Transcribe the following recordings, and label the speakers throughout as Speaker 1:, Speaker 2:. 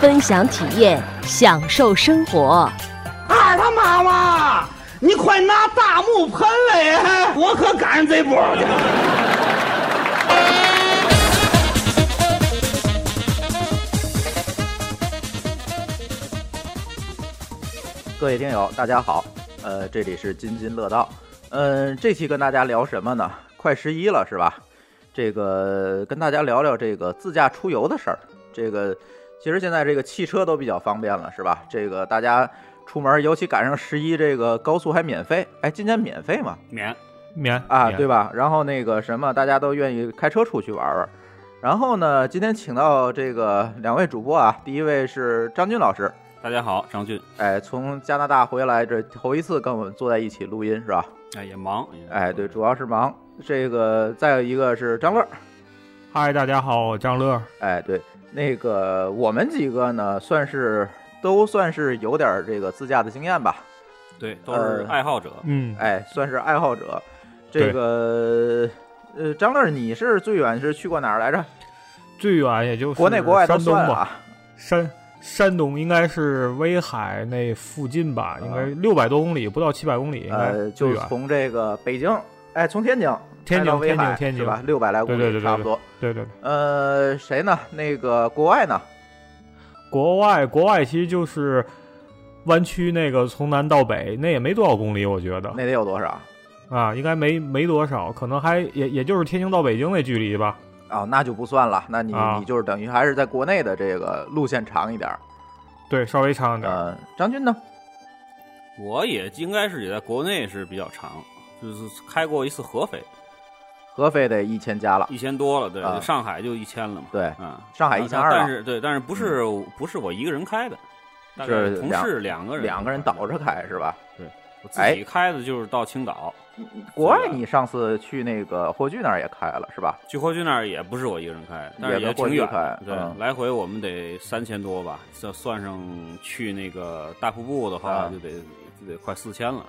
Speaker 1: 分享体验，享受生活。
Speaker 2: 二他妈妈，你快拿大木盆来，我可赶上这波去。
Speaker 3: 各位听友，大家好，呃，这里是津津乐道，嗯、这期跟大家聊什么呢？快十一了是吧？这个跟大家聊聊这个自驾出游的事儿。这个其实现在这个汽车都比较方便了是吧？这个大家出门，尤其赶上十一这个高速还免费，哎，今年免费嘛？
Speaker 4: 免
Speaker 5: 免
Speaker 3: 啊，对
Speaker 5: 吧？
Speaker 3: 吧？然后那个什么，大家都愿意开车出去玩玩。然后呢，今天请到这个两位主播啊，第一位是张军老师，
Speaker 4: 大家好，张俊，
Speaker 3: 哎，从加拿大回来，这头一次跟我们坐在一起录音是吧？
Speaker 4: 哎，也忙，
Speaker 3: 哎，对，主要是忙。这个再有一个是张乐，
Speaker 5: 嗨，大家好，我张乐。
Speaker 3: 哎，对，那个我们几个呢，算是都算是有点儿这个自驾的经验吧，
Speaker 4: 对，都是
Speaker 3: 呃
Speaker 4: 爱好者。
Speaker 5: 嗯，
Speaker 3: 哎，算是爱好者。这
Speaker 5: 对
Speaker 3: 个呃，张乐，你是最远是去过哪儿来着？
Speaker 5: 最远也就是
Speaker 3: 国内国外都
Speaker 5: 山东
Speaker 3: 算
Speaker 5: 吧，
Speaker 3: 啊。
Speaker 5: 山山东应该是威海那附近吧，应该
Speaker 3: 啊
Speaker 5: 六百多公里，不到七百公里，应该
Speaker 3: 呃，
Speaker 5: 最
Speaker 3: 就
Speaker 5: 远。
Speaker 3: 从这个北京，哎，从天津，
Speaker 5: 天
Speaker 3: 开
Speaker 5: 津
Speaker 3: 到威
Speaker 5: 天津
Speaker 3: 海
Speaker 5: 天津
Speaker 3: 是吧？六百来公
Speaker 5: 对
Speaker 3: 里
Speaker 5: 对对对
Speaker 3: 差不多。
Speaker 5: 对对对，
Speaker 3: 呃，谁呢？那个国外呢？
Speaker 5: 啊国外国外其实就是湾区那个从南到北，那也没多少公里，我觉得
Speaker 3: 那得有多少？
Speaker 5: 啊，应该没没多少，可能还也也就是天津到北京那距离吧。
Speaker 3: 哦，那就不算了，那你、
Speaker 5: 啊
Speaker 3: 你就是等于还是在国内的这个路线长一点儿。
Speaker 5: 对，稍微长一点。
Speaker 3: 呃，张军呢？
Speaker 4: 我也应该是也在国内是比较长，就是开过一次合肥，
Speaker 3: 合肥得一千加了，
Speaker 4: 一千多了，对，
Speaker 3: 啊
Speaker 4: 上海就一千了嘛。
Speaker 3: 对，
Speaker 4: 嗯，
Speaker 3: 上海
Speaker 4: 然后
Speaker 3: 1200了
Speaker 4: 但是对，但是不是不是我一个人开的，大概
Speaker 3: 嗯是
Speaker 4: 同事两个人，
Speaker 3: 两个人倒着开是吧？
Speaker 4: 我自己开的就是到青岛，
Speaker 3: 嗯国外
Speaker 4: 对
Speaker 3: 你上次去那个霍炬那儿也开了是吧？
Speaker 4: 去霍炬那儿也不是我一个人开，但是
Speaker 3: 也跟
Speaker 4: 挺
Speaker 3: 霍炬
Speaker 4: 远
Speaker 3: 开，
Speaker 4: 对，
Speaker 3: 嗯
Speaker 4: 来回我们得三千多吧，这算上去那个大瀑布的话，
Speaker 3: 啊
Speaker 4: 就得就得快四千了，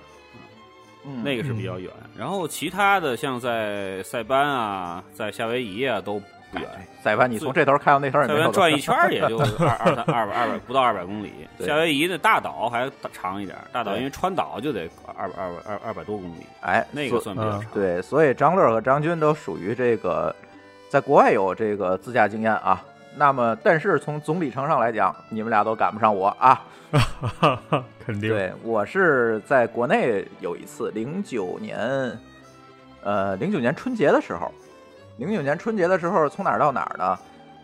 Speaker 3: 嗯
Speaker 4: 那个是比较远。然后其他的像在塞班啊，在夏威夷啊都不 远，
Speaker 3: 塞班，你从这头开到那头也
Speaker 4: 塞
Speaker 3: 没有多
Speaker 4: 班转一圈儿也 就二二三二百二百不到二百公里。
Speaker 3: 对
Speaker 4: 夏威夷的大岛还长一点儿，大岛
Speaker 3: 对
Speaker 4: 因为川岛就得二百二百二二百多公里，
Speaker 3: 哎，
Speaker 4: 那个
Speaker 3: 所
Speaker 4: 算比较
Speaker 5: 嗯
Speaker 4: 长。
Speaker 3: 对，所以张乐和张军都属于这个在国外有这个自驾经验啊。那么，但是从总里程上来讲，你们俩都赶不上我啊。
Speaker 5: 哈哈，肯定。
Speaker 3: 呃对，我是在国内有一次，零九年，呃，零九年春节的时候，零九年春节的时候从哪儿到哪儿呢？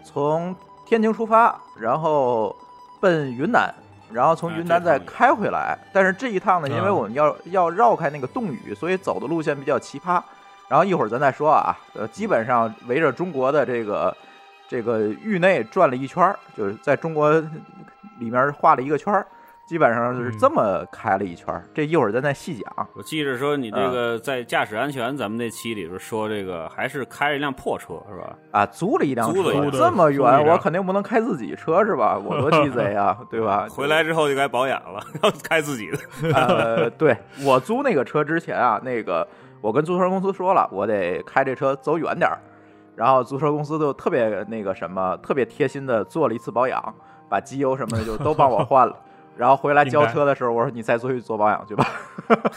Speaker 3: 从天津出发，然后奔云南，然后从
Speaker 4: 啊
Speaker 3: 云
Speaker 4: 这
Speaker 3: 南再
Speaker 4: 趟也
Speaker 3: 开回来。但是这一趟呢，因为
Speaker 5: 啊
Speaker 3: 我们要、要绕开那个冻雨，所以走的路线比较奇葩。然后一会儿咱再说啊，呃，基本上围着中国的这个这个域内转了一圈儿，就是在中国里面画了一个圈儿，基本上就是这么开了一圈儿。这一会儿咱再细讲。
Speaker 4: 我记着说你
Speaker 3: 嗯
Speaker 4: 这个在驾驶安全，咱们那期里边说这个还是开了一辆破车是吧？
Speaker 3: 啊，租了一辆
Speaker 4: 租了
Speaker 3: 车
Speaker 4: 一辆
Speaker 3: 这么
Speaker 5: 租了一
Speaker 3: 远，
Speaker 5: 辆
Speaker 3: 我肯定不能开自己车是吧？我多鸡贼啊，对吧？
Speaker 4: 回来之后就该保养了， 然后开自己的。
Speaker 3: 呃，对我租那个车之前啊，那个我跟租车公司说了，我得开这车走远点儿，然后租车公司就特别那个什么，特别贴心的做了一次保养，把机油什么的就都帮我换了。 然后回来交车的时候，我说你再出去做保养去吧。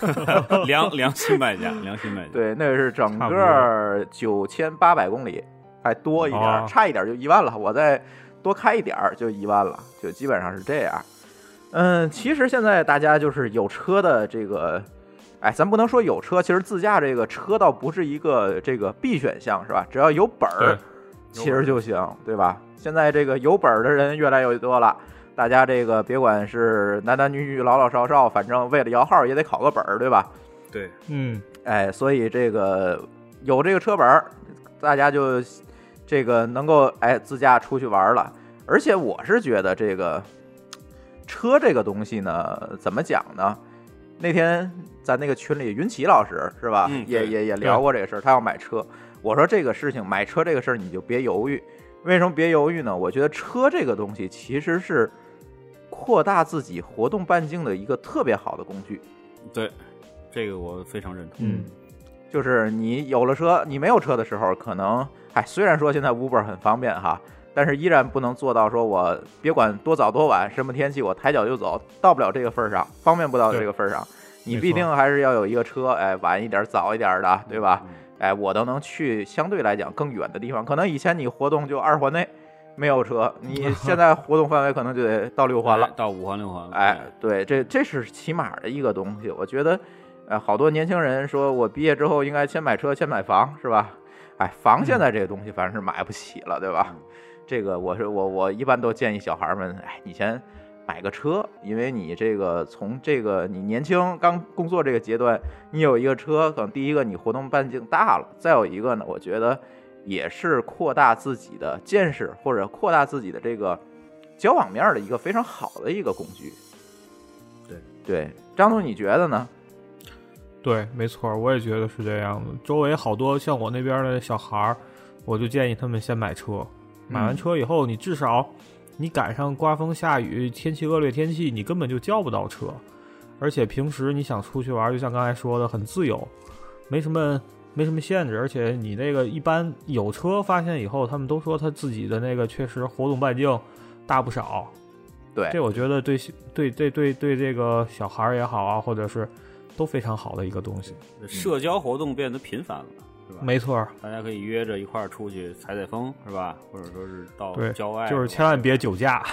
Speaker 4: 良良心卖家，良心卖家。，
Speaker 3: 对，那是整
Speaker 5: 差不
Speaker 3: 个九千八百公里，还多一点儿，
Speaker 5: 哦
Speaker 3: 差一点儿就一万了。我再多开一点儿就一万了，就基本上是这样。嗯，其实现在大家就是有车的这个，哎，咱不能说有车，其实自驾这个车倒不是一个这个 B 选项，是吧？只要有本儿
Speaker 5: 对，
Speaker 3: 其实就行，对吧？现在这个有本儿的人越来越多了。大家这个别管是男男女女、老老少少，反正为了摇号也得考个本儿，对吧？
Speaker 5: 嗯，
Speaker 3: 哎，所以这个有这个车本儿，大家就这个能够哎自驾出去玩儿了。而且我是觉得这个车这个东西呢，怎么讲呢？那天咱那个群里云奇老师是吧，
Speaker 4: 嗯
Speaker 3: 也
Speaker 4: 对
Speaker 3: 也也聊过这个事儿，他要买车，我说这个事情买车这个事儿你就别犹豫。为什么别犹豫呢？我觉得车这个东西其实是扩大自己活动半径的一个特别好的工具。
Speaker 4: 对，这个我非常认同。
Speaker 5: 嗯，
Speaker 3: 就是你有了车，你没有车的时候，可能哎，虽然说现在 Uber 很方便哈，但是依然不能做到说我别管多早多晚，什么天气我抬脚就走，到不了这个份儿上，方便不到这个份儿上。你
Speaker 5: 没
Speaker 3: 必
Speaker 5: 错
Speaker 3: 定还是要有一个车，哎，晚一点儿、早一点儿的，对吧？
Speaker 4: 嗯？
Speaker 3: 哎，我都能去相对来讲更远的地方。可能以前你活动就二环内没有车，你现在活动范围可能就得到六环了
Speaker 4: 哎。到五环六环了。
Speaker 3: 哎，对，这这是起码的一个东西。我觉得，呃，好多年轻人说我毕业之后应该先买车，先买房，是吧？哎，房现在这个东西反正是买不起了，对吧？这个我是我我一般都建议小孩儿们，哎，你先买个车，因为你这个从这个你年轻刚工作这个阶段，你有一个车，可能第一个你活动半径大了，再有一个呢，我觉得也是扩大自己的见识或者扩大自己的这个交往面儿的一个非常好的一个工具。
Speaker 4: 对
Speaker 3: 对，张总你觉得呢？
Speaker 5: 对，没错儿，我也觉得是这样的。周围好多像我那边儿的小孩儿，我就建议他们先买车。买完车以后，你至少你赶上刮风下雨、天气恶劣天气，你根本就叫不到车。而且平时你想出去玩儿，就像刚才说的，很自由，没什么没什么限制。而且你那个一般有车发现以后，他们都说他自己的那个确实活动半径大不少，
Speaker 3: 对
Speaker 5: 这我觉得对对对对对这个小孩儿也好啊，或者是都非常好的一个东西。
Speaker 4: 对社交活动变得频繁了，是吧？
Speaker 5: 没错儿，
Speaker 4: 大家可以约着一块儿出去采采风，是吧？或者说是到
Speaker 5: 对，
Speaker 4: 哦郊外，
Speaker 5: 就是千万别酒驾。
Speaker 4: 啊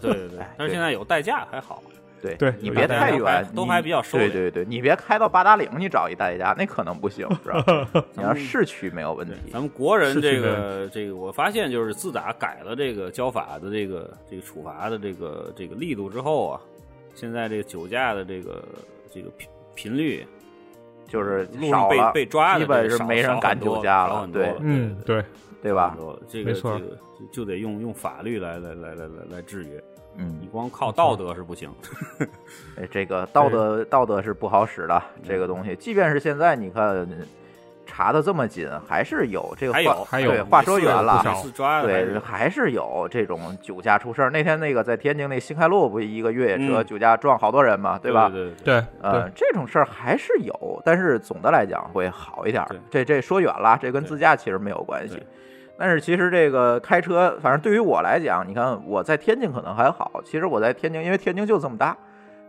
Speaker 4: 对对对
Speaker 3: 哎。对
Speaker 4: 但是现在有代驾还好，
Speaker 3: 对，
Speaker 5: 对
Speaker 3: 你
Speaker 5: 有
Speaker 3: 别
Speaker 5: 代驾
Speaker 3: 太
Speaker 4: 都还
Speaker 3: 远，
Speaker 4: 都
Speaker 3: 你
Speaker 4: 还比较收
Speaker 3: 对
Speaker 4: 敛
Speaker 3: 对对，你别开到八达岭，你找一代驾那可能不行，是 吧？你要市区没有问
Speaker 4: 对
Speaker 3: 题
Speaker 4: 咱。们国人
Speaker 5: 是
Speaker 4: 这
Speaker 5: 是
Speaker 4: 个这个，我发现就是自打改了这个交法的这个这个处罚的这个这个力度之后啊，现在这个酒驾的这个这个频频率，
Speaker 3: 就是
Speaker 4: 路
Speaker 3: 少
Speaker 4: 上被
Speaker 3: 了，
Speaker 4: 被抓的
Speaker 3: 基本
Speaker 4: 这个
Speaker 3: 是
Speaker 4: 少
Speaker 3: 没人
Speaker 4: 少
Speaker 3: 敢
Speaker 4: 很多
Speaker 3: 酒驾
Speaker 4: 少
Speaker 3: 了，
Speaker 4: 很多
Speaker 3: 对
Speaker 4: 了
Speaker 5: 嗯，对，
Speaker 3: 哦对吧？
Speaker 4: 说这个
Speaker 5: 没错
Speaker 4: 这个就就得用用法律来来来来来来制约，你
Speaker 3: 嗯，
Speaker 4: 光靠道德是不行。
Speaker 3: 哎这个道德道德是不好使的，这个东
Speaker 4: 嗯
Speaker 3: 西，即便是现在你看查的这么紧，还是有这个话
Speaker 4: 还有
Speaker 5: 还有
Speaker 3: 对话说
Speaker 4: 每次
Speaker 3: 远了啊
Speaker 4: 每，次抓的还
Speaker 3: 对，
Speaker 4: 是
Speaker 3: 还是有这种酒驾出事儿。那天那个在天津那新开路不一个越
Speaker 4: 嗯
Speaker 3: 野车酒驾撞好多人嘛，
Speaker 4: 对
Speaker 3: 吧？
Speaker 4: 对对对
Speaker 5: 对，
Speaker 3: 呃，这种事儿还是有，但是总的来讲会好一点儿
Speaker 4: 对。
Speaker 3: 这这说远了，这跟
Speaker 4: 对
Speaker 3: 自驾其实没有关系
Speaker 4: 对。
Speaker 3: 但是其实这个开车，反正对于我来讲，你看我在天津可能还好，其实我在天津，因为天津就这么大，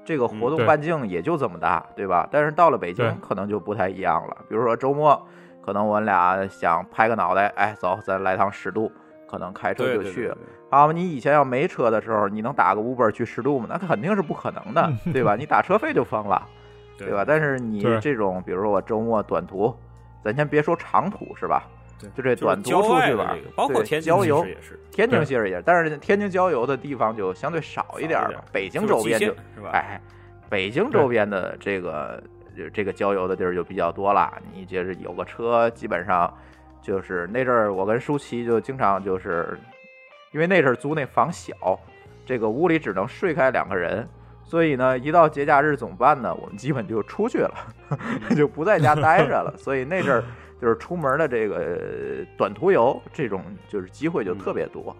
Speaker 3: 这个
Speaker 4: 嗯
Speaker 3: 活动
Speaker 5: 对
Speaker 3: 半径也就这么大，对吧？但是到了北京
Speaker 5: 对
Speaker 3: 可能就不太一样了。比如说周末，可能我俩想拍个脑袋，哎，走，咱来趟十渡，可能开车
Speaker 4: 对
Speaker 3: 就
Speaker 4: 对
Speaker 3: 去
Speaker 4: 对
Speaker 3: 了。
Speaker 4: 对
Speaker 3: 啊，你以前要没车的时候，你能打个 Uber 去十渡吗？那肯定是不可能 的，对吧？你打车费就疯了，对吧？但是你
Speaker 5: 对
Speaker 3: 这种，比如说我周末短途，咱先别说长途，是吧？
Speaker 4: 对
Speaker 3: 就这
Speaker 4: 就是
Speaker 3: 短途
Speaker 4: 郊
Speaker 3: 出
Speaker 4: 外
Speaker 3: 去
Speaker 4: 的
Speaker 3: 玩
Speaker 4: 这个包括
Speaker 3: 对
Speaker 4: 天津
Speaker 3: 郊
Speaker 4: 其
Speaker 3: 游
Speaker 4: 实也是
Speaker 3: 天津
Speaker 5: 对
Speaker 3: 其实也，但是天津郊游的地方就相对少一点儿
Speaker 4: 少一点
Speaker 3: 了
Speaker 4: 儿，
Speaker 3: 北京
Speaker 4: 就是
Speaker 3: 周
Speaker 4: 极
Speaker 3: 边
Speaker 4: 限
Speaker 3: 就是
Speaker 4: 吧
Speaker 3: 哎，北京周边的这个就这个郊游的地儿就比较多了。你就是有个车，基本上就是那阵儿，我跟舒淇就经常就是，因为那阵儿租那房小，这个屋里只能睡开两个人，所以呢，一到节假日怎么办呢？我们基本就出去了， 就不在家待着了。所以那 阵儿就是出门的这个呃短途游这种就是机会就特别多。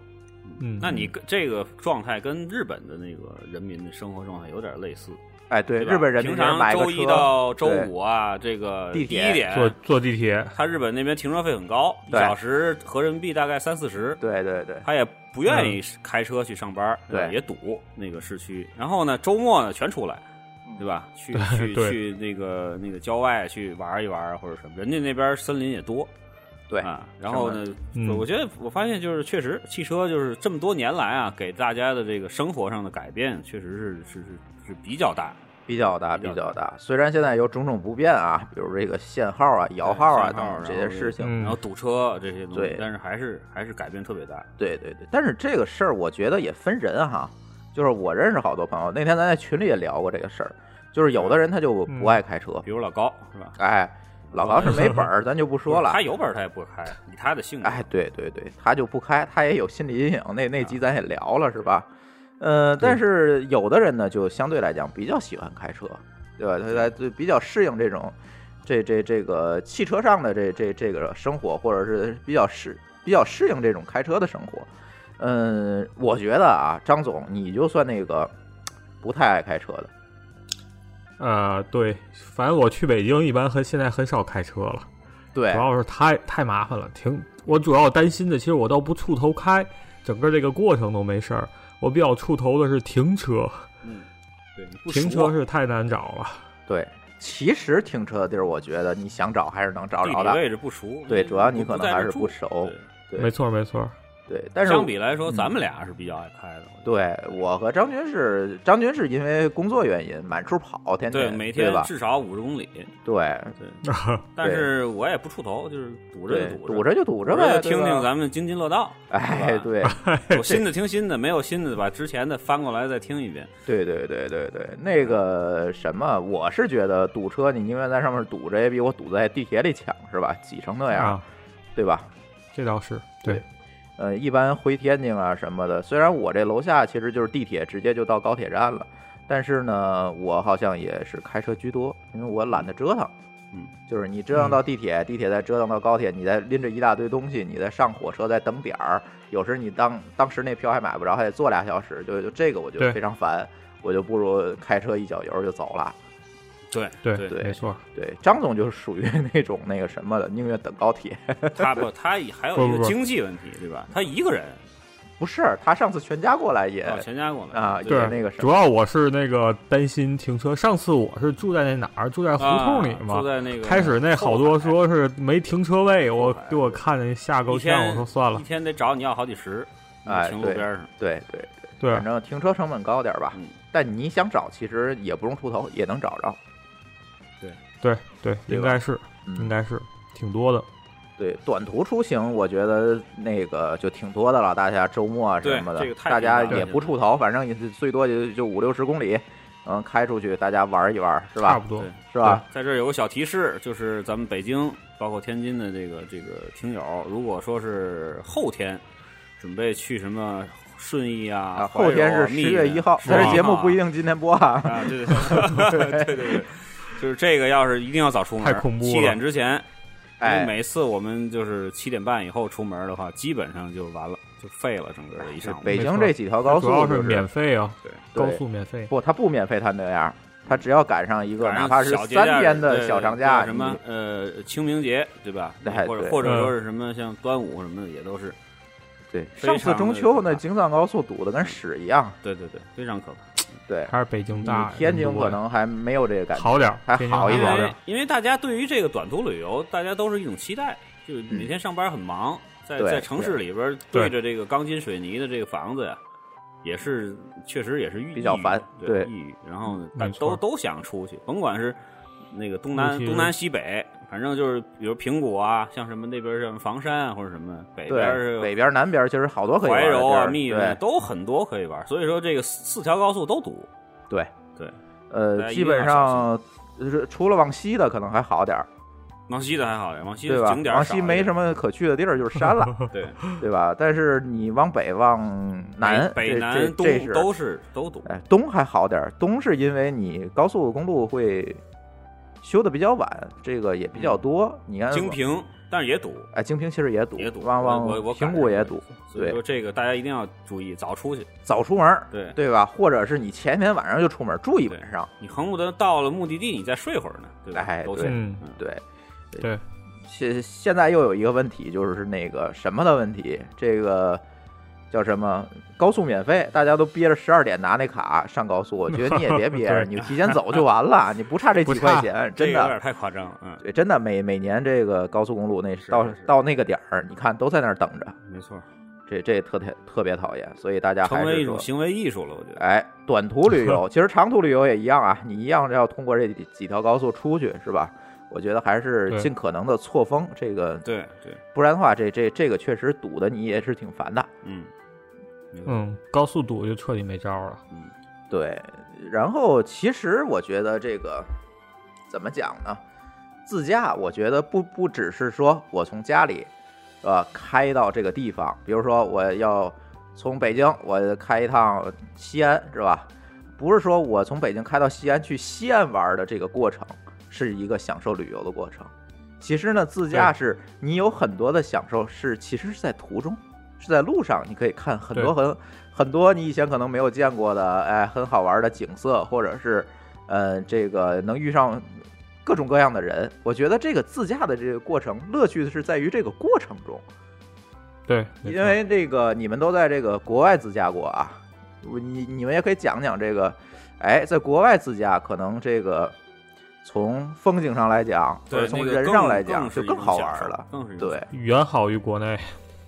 Speaker 5: 嗯，
Speaker 4: 那你跟这个状态跟日本的那个人民的生活状态有点类似，
Speaker 3: 哎，对，
Speaker 4: 吧
Speaker 3: 日本人那
Speaker 4: 平
Speaker 3: 阵儿
Speaker 4: 常
Speaker 3: 买个
Speaker 4: 周一
Speaker 3: 车，
Speaker 4: 到周
Speaker 3: 对
Speaker 4: 五啊，这个
Speaker 3: 地
Speaker 4: 第
Speaker 3: 铁
Speaker 4: 一点，
Speaker 5: 坐坐地铁，
Speaker 4: 他日本那边停车费很高，一
Speaker 3: 对
Speaker 4: 小时合人民币大概三四十，
Speaker 3: 对对对，
Speaker 4: 他也不愿意开车去上班，
Speaker 3: 嗯对
Speaker 4: 吧也堵那个市区。然后呢，周末呢全出来，
Speaker 3: 嗯
Speaker 4: 对吧？去去
Speaker 5: 对
Speaker 4: 去那个那个郊外去玩一玩或者什么，人家那边森林也多，
Speaker 3: 对
Speaker 4: 啊。然后呢，
Speaker 5: 嗯
Speaker 4: 我觉得我发现就是确实汽车就是这么多年来啊，给大家的这个生活上的改变确实是是是是比较大，
Speaker 3: 比较大，
Speaker 4: 比较
Speaker 3: 比较大。虽然现在有种种不便啊，比如这个限号啊、摇号啊
Speaker 4: 限
Speaker 3: 等
Speaker 4: 号
Speaker 3: 等这
Speaker 4: 然
Speaker 3: 些
Speaker 4: 后
Speaker 3: 事情，
Speaker 5: 嗯
Speaker 4: 然后堵车啊这些东西
Speaker 3: 对，
Speaker 4: 但是还是还是改变特别大。
Speaker 3: 对对对。但是这个事儿，我觉得也分人哈。就是我认识好多朋友，那天咱在群里也聊过这个事儿，就是有的人他就不
Speaker 5: 嗯
Speaker 3: 爱开车，
Speaker 4: 比如老高是吧？
Speaker 3: 哎，老高是没本儿，咱就不说了
Speaker 4: 他。有本儿他也不开，以他的性格，
Speaker 3: 哎，对对对，他就不开，他也有心理阴影。那那
Speaker 4: 啊
Speaker 3: 集咱也聊了，是吧？呃，但是有的人呢，就相对来讲比较喜欢开车，对吧？他他就比较适应这种这这这个汽车上的这这这个生活，或者是比较适比较适应这种开车的生活。嗯，我觉得啊，张总，你就算那个不太爱开车的，
Speaker 5: 呃，对，反正我去北京一般很现在很少开车了，
Speaker 3: 对
Speaker 5: 主，要是太太麻烦了，挺我主要担心的，其实我倒不触头开，整个这个过程都没事儿，我比较触头的是停车，
Speaker 4: 嗯，对，你不
Speaker 5: 停
Speaker 4: 说
Speaker 5: 车是太难找了。
Speaker 3: 对，其实停车的地儿，我觉得你想找还是能找
Speaker 4: 地
Speaker 3: 着
Speaker 4: 理
Speaker 3: 的。
Speaker 4: 位置不熟，
Speaker 3: 对，
Speaker 4: 嗯
Speaker 3: 主要你可
Speaker 4: 不
Speaker 3: 能
Speaker 4: 在
Speaker 3: 还
Speaker 4: 这
Speaker 3: 是
Speaker 4: 住
Speaker 3: 不熟。对
Speaker 5: 没错没错，
Speaker 3: 对，但
Speaker 4: 对
Speaker 3: 是
Speaker 4: 相比来说，
Speaker 3: 嗯
Speaker 4: 咱们俩是比较爱开的，我觉得
Speaker 3: 对我和张军是，张军是因为工作原因满处跑，天
Speaker 4: 对，
Speaker 3: 天
Speaker 4: 每
Speaker 3: 对
Speaker 4: 天
Speaker 3: 吧？
Speaker 4: 至少五十公里，
Speaker 3: 对
Speaker 4: 对，但是我也不出头，就是堵着
Speaker 3: 对
Speaker 4: 就，
Speaker 3: 堵
Speaker 4: 着
Speaker 3: 着就堵
Speaker 4: 堵
Speaker 3: 着呗，
Speaker 4: 就听
Speaker 3: 对吧
Speaker 4: 听。咱们津津乐 道，
Speaker 3: 哎，
Speaker 4: 是吧
Speaker 3: 对
Speaker 4: 有新的听新的，没有新的把之前的翻过来再听一遍，
Speaker 3: 对对对对对，那个什么，我是觉得堵车，你宁愿在上面堵着，也比我堵在地铁里强，是吧？挤成那样，
Speaker 5: 啊，
Speaker 3: 对吧？
Speaker 5: 这倒是对，
Speaker 3: 呃，一般回天津啊什么的，虽然我这楼下其实就是地铁，直接就到高铁站了，但是呢，我好像也是开车居多，因为我懒得折腾。
Speaker 4: 嗯，
Speaker 3: 就是你折腾到地铁，地铁再折腾到高铁，你再拎着一大堆东西，你再上火车，再等点儿，有时你当当时那票还买不着，还得坐俩小时，就就这个我就
Speaker 5: 对
Speaker 3: 非常烦，我就不如开车一脚油就走了。
Speaker 4: 对
Speaker 5: 对
Speaker 3: 对
Speaker 5: 没错，
Speaker 3: 对，张总就是属于 那种那个什么的，宁愿等高铁。
Speaker 4: 他不，他还有
Speaker 5: 不
Speaker 4: 一
Speaker 5: 不
Speaker 4: 个
Speaker 5: 不
Speaker 4: 经济问题，对吧？他一个人
Speaker 3: 不是，他上次全家过来也、
Speaker 4: 到全家过来
Speaker 3: 啊
Speaker 4: 对
Speaker 3: 对那个什么
Speaker 5: 主要我是那个担心停车。上次我是住在那哪儿，住在胡同里
Speaker 4: 啊
Speaker 5: 嘛
Speaker 4: 住。在那个
Speaker 5: 开始那好多说是没停车位，我
Speaker 3: 哎
Speaker 4: 后海
Speaker 5: 给我看那吓够
Speaker 4: 一天
Speaker 5: 呛，我说算
Speaker 4: 一
Speaker 5: 了。
Speaker 4: 天得找你要好几十，你
Speaker 3: 哎
Speaker 4: 停路
Speaker 3: 对
Speaker 4: 边上，
Speaker 3: 对对，
Speaker 5: 对
Speaker 3: 反，正停车成本高点儿吧。
Speaker 4: 嗯，
Speaker 3: 但你想找，其实也不用出头，也能找着。
Speaker 5: 对对，应该是
Speaker 3: 嗯
Speaker 5: 应该是挺多的。
Speaker 3: 对短途出行，我觉得那个就挺多的了。大家周末啊什么的，
Speaker 4: 对这个太
Speaker 3: 大家
Speaker 4: 频繁了
Speaker 3: 也不出头，反正也是最多也就五六十公里，嗯，开出去大家玩一玩，是
Speaker 5: 差
Speaker 3: 吧
Speaker 5: 不？多
Speaker 4: 对。
Speaker 3: 是吧？
Speaker 4: 在这儿有个小提示，就是咱们北京包括天津的这个这个听友，如果说是后天准备去什么顺义啊，怀柔
Speaker 3: 后天
Speaker 4: 啊
Speaker 3: 是
Speaker 4: 密
Speaker 3: 十月
Speaker 4: 云
Speaker 3: 一号，但是节目不一
Speaker 4: 啊
Speaker 3: 定今天播啊。
Speaker 4: 啊，对对 对对对，就是这个要是一定要早出门，
Speaker 5: 太恐怖了
Speaker 4: 七点之前，因为
Speaker 3: 哎，
Speaker 4: 每次我们就是七点半以后出门的话，基本上就完了，就废了整个的一
Speaker 3: 是
Speaker 4: 上午。
Speaker 3: 北
Speaker 5: 没
Speaker 3: 京
Speaker 5: 错
Speaker 3: 这几条高速
Speaker 5: 主要
Speaker 3: 就是
Speaker 5: 免费啊，
Speaker 4: 对
Speaker 3: 对
Speaker 5: 高速免费。
Speaker 3: 不，它不免费，它那样，它只要赶上一个
Speaker 4: 赶上
Speaker 3: 哪怕是
Speaker 4: 小节假日
Speaker 3: 三天的
Speaker 4: 对
Speaker 3: 小长假，
Speaker 4: 叫什么
Speaker 3: 你
Speaker 4: 呃清明节对吧？
Speaker 3: 哎
Speaker 4: 或
Speaker 3: 对
Speaker 4: 者或
Speaker 5: 嗯
Speaker 4: 者说是什么像端午什么的也都是，
Speaker 3: 对，
Speaker 4: 非
Speaker 3: 上次
Speaker 4: 常
Speaker 3: 中
Speaker 4: 的
Speaker 3: 秋
Speaker 4: 可
Speaker 3: 那
Speaker 4: 怕
Speaker 3: 京藏高速堵得跟屎一样，
Speaker 4: 对对对，非常可怕。
Speaker 3: 对，
Speaker 5: 还是北京大
Speaker 3: 你，天
Speaker 5: 人
Speaker 3: 津
Speaker 5: 多
Speaker 3: 可
Speaker 5: 呀
Speaker 3: 能还没有这个感觉。
Speaker 5: 好点儿，
Speaker 3: 还
Speaker 5: 天津
Speaker 3: 好一
Speaker 4: 因
Speaker 3: 点
Speaker 5: 点
Speaker 4: 为
Speaker 5: 儿。
Speaker 4: 因为大家对于这个短途旅游，大家都是一种期待，就是每天上班很忙，
Speaker 3: 嗯
Speaker 4: 在
Speaker 3: 对
Speaker 4: 在城市里边对
Speaker 5: 对
Speaker 4: 着这个钢筋水泥的这个房子呀，也是确实也是抑
Speaker 3: 比较烦
Speaker 4: 抑郁
Speaker 3: 对
Speaker 4: 对抑郁。然后但
Speaker 5: 没错
Speaker 4: 都都想出去，甭管是那个东南
Speaker 5: 尤其是
Speaker 4: 东南西北，反正就是比如平谷啊，像什么那边像房山啊或者什么，北边
Speaker 3: 对，北
Speaker 4: 是
Speaker 3: 边、南边其实好多可以玩
Speaker 4: 怀
Speaker 3: 的
Speaker 4: 柔啊、
Speaker 3: 地
Speaker 4: 密云
Speaker 3: 儿
Speaker 4: 啊都很多可以玩。所以说这个四四条高速都堵，
Speaker 3: 对
Speaker 4: 对，
Speaker 3: 呃，
Speaker 4: 大家
Speaker 3: 基
Speaker 4: 一定
Speaker 3: 本
Speaker 4: 要
Speaker 3: 上就是除了往西的可能还好点儿，
Speaker 4: 往西的还好点，往西
Speaker 3: 对
Speaker 4: 的
Speaker 3: 吧
Speaker 4: 景？点
Speaker 3: 往
Speaker 4: 少
Speaker 3: 西
Speaker 4: 一
Speaker 3: 没
Speaker 4: 点
Speaker 3: 什么可去的地儿，就是 山了，
Speaker 4: 对。
Speaker 3: 对吧？但是你往北、往南，
Speaker 4: 北
Speaker 3: 这
Speaker 4: 北南
Speaker 3: 这
Speaker 4: 东
Speaker 3: 这是
Speaker 4: 都是都堵，
Speaker 3: 哎，东还好点儿，东是因为你高速公路会修的比较晚，这个也比
Speaker 4: 嗯
Speaker 3: 较多。你看
Speaker 4: 京
Speaker 3: 我，
Speaker 4: 平，但是也堵，
Speaker 3: 哎，京平其实也堵，
Speaker 4: 也堵，
Speaker 3: 往
Speaker 4: 我我
Speaker 3: 往平谷也堵，，
Speaker 4: 所以说这个大家一定要注意，早出去。
Speaker 3: 早出门儿，
Speaker 4: 对，
Speaker 3: 对吧？或者是你前天晚上就出门，住一晚
Speaker 4: 对
Speaker 3: 上，
Speaker 4: 你恨不得到了目的地你再睡会儿呢，对吧？
Speaker 3: 哎
Speaker 4: 都
Speaker 3: 对
Speaker 4: 行
Speaker 5: 嗯，
Speaker 4: 嗯
Speaker 3: 对。
Speaker 5: 对，
Speaker 3: 现现在又有一个问题，就是那个什么的问题，这个叫什么？高速免费，大家都憋着十二点拿那卡上高速，我觉得你也 别憋着，
Speaker 5: 对
Speaker 3: 你就提前走就完了，你不差这
Speaker 5: 不
Speaker 3: 几
Speaker 5: 差
Speaker 3: 块钱，
Speaker 4: 这
Speaker 3: 真
Speaker 4: 个有点
Speaker 3: 的。
Speaker 4: 太夸张了，嗯，
Speaker 3: 对，真的每每年这个高速公路那
Speaker 4: 是
Speaker 3: 到
Speaker 4: 是是
Speaker 3: 到那个点儿，你看都在那儿等着，
Speaker 4: 没错，
Speaker 3: 这这特别特别讨厌，所以大家还
Speaker 4: 成为
Speaker 3: 是
Speaker 4: 一
Speaker 3: 说
Speaker 4: 种，行为艺术了，我觉得。
Speaker 3: 哎，短途旅游其实长途旅游也一样啊，你一样要通过这几几条高速出去是吧？我觉得还是
Speaker 5: 对
Speaker 3: 尽可能的错峰，这个
Speaker 4: 对对，
Speaker 3: 不然的话，这这这个确实堵的你也是挺烦的。
Speaker 4: 嗯，没错，
Speaker 5: 嗯，高速堵就彻底没招儿了。
Speaker 4: 嗯，
Speaker 3: 对，然后其实我觉得这个怎么讲呢？自驾，我觉得不不只是说我从家里，呃，开到这个地方，比如说我要从北京，我开一趟西安，是吧？不是说我从北京开到西安去西安玩的这个过程，是一个享受旅游的过程。其实呢，自驾
Speaker 5: 对
Speaker 3: 是你有很多的享受是其实是在途中，是在路上，你可以看很多很很多你以前可能没有见过的，哎，很好玩的景色，或者是呃，这个能遇上各种各样的人。我觉得这个自驾的这个过程乐趣是在于这个过程中，
Speaker 5: 对，没
Speaker 3: 因
Speaker 5: 错
Speaker 3: 为这个你们都在这个国外自驾过啊，我你你们也可以讲讲这个，哎，在国外自驾可能这个从风景上来讲，或者
Speaker 4: 对，
Speaker 3: 从
Speaker 4: 那个
Speaker 3: 人
Speaker 4: 更
Speaker 3: 上来讲
Speaker 4: 更是
Speaker 3: 就
Speaker 4: 一
Speaker 3: 更
Speaker 4: 种
Speaker 3: 好
Speaker 4: 享
Speaker 3: 玩
Speaker 4: 受
Speaker 3: 了，
Speaker 4: 更是一种
Speaker 3: 对
Speaker 4: 享，
Speaker 5: 远好于国内。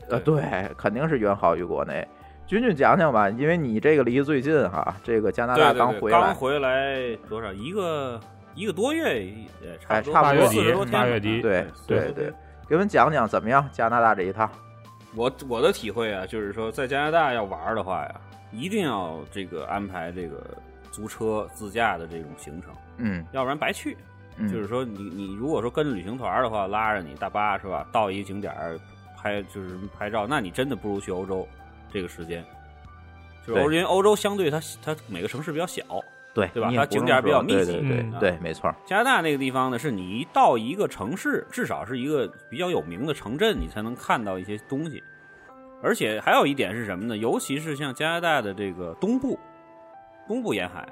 Speaker 3: 呃，对，肯定是远好于国内。君君讲讲吧，因为你这个离最近哈，这个加拿
Speaker 4: 对
Speaker 3: 大
Speaker 4: 对
Speaker 3: 刚
Speaker 4: 对
Speaker 3: 回来
Speaker 4: 刚，回来多少一个一个多月也差
Speaker 3: 哎
Speaker 4: 不多，
Speaker 3: 差不多
Speaker 4: 四十多天吧
Speaker 5: 八月底
Speaker 3: 对对
Speaker 5: 对
Speaker 3: 对，给我们讲讲怎么样加拿大这一趟，
Speaker 4: 我我的体会啊，就是说在加拿大要玩的话呀，一定要这个安排这个租车自驾的这种行程，
Speaker 3: 嗯，
Speaker 4: 要不然白去。
Speaker 3: 嗯
Speaker 4: 就是说你你如果说跟着旅行团的话，拉着你大巴是吧，到一个景点儿拍就是拍照，那你真的不如去欧洲这个时间。就是
Speaker 3: 对
Speaker 4: 欧因为欧洲相对它它每个城市比较小，
Speaker 3: 对
Speaker 4: 对吧
Speaker 3: 你也
Speaker 4: 它
Speaker 3: 不
Speaker 4: 景
Speaker 3: 用
Speaker 4: 点比
Speaker 3: 说
Speaker 4: 较密
Speaker 3: 对
Speaker 4: 集
Speaker 3: 对对
Speaker 5: 嗯
Speaker 3: 对，没错，
Speaker 4: 加拿大那个地方呢，是你一到一个城市，至少是一个比较有名的城镇，你才能看到一些东西。而且还有一点是什么呢？尤其是像加拿大的这个东部，东部沿海，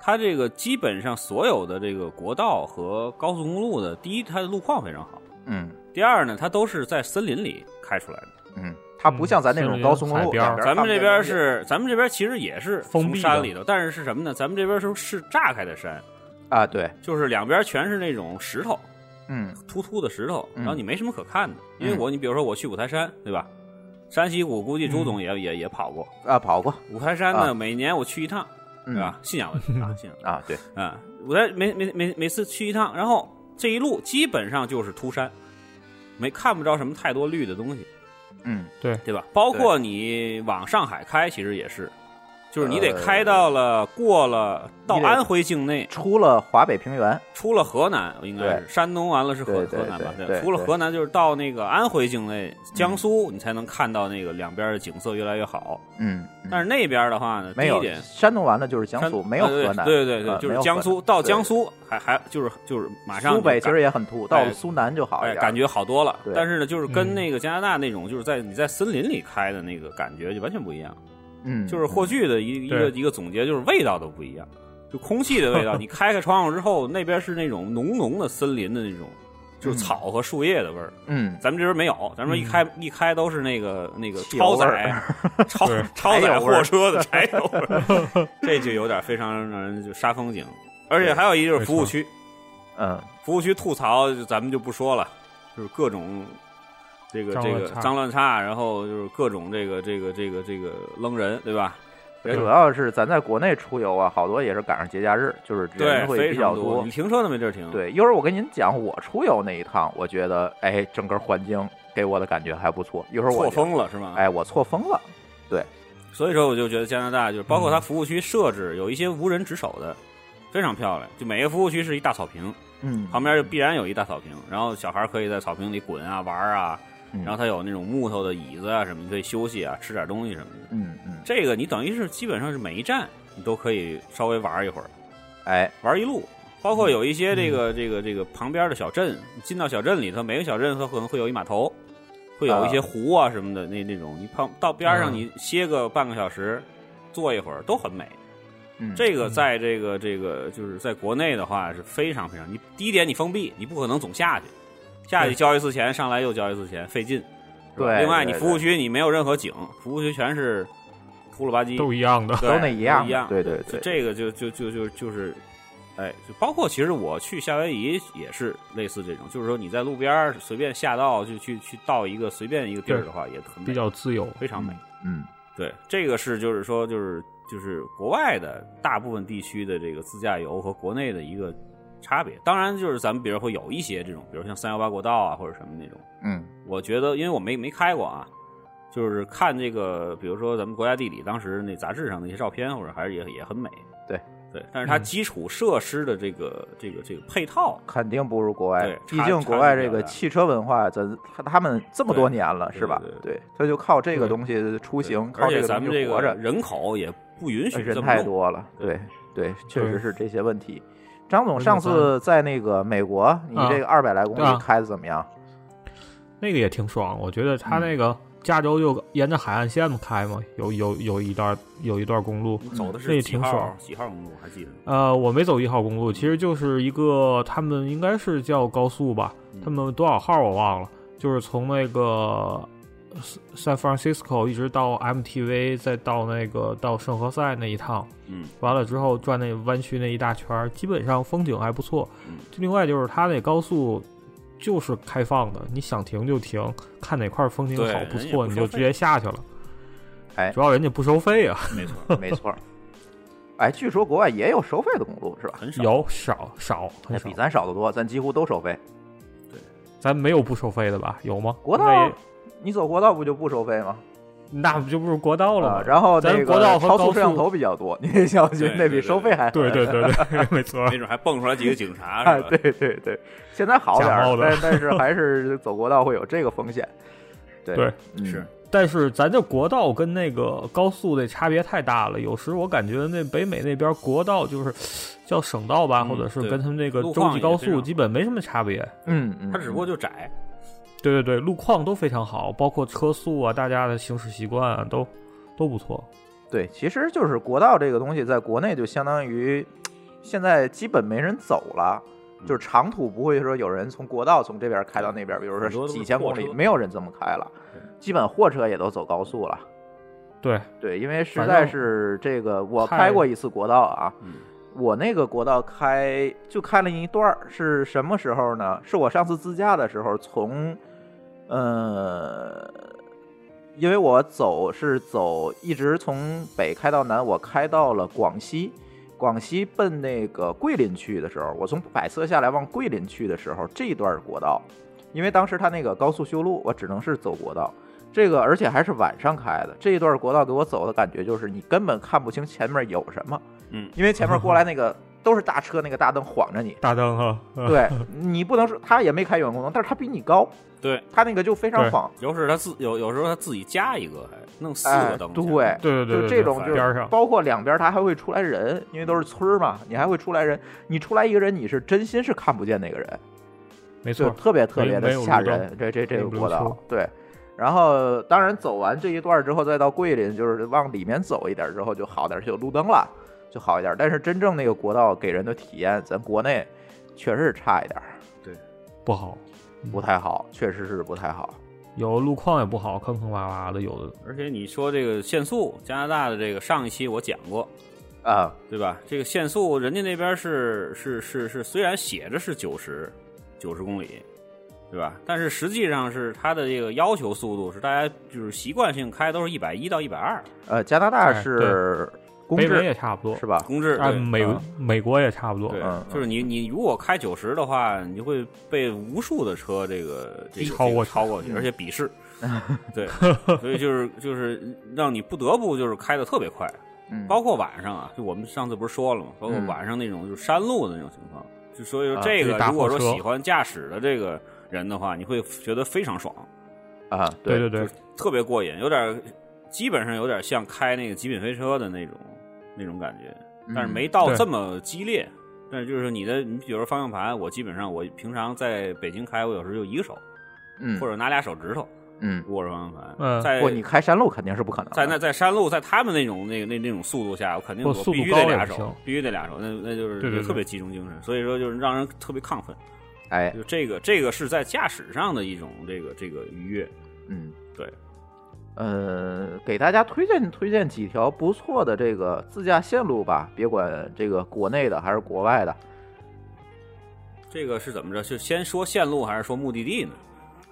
Speaker 4: 它这个基本上所有的这个国道和高速公路的，第一，它的路况非常好；
Speaker 3: 嗯
Speaker 4: 第二呢，它都是在森林里开出来的。
Speaker 3: 嗯，它不像咱那种
Speaker 5: 嗯
Speaker 3: 高速公
Speaker 5: 海
Speaker 3: 路，
Speaker 5: 边儿
Speaker 3: 两
Speaker 4: 咱们
Speaker 3: 看不
Speaker 4: 这
Speaker 3: 见
Speaker 4: 边
Speaker 3: 东西，
Speaker 4: 是，咱们这边其实也是
Speaker 5: 封
Speaker 4: 从
Speaker 5: 闭的
Speaker 4: 山里头，但是是什么呢？咱们这边是是炸开的山，
Speaker 3: 啊，对，
Speaker 4: 就是两边全是那种石头，
Speaker 3: 嗯
Speaker 4: 突突的石头，
Speaker 3: 嗯
Speaker 4: 然后你没什么可看的。
Speaker 3: 嗯
Speaker 4: 因为我，你比如说我去五台山，对吧？山西谷估计朱总也、也也跑过。
Speaker 3: 啊，跑过，
Speaker 4: 五台山呢，
Speaker 3: 嗯啊
Speaker 4: 每年我去一趟，
Speaker 3: 嗯
Speaker 4: 对吧？信仰问题啊，信仰
Speaker 3: 啊，对，
Speaker 4: 啊，五台每每每每次去一趟，然后这一路基本上就是秃山，没看不着什么太多绿的东西，
Speaker 3: 嗯
Speaker 4: 对吧？包括你往上海开，其实也是，就是你得
Speaker 3: 呃
Speaker 4: 开到了、过了到
Speaker 3: 你得
Speaker 4: 安徽境内，
Speaker 3: 出了华北平原，
Speaker 4: 出了河南，应该是山东，完了是河
Speaker 3: 对对
Speaker 4: 河南吧？
Speaker 3: 对对
Speaker 4: 出了河南就是到那个安徽境内，江苏你才能看到那个两边的景色越来越好。
Speaker 3: 嗯，嗯
Speaker 4: 但是那边的话呢，
Speaker 3: 没
Speaker 4: 第一
Speaker 3: 有
Speaker 4: 点，
Speaker 3: 山东完了就是江
Speaker 4: 山
Speaker 3: 苏，没有
Speaker 4: 呃对
Speaker 3: 河南，
Speaker 4: 对对对，
Speaker 3: 啊
Speaker 4: 就是江，苏到
Speaker 3: 对
Speaker 4: 江苏还还就是就是马
Speaker 3: 没有河南
Speaker 4: 上
Speaker 3: 苏北其
Speaker 4: 就
Speaker 3: 实
Speaker 4: 感
Speaker 3: 也很突，到
Speaker 4: 哎
Speaker 3: 了苏南就好一
Speaker 4: 哎
Speaker 3: 点，
Speaker 4: 感觉好多了
Speaker 3: 对，
Speaker 4: 但是呢，就是跟
Speaker 5: 嗯
Speaker 4: 那个加拿大那种就是在你在森林里开的那个感觉就完全不一样。
Speaker 3: 嗯，
Speaker 4: 就是霍炬的一一个
Speaker 5: 对
Speaker 4: 一个总结，就是味道都不一样，就空气的味 道。你开开窗户之后，那边是那种浓浓的森林的那种，就是草和树叶的味儿。
Speaker 3: 嗯，
Speaker 4: 咱们这边没有，咱们这边一开、一开都是那个那个
Speaker 3: 油
Speaker 4: 超
Speaker 3: 嗯味
Speaker 4: 载
Speaker 3: 儿
Speaker 4: 超
Speaker 5: 对
Speaker 4: 超
Speaker 3: 柴
Speaker 4: 载
Speaker 3: 油味儿
Speaker 4: 货车的柴油味 儿，这就有点非常让人就杀风景。而且还有一个就是服务区，
Speaker 3: 嗯
Speaker 4: 服务区吐槽就咱们就不说了，就是各种这个
Speaker 5: 脏
Speaker 4: 这
Speaker 5: 乱
Speaker 4: 个
Speaker 5: 差
Speaker 4: 脏乱差，然后就是各种这个这个这个这个扔人，对吧？
Speaker 3: 对主要是咱在国内出游啊，好多也是赶上节假日，就是
Speaker 4: 对
Speaker 3: 人，会
Speaker 4: 非
Speaker 3: 比较
Speaker 4: 常你停车都没地儿停。，
Speaker 3: 对，一会儿我跟您讲我出游那一趟，我觉得哎，整个环境给我的感觉还不错。一会儿我
Speaker 4: 错
Speaker 3: 就，
Speaker 4: 峰了是吗？，
Speaker 3: 哎，我错峰了。
Speaker 4: 所以说我就觉得加拿大就是包括
Speaker 3: 嗯
Speaker 4: 它服务区设置有一些无人值守的，非常漂亮。就每个服务区是一大草坪，
Speaker 3: 嗯，
Speaker 4: 旁边就必然有一大草坪，然后小孩可以在草坪里滚啊玩啊，
Speaker 3: 嗯
Speaker 4: 然后它有那种木头的椅子啊什么，你可以休息啊，吃点东西什么的。
Speaker 3: 嗯嗯，
Speaker 4: 这个你等于是基本上是每一站你都可以稍微玩一会儿，
Speaker 3: 哎，
Speaker 4: 玩一路。包
Speaker 3: 嗯
Speaker 4: 括有一些这个、这个这个旁边的小镇，你进到小镇里头，每个小镇它可能会有一码头，会有一些湖啊什么的，那那种你旁到边
Speaker 3: 啊
Speaker 4: 上
Speaker 5: 嗯
Speaker 4: 你歇个半个小时，坐一会儿都很美。
Speaker 3: 嗯，
Speaker 4: 这个在这个这个就是在国内的话是非常非常，你第一点你封闭，你不可能总下去，下去
Speaker 5: 对
Speaker 4: 交一次钱，上来又交一次钱，费劲。是吧
Speaker 3: 对
Speaker 4: 另外你
Speaker 3: 对
Speaker 4: 服务区你没有任何景，服务区全是秃了吧唧，
Speaker 5: 都一样的。
Speaker 4: 对
Speaker 3: 都那一样
Speaker 4: 一样。
Speaker 3: 对对
Speaker 4: 就
Speaker 3: 对，
Speaker 4: 这个就就就就就是，哎，就包括其实我去夏威夷也是类似这种，就是说你在路边儿随便下道就去去到一个随便一个地儿的话，也很美
Speaker 5: 比较自由，
Speaker 4: 非常美。
Speaker 3: 嗯
Speaker 4: 对，这个是就是说就是就是国外的大部分地区的这个自驾游和国内的一个差别。当然就是咱们比如会有一些这种，比如像三幺八国道啊或者什么那种，
Speaker 3: 嗯
Speaker 4: 我觉得因为我没没开过啊。就是看这个，比如说咱们国家地理当时那杂志上那些照片，或者还是也也很美。
Speaker 3: 对，
Speaker 4: 对，但是它
Speaker 5: 嗯
Speaker 4: 基础设施的这个这个这个配套，
Speaker 3: 肯定不如国外
Speaker 4: 对，
Speaker 3: 毕
Speaker 4: 差
Speaker 3: 竟
Speaker 4: 差
Speaker 3: 国
Speaker 4: 距
Speaker 3: 外
Speaker 4: 比
Speaker 3: 这
Speaker 4: 较
Speaker 3: 个
Speaker 4: 大
Speaker 3: 汽车文化，咱他他们这么
Speaker 4: 对
Speaker 3: 多年了，
Speaker 4: 对
Speaker 3: 是吧
Speaker 4: 对？对
Speaker 3: 对，他就靠这个
Speaker 5: 对
Speaker 3: 东西出行，靠
Speaker 4: 而
Speaker 3: 这
Speaker 4: 且
Speaker 3: 个
Speaker 4: 咱
Speaker 3: 东
Speaker 4: 们这
Speaker 3: 西活
Speaker 4: 个
Speaker 3: 着，哎
Speaker 4: 人口也不允
Speaker 5: 哎
Speaker 4: 许这
Speaker 3: 人
Speaker 4: 么
Speaker 3: 太
Speaker 4: 弄
Speaker 3: 多了，对对，确实
Speaker 5: 对
Speaker 3: 是这些问题。张总
Speaker 5: 而且
Speaker 3: 上
Speaker 5: 咱
Speaker 3: 次在那个美国，你
Speaker 5: 啊
Speaker 3: 这个二百来公
Speaker 5: 对啊
Speaker 3: 里开的怎么样？
Speaker 5: 那个也挺爽。我觉得它那个加州就沿着海岸线嘛开嘛，有有有一段有一段公路，
Speaker 4: 你走的
Speaker 5: 这
Speaker 4: 是
Speaker 5: 嗯也
Speaker 4: 几
Speaker 5: 挺
Speaker 4: 号
Speaker 5: 爽
Speaker 4: 几号公路？我还记得呢
Speaker 5: 呃，我没走一号公路，其实就是一个他们应该是叫高速吧，
Speaker 4: 嗯
Speaker 5: 他们多少号我忘了，就是从那个 San Francisco 一直到 MTV，再到那个到圣何塞那一趟，
Speaker 4: 嗯，
Speaker 5: 完了之后转那弯曲那一大圈儿，基本上风景还不错
Speaker 4: 嗯。
Speaker 5: 另外就是它那高速就是开放的，你想停就停，看哪块儿风景
Speaker 4: 对
Speaker 5: 好不
Speaker 4: 人也不
Speaker 5: 错你
Speaker 4: 收
Speaker 5: 就直
Speaker 4: 费
Speaker 5: 接下去了。
Speaker 3: 哎
Speaker 5: 主要人家不收费啊，
Speaker 4: 没 错，
Speaker 3: 没错儿。哎，据说国外也有收费的公路是吧？
Speaker 4: 很少。
Speaker 5: 有少少很
Speaker 3: 那
Speaker 5: 少
Speaker 3: 比，咱少得多，咱几乎都收费。
Speaker 5: 咱没有不收费的吧？有吗？
Speaker 3: 国
Speaker 5: 那
Speaker 3: 道
Speaker 5: 也，
Speaker 3: 你走国道不就不收费吗？
Speaker 5: 那不就不是国道了吗？
Speaker 3: 啊，然后那
Speaker 5: 咱
Speaker 3: 个
Speaker 5: 国道和
Speaker 3: 超
Speaker 5: 高
Speaker 3: 速摄像
Speaker 5: 速
Speaker 3: 头比较多，你得小心
Speaker 4: 对，
Speaker 3: 那
Speaker 4: 对
Speaker 3: 比
Speaker 4: 对
Speaker 3: 收费还
Speaker 5: 对对对 对，没错。
Speaker 4: 没准还蹦出来几个警察，
Speaker 3: 哎
Speaker 4: 是吧？
Speaker 3: 对对对，现在好点
Speaker 5: 假
Speaker 3: 儿
Speaker 5: 冒，的
Speaker 3: 但但是还是走国道会有这个风险。对
Speaker 5: 对，
Speaker 3: 嗯
Speaker 4: 是
Speaker 5: 但是咱这国道跟那个高速的差别太大了，有时我感觉那北美那边国道就是叫省道吧，
Speaker 4: 嗯
Speaker 5: 或者是
Speaker 4: 对
Speaker 5: 跟他们那个
Speaker 4: 路
Speaker 5: 洲
Speaker 4: 况
Speaker 5: 际
Speaker 4: 也
Speaker 5: 高
Speaker 4: 非
Speaker 5: 速
Speaker 4: 常
Speaker 5: 基本没什么差别。
Speaker 3: 嗯嗯，
Speaker 4: 它只不过就窄，
Speaker 5: 对对对，路况都非常好，包括车速啊，大家的行驶习惯啊，都都不错。
Speaker 3: 对，其实就是国道这个东西，在国内就相当于现在基本没人走了，就是
Speaker 4: 嗯
Speaker 3: 长途不会说有人从国道从这边开到那边，比如
Speaker 4: 很多
Speaker 3: 说
Speaker 4: 都是
Speaker 3: 几千公
Speaker 4: 货
Speaker 3: 里，
Speaker 4: 车
Speaker 3: 没有人这么开了，基本货车也都走高速了。
Speaker 5: 对，
Speaker 3: 对，因为实
Speaker 5: 反
Speaker 3: 在
Speaker 5: 正
Speaker 3: 是这个，我
Speaker 5: 太
Speaker 3: 开过一次国道啊
Speaker 4: 嗯，
Speaker 3: 我那个国道开就开了一段儿，是什么时候呢？是我上次自驾的时候，从，呃，因为我走是走一直从北开到南，我开到了广西，广西奔那个桂林去的时候，我从百色下来往桂林去的时候，这一段儿国道，因为当时它那个高速修路，我只能是走国道。这个而且还是晚上开的，这一段国道给我走的感觉就是你根本看不清前面有什么，
Speaker 4: 嗯
Speaker 3: 因为前面过来那 个都是大车，那个大灯晃着你。
Speaker 5: 大灯哈，啊，
Speaker 3: 对你不能说他也没开远光灯，但是他比你高，
Speaker 4: 对。
Speaker 3: 他那个就非常
Speaker 5: 对
Speaker 3: 晃。
Speaker 4: 有时候他自有有时候他自己加一个，还弄四
Speaker 3: 哎
Speaker 4: 个，灯。
Speaker 3: 对，
Speaker 5: 对对对
Speaker 3: 就
Speaker 5: 对
Speaker 3: 这种
Speaker 5: 对
Speaker 3: 就
Speaker 5: 边
Speaker 3: 是
Speaker 5: 上
Speaker 3: 包括两边它还会出来人，因为都是村儿嘛，你还会出来人。你出来一个人，你是真心是看不见那个人，
Speaker 5: 没
Speaker 3: 就
Speaker 5: 错，
Speaker 3: 特别特
Speaker 5: 嗯没
Speaker 3: 别的
Speaker 5: 没有
Speaker 3: 吓
Speaker 5: 路灯
Speaker 3: 人。这这这
Speaker 5: 没
Speaker 3: 个
Speaker 5: 有路
Speaker 3: 国道
Speaker 5: 车，
Speaker 3: 对。然后当然走完这一段之后，再到桂林，就是往里面走一点之后就好点，就有路灯了，就好一点。但是真正那个国道给人的体验，咱国内确实是差一点儿，
Speaker 5: 不好，
Speaker 3: 不太好，确实是不太好。
Speaker 5: 有路况也不好，坑坑洼洼的，有的
Speaker 4: 而且你说这个限速，加拿大的这个上一期我讲过，
Speaker 3: 啊、
Speaker 4: 对吧？这个限速，人家那边是是是是，虽然写着是九十九十公里，对吧？但是实际上是它的这个要求速度是大家就是习惯性开都是一百一到一百二
Speaker 3: 呃，加拿大
Speaker 5: 哎
Speaker 3: 是公
Speaker 5: 北美也
Speaker 3: 制
Speaker 5: 差不多
Speaker 3: 是。吧？
Speaker 4: 公制，
Speaker 5: 按
Speaker 4: 对
Speaker 5: 美
Speaker 3: 啊
Speaker 5: 美国也差不多，
Speaker 4: 对
Speaker 3: 嗯嗯，
Speaker 4: 就是你你如果开九十的话，你就会被无数的车这个这个
Speaker 5: 超过
Speaker 4: 这个超过去，而且 鄙视。对，所以就是就是让你不得不就是开的特别快，
Speaker 3: 嗯，
Speaker 4: 包括晚上啊，就我们上次不是说了吗？包括
Speaker 3: 嗯
Speaker 4: 晚上那种就是山路的那种情况，就所以
Speaker 3: 啊
Speaker 4: 说这
Speaker 5: 就是
Speaker 4: 个
Speaker 5: 大
Speaker 4: 如果
Speaker 5: 货
Speaker 4: 说
Speaker 5: 车
Speaker 4: 喜欢驾驶的这个人的话，你会觉得非常爽，
Speaker 3: 啊，
Speaker 5: 对对
Speaker 3: 对，
Speaker 5: 对，
Speaker 4: 特别过瘾，有点基本上有点像开那个极品飞车的那种那种感觉，但是没到
Speaker 5: 对
Speaker 4: 这么激烈。但是就是你的，你比如说方向盘，我基本上我平常在北京开，我有时候就一个手，
Speaker 3: 嗯，
Speaker 4: 或者拿俩手指头
Speaker 3: 嗯，
Speaker 4: 握着方向盘。
Speaker 5: 嗯
Speaker 4: 在
Speaker 3: 不，你开山路肯定是不可能的。
Speaker 4: 在那在山路，在他们那种那那那种速度下，我肯定
Speaker 5: 不
Speaker 4: 我
Speaker 5: 啊哦速度
Speaker 4: 必须
Speaker 5: 高
Speaker 4: 得
Speaker 5: 也
Speaker 4: 俩
Speaker 5: 不行
Speaker 4: 手，必须得俩手，那那就是
Speaker 5: 对对对
Speaker 4: 特别集中精神，所以说就是让人特别亢奋。
Speaker 3: 哎，
Speaker 4: 就这个这个是在驾驶上的一种这个这个愉悦，
Speaker 3: 嗯，
Speaker 4: 对，
Speaker 3: 呃，给大家推荐推荐几条不错的这个自驾线路吧，别管这个国内的还是国外的。
Speaker 4: 这个是怎么着？是先说线路还是说目的地呢？
Speaker 5: 嗯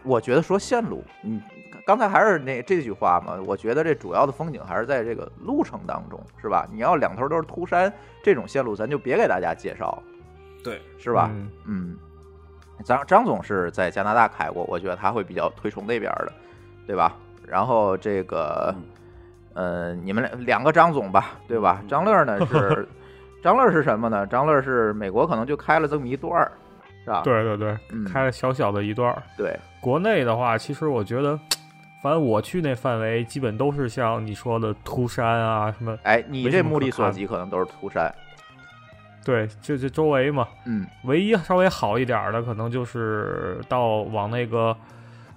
Speaker 3: 我觉得说线路，嗯，刚才还是那这句话嘛，我觉得这主要的风景还是在这个路程当中，是吧？你要两头都是秃山这种线路，咱就别给大家介绍了，
Speaker 4: 对，
Speaker 3: 是吧？
Speaker 5: 嗯
Speaker 3: 嗯，张张总是在加拿大开过，我觉得他会比较推崇那边的，对吧？然后这
Speaker 5: 嗯嗯
Speaker 3: 个，呃，你们两两个张总吧，对吧？张乐呢是张乐是什么呢？张乐是美国可能就开了这么一段儿，是吧？
Speaker 5: 对对对，
Speaker 3: 嗯
Speaker 5: 开了小小的一段儿。
Speaker 3: 对，
Speaker 5: 国内的话，其实我觉得，反正我去那范围，基本都是像你说的秃山啊什么，
Speaker 3: 哎，你
Speaker 5: 没
Speaker 3: 这
Speaker 5: 什么
Speaker 3: 目
Speaker 5: 可
Speaker 3: 力所
Speaker 5: 看
Speaker 3: 及可能都是涂山，
Speaker 5: 对，就就周围嘛。
Speaker 3: 嗯，
Speaker 5: 唯一稍微好一点儿的，可能就是到往那个，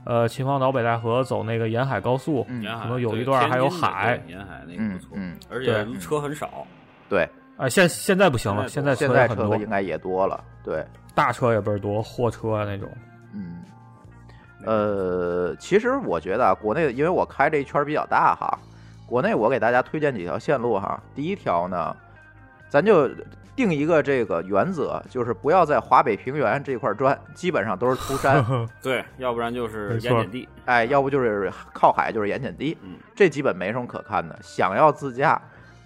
Speaker 5: 呃，秦皇岛北戴河走那个沿海高速，
Speaker 3: 嗯
Speaker 4: 沿海
Speaker 5: 可能有
Speaker 4: 对
Speaker 5: 一段
Speaker 4: 天
Speaker 5: 还有
Speaker 4: 津的
Speaker 5: 海
Speaker 4: 对沿海那个
Speaker 3: 嗯
Speaker 4: 不错，
Speaker 3: 嗯，
Speaker 4: 而
Speaker 5: 对
Speaker 4: 且车很少，
Speaker 3: 对，
Speaker 5: 啊，现现在不行了，
Speaker 4: 现
Speaker 5: 现
Speaker 4: 在
Speaker 5: 在
Speaker 3: 现
Speaker 5: 车
Speaker 3: 在
Speaker 5: 也很
Speaker 3: 车
Speaker 5: 多，
Speaker 3: 应该也多了，对，
Speaker 5: 大车也倍儿多，货车啊那种。，
Speaker 3: 嗯，呃，其实我觉得啊，国内因为我开这一圈儿比较大哈，国内我给大家推荐几条线路哈。第一条呢，咱就定一个这个原则，就是不要在华北平原这块儿转，基本上都是秃山
Speaker 4: 对，要不然就是
Speaker 5: 没
Speaker 4: 盐
Speaker 5: 错
Speaker 4: 碱地，
Speaker 3: 哎，要不就是靠海，就是盐碱地
Speaker 4: 嗯，
Speaker 3: 这基本没什么可看的。想要自驾，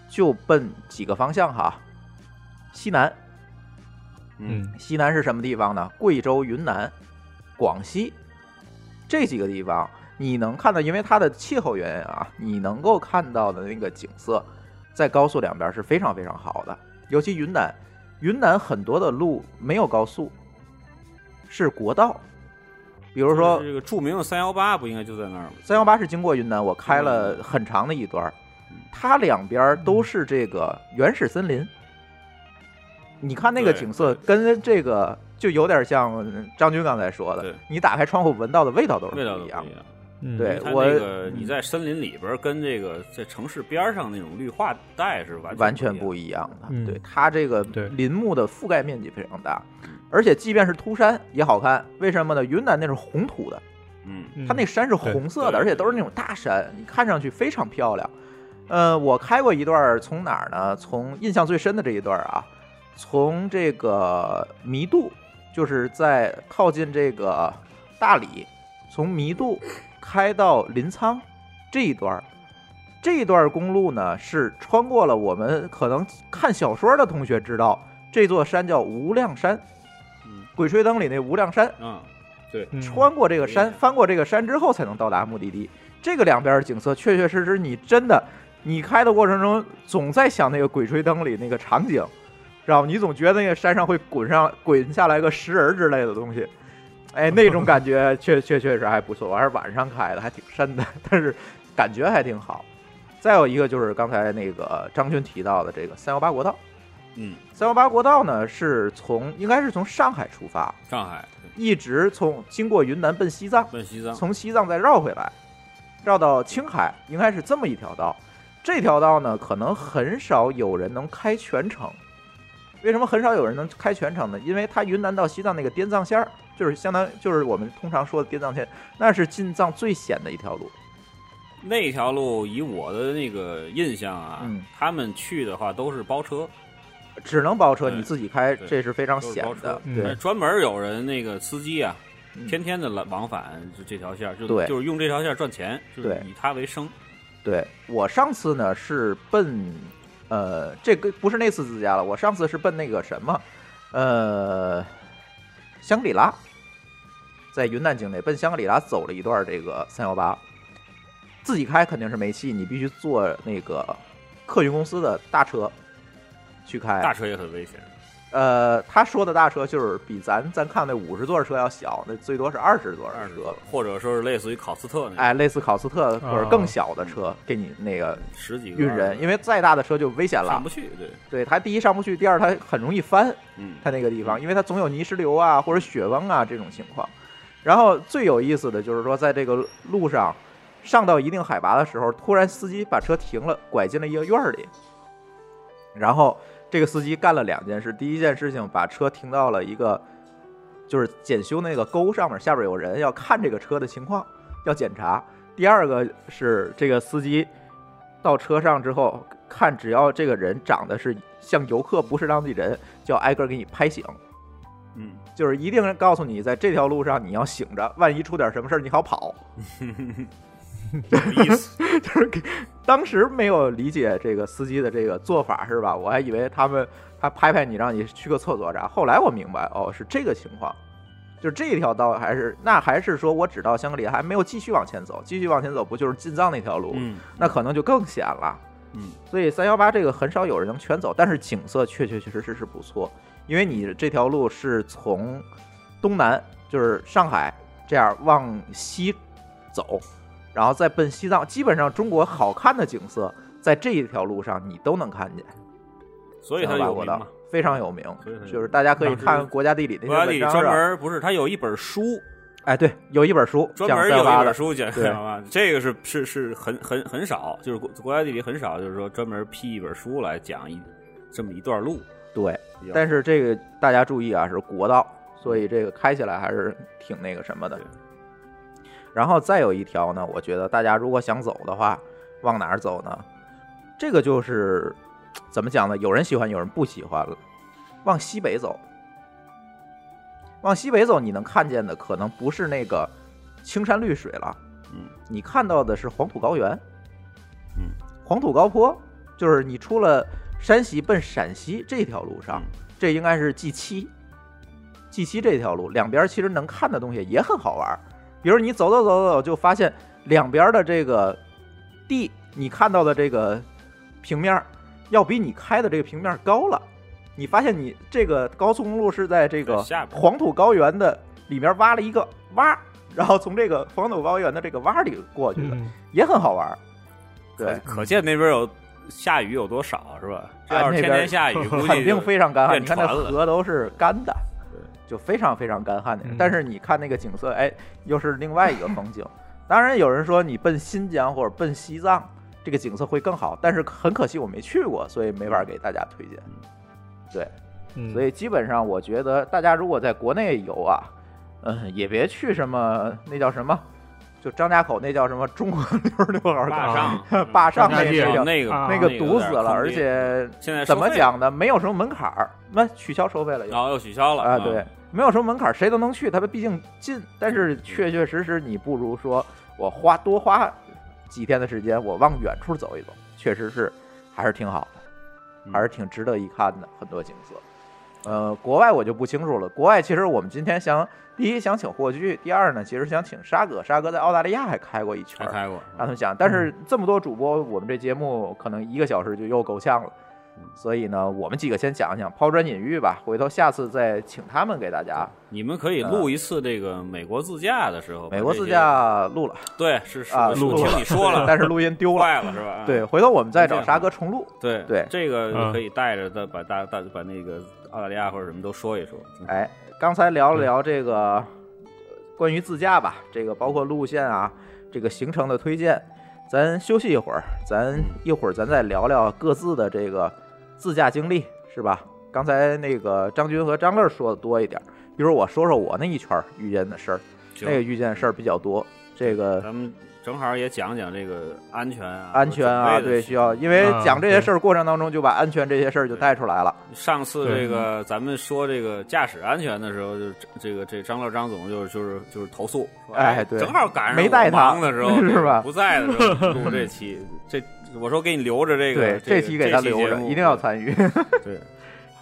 Speaker 3: 就奔几个方向哈，西南，
Speaker 5: 嗯，
Speaker 3: 西南是什么地方呢？贵州、云南、广西这几个地方，你能看到，因为它的气候原因啊，你能够看到的那个景色，在高速两边是非常非常好的。尤其云南，云南很多的路没有高速，是国道，比如说
Speaker 4: 这个著名的三幺八不应该就在那儿吗？
Speaker 3: 三幺八是经过云南，我开
Speaker 4: 嗯
Speaker 3: 了很长的一段儿，它两边儿都是这个原始森林。你看那个
Speaker 4: 对
Speaker 3: 景色，跟这个就有点像张军刚才说的
Speaker 4: 对，
Speaker 3: 你打开窗户闻到的味道都是
Speaker 4: 味道都
Speaker 3: 不
Speaker 4: 不
Speaker 3: 一
Speaker 4: 一
Speaker 3: 样
Speaker 4: 样
Speaker 3: 的。。
Speaker 5: 嗯
Speaker 3: 对
Speaker 4: 因为它
Speaker 3: 我
Speaker 4: 那个你在森林里边儿跟这个在城市边儿上那种绿化带是完
Speaker 3: 完
Speaker 4: 全
Speaker 3: 全不一样的。
Speaker 5: 嗯
Speaker 3: 对它这个
Speaker 5: 对
Speaker 3: 林木的覆盖面积非常大
Speaker 4: 嗯，
Speaker 3: 而且即便是秃山也好看。为什么呢？云南那是红土的，
Speaker 4: 嗯，
Speaker 5: 嗯
Speaker 3: 它那山是红色的，
Speaker 4: 对
Speaker 3: 而且都是那种大山，你看上去非常漂亮。呃，我开过一段儿，从哪儿呢？从印象最深的这一段儿啊，从这个弥渡，就是在靠近这个大理，从弥渡开到临沧这一段儿，这一段公路呢是穿过了我们可能看小说的同学知道，这座山叫无量山，
Speaker 4: 嗯
Speaker 3: 《鬼吹灯》里那无量山。
Speaker 4: 嗯，
Speaker 5: 嗯
Speaker 3: 穿过这个
Speaker 4: 对
Speaker 3: 山，
Speaker 4: 呀
Speaker 3: 翻过这个山之后才能到达目的地。这个两边的景色，确确实实，你真的，你开的过程中总在想那个《鬼吹灯》里那个场景，知道吗？你总觉得那个山上会滚上滚下来个石人之类的东西，哎，那种感觉确确确实还不错。我还是晚上开的，还挺深的，但是感觉还挺好。再有一个就是刚才那个张军提到的这个三幺八国道，
Speaker 4: 嗯，
Speaker 3: 三幺八国道呢是从应该是从上海出发，
Speaker 4: 上海对
Speaker 3: 一直从经过云南奔西藏。
Speaker 4: 奔西藏，
Speaker 3: 从西藏再绕回来，绕到青海，应该是这么一条道。这条道呢，可能很少有人能开全程。为什么很少有人能开全程呢？因为它云南到西藏那个滇藏线儿，就是相当于就是我们通常说的滇藏线，那是进藏最险的一条路。
Speaker 4: 那条路以我的那个印象啊，
Speaker 3: 嗯
Speaker 4: 他们去的话都是包车，
Speaker 3: 只能包车，
Speaker 4: 对
Speaker 3: 你自己开，
Speaker 4: 对
Speaker 3: 这是非常
Speaker 4: 都是
Speaker 3: 险
Speaker 4: 包车
Speaker 3: 的。
Speaker 5: 嗯
Speaker 3: 对
Speaker 4: 那，专门有人那个司机啊，
Speaker 3: 嗯
Speaker 4: 天天的来往返就这条线儿，就
Speaker 3: 对
Speaker 4: 就是用这条线儿赚钱，就是
Speaker 3: 对
Speaker 4: 以它为生。
Speaker 3: 对我上次呢是奔，呃，这个不是那次自驾了，我上次是奔那个什么，呃，香格里拉，在云南境内奔香格里拉走了一段这个三幺八，自己开肯定是没戏，你必须坐那个客运公司的大车去开。
Speaker 4: 大车也很危险，
Speaker 3: 呃，他说的大车就是比咱咱看那五十座车要小，那最多是二十座的
Speaker 4: 二十
Speaker 3: 车
Speaker 4: 多，，或者说是类似于考斯特那种
Speaker 3: 哎，类似考斯特或者更
Speaker 5: 啊
Speaker 3: 小的车给你那个
Speaker 4: 十几个
Speaker 3: 运人，因
Speaker 4: 为
Speaker 3: 为再大的车就危险了
Speaker 4: 啊上不。去，对，
Speaker 3: 对，它第一上不去，第二它很容易翻，
Speaker 4: 嗯，
Speaker 3: 它那个地方，因为它总有泥石流啊或者雪崩啊这种情况。然后最有意思的就是说，在这个路上上到一定海拔的时候，突然司机把车停了，拐进了一个院儿里，然后这个司机干了两件事，第一件事情把车停到了一个就是检修那个沟上面，下边有人要看这个车的情况，要检查。第二个是这个司机到车上之后，看只要这个人长得是像游客不是当地人，就要挨个给你拍醒，
Speaker 4: 嗯，
Speaker 3: 就是一定告诉你在这条路上你要醒着，万一出点什么事儿你好跑。
Speaker 4: 有意 思，
Speaker 3: 就是给当时没有理解这个司机的这个做法是吧？我还以为他们他拍拍你让你去个厕所啥，后来我明白哦是这个情况，就是这一条道还是那还是说我只到香格里拉还没有继续往前走，继续往前走不就是进藏那条路，
Speaker 4: 嗯，
Speaker 3: 那可能就更险了。
Speaker 4: 嗯，
Speaker 3: 所以三幺八这个很少有人能全走，但是景色确确确实实是不错，因为你这条路是从东南，就是上海这样往西走，然后再奔西藏，基本上中国好看的景色在这一条路上你都能看见，
Speaker 4: 所以它
Speaker 3: 三幺八
Speaker 4: 有
Speaker 3: 国
Speaker 4: 名
Speaker 3: 道
Speaker 4: 嘛。
Speaker 3: 非常有名
Speaker 4: 所以它有，名
Speaker 3: 就是大家可以看
Speaker 4: 当时
Speaker 3: 国家地理那
Speaker 4: 国家
Speaker 3: 些
Speaker 4: 地理
Speaker 3: 文章
Speaker 4: 专
Speaker 3: 是吧
Speaker 4: 门不是，它有一本书，
Speaker 3: 哎，对，有一本书
Speaker 4: 专
Speaker 3: 讲
Speaker 4: 门
Speaker 3: 三幺
Speaker 4: 有一
Speaker 3: 八的
Speaker 4: 本，书讲
Speaker 3: 对
Speaker 4: 三幺八，这个是是是很很很少，就是国国家地理很少，就是说专门批一本书来讲一这么一段路。
Speaker 3: 对，
Speaker 4: 比较
Speaker 3: 但是这个大家注意啊，是国道，所以这个开起来还是挺那个什么的
Speaker 4: 对。
Speaker 3: 然后再有一条呢，我觉得大家如果想走的话，往哪儿走呢？这个就是怎么讲呢？有人喜欢，有人不喜欢了。往西北走，往西北走，你能看见的可能不是那个青山绿水了，
Speaker 4: 嗯，
Speaker 3: 你看到的是黄土高原，
Speaker 4: 嗯，
Speaker 3: 黄土高坡，就是你出了山西奔陕西这条路上，
Speaker 4: 嗯
Speaker 3: 这应该是 G 七，G 七这条路两边其实能看的东西也很好玩儿，比如你走走走走走，就发现两边的这个地，你看到的这个平面儿要比你开的这个平面儿高了。你发现你这个高速公路是在这个
Speaker 4: 在下边
Speaker 3: 黄土高原的里面挖了一个洼儿，然后从这个黄土高原的这个洼儿里过去的，
Speaker 5: 嗯，
Speaker 3: 也很好玩儿。对，
Speaker 4: 可可见那边有下雨有多少是吧？这
Speaker 3: 啊
Speaker 4: 要
Speaker 3: 那
Speaker 4: 是天
Speaker 3: 边
Speaker 4: 天 下雨，估计
Speaker 3: 肯定非常干旱。
Speaker 4: 变
Speaker 3: 你看那
Speaker 4: 船了
Speaker 3: 河都是干的，就非常非常干旱的
Speaker 5: 嗯。
Speaker 3: 但是你看那个景色，哎，又是另外一个风景。当然，有人说你奔新疆或者奔西藏，这个景色会更好，但是很可惜我没去过，所以没法给大家推荐。对，
Speaker 5: 嗯
Speaker 3: 所以基本上我觉得大家如果在国内游啊，嗯，也别去什么那叫什么，就张家口那叫什么中国 六十六号
Speaker 4: 坝
Speaker 3: 港，
Speaker 4: 上
Speaker 3: 坝上
Speaker 5: 张家
Speaker 3: 那
Speaker 5: 界
Speaker 3: 那叫
Speaker 4: 那个
Speaker 5: 啊
Speaker 3: 那个堵死了，而且
Speaker 4: 现在收
Speaker 3: 怎么
Speaker 4: 费哦
Speaker 3: 讲呢？没有什么门槛儿，那取消收费了又
Speaker 4: 然后又取消了
Speaker 3: 啊，对，，没有什么门槛儿，谁都能去，它毕竟近。但是
Speaker 4: 嗯
Speaker 3: 确确实实，你不如说我花多花几天的时间，我往远处走一走，确实是还是挺好的，
Speaker 4: 嗯
Speaker 3: 还是挺值得一看的，很多景色。呃，国外我就不清楚了。国外其实我们今天想，第一想请霍炬，第二呢，其实想请沙哥。沙哥在澳大利亚还开过一圈
Speaker 4: 还
Speaker 3: 儿，
Speaker 4: 开过，
Speaker 3: 让他们讲。但是这么多主播，我们这节目可能一个小时就又够呛了，
Speaker 4: 嗯
Speaker 3: 所以呢，我们几个先讲讲，抛砖引玉吧，回头下次再请他们给大家。
Speaker 4: 你们可以录一次这个美国自驾的时候，
Speaker 3: 啊美国自驾录了
Speaker 4: 把这些对是是
Speaker 3: 啊，
Speaker 4: 我
Speaker 3: 录
Speaker 4: 听你说了，
Speaker 3: 但是录音丢了。
Speaker 4: 坏了是吧？
Speaker 3: 对，回头我们再找
Speaker 4: 这样
Speaker 3: 沙哥重录。
Speaker 4: 对
Speaker 3: 对
Speaker 4: 这个
Speaker 5: 嗯
Speaker 4: 可以带着的把大大把那个澳大利亚或者什么都说一说，
Speaker 3: 哎，刚才聊了聊这个呃关于自驾吧，这个包括路线啊，这个行程的推荐。咱休息一会儿，咱一会儿咱再聊聊各自的这个自驾经历，是吧？刚才那个张军和张乐说的多一点儿，比如我说说我那一圈儿遇见的事儿，
Speaker 4: 嗯行
Speaker 3: 那个遇见的事儿比较多。这个
Speaker 4: 咱们正好也讲讲这个安全啊，
Speaker 3: 安全啊，
Speaker 4: 准备的
Speaker 3: 对，需要，因为
Speaker 5: 啊
Speaker 3: 讲这些
Speaker 5: 对
Speaker 3: 事儿过程当中就把安全这些事儿就带出来了。
Speaker 4: 上次这
Speaker 3: 嗯
Speaker 4: 个咱们说这个驾驶安全的时候，就是这个这张乐张总就是就是就是投诉，说
Speaker 3: 哎对
Speaker 4: 正好赶上
Speaker 3: 没带
Speaker 4: 我
Speaker 3: 他
Speaker 4: 忙的时候
Speaker 3: 是吧
Speaker 4: 不在的时候录这期，这我说给你留着这个
Speaker 3: 对，，这
Speaker 4: 期
Speaker 3: 期给他留
Speaker 4: 节
Speaker 3: 着，
Speaker 4: 目
Speaker 3: 一定要参与。
Speaker 4: 对，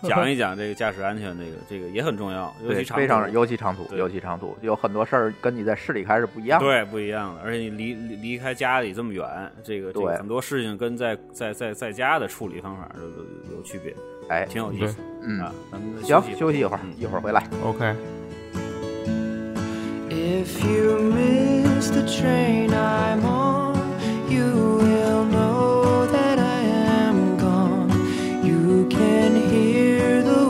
Speaker 4: 讲一讲这个驾驶安全，这个这个也很重要，尤
Speaker 3: 对，
Speaker 4: 其长途
Speaker 3: 非常尤其长途，
Speaker 4: 对
Speaker 3: 尤其长途，有很多事儿跟你在市里开是不一样的。
Speaker 4: 对，不一样了。而且你离离离开家里这么远，这个这
Speaker 3: 对
Speaker 4: 个很多事情跟在在在在家的处理方法都都有有区别，
Speaker 3: 哎，
Speaker 4: 挺有意思
Speaker 3: 嗯，
Speaker 4: 啊。咱们
Speaker 3: 行，
Speaker 4: 休
Speaker 3: 休息一会儿，一会儿回来。
Speaker 5: OK。
Speaker 6: If you miss the train I'm on, you will know that I am gone. You can hear the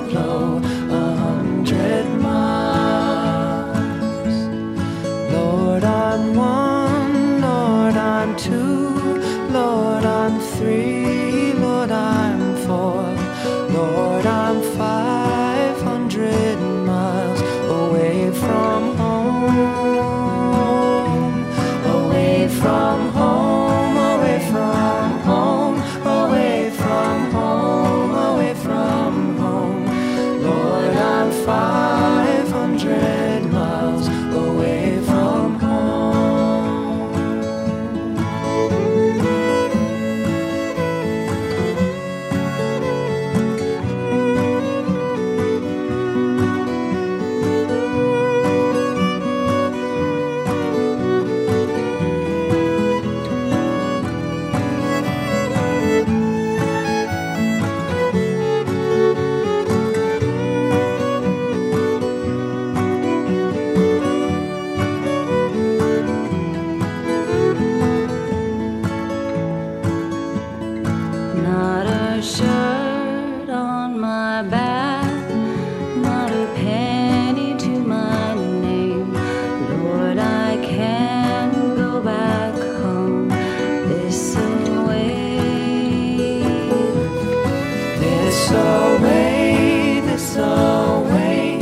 Speaker 6: blow a hundred miles. Lord, I'm one, Lord, I'm two, Lord, I'm three, Lord, I'm four, Lord, I'm five hundred miles away from home, away from home, away from home, away from home, away from home. Lord, I'm 500 miles away from home.
Speaker 7: shirt on my back, not a penny to my name. Lord, I can go back home this way.
Speaker 6: This away, this away,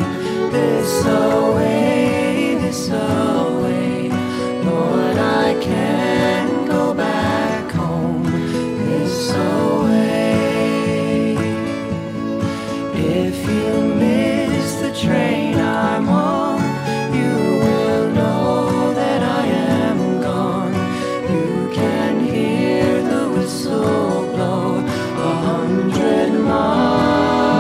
Speaker 6: this away, this away. Lord, I can go back home. This away. If you miss the train I'm on, you will know that I am gone. You can hear the whistle blow a hundred miles,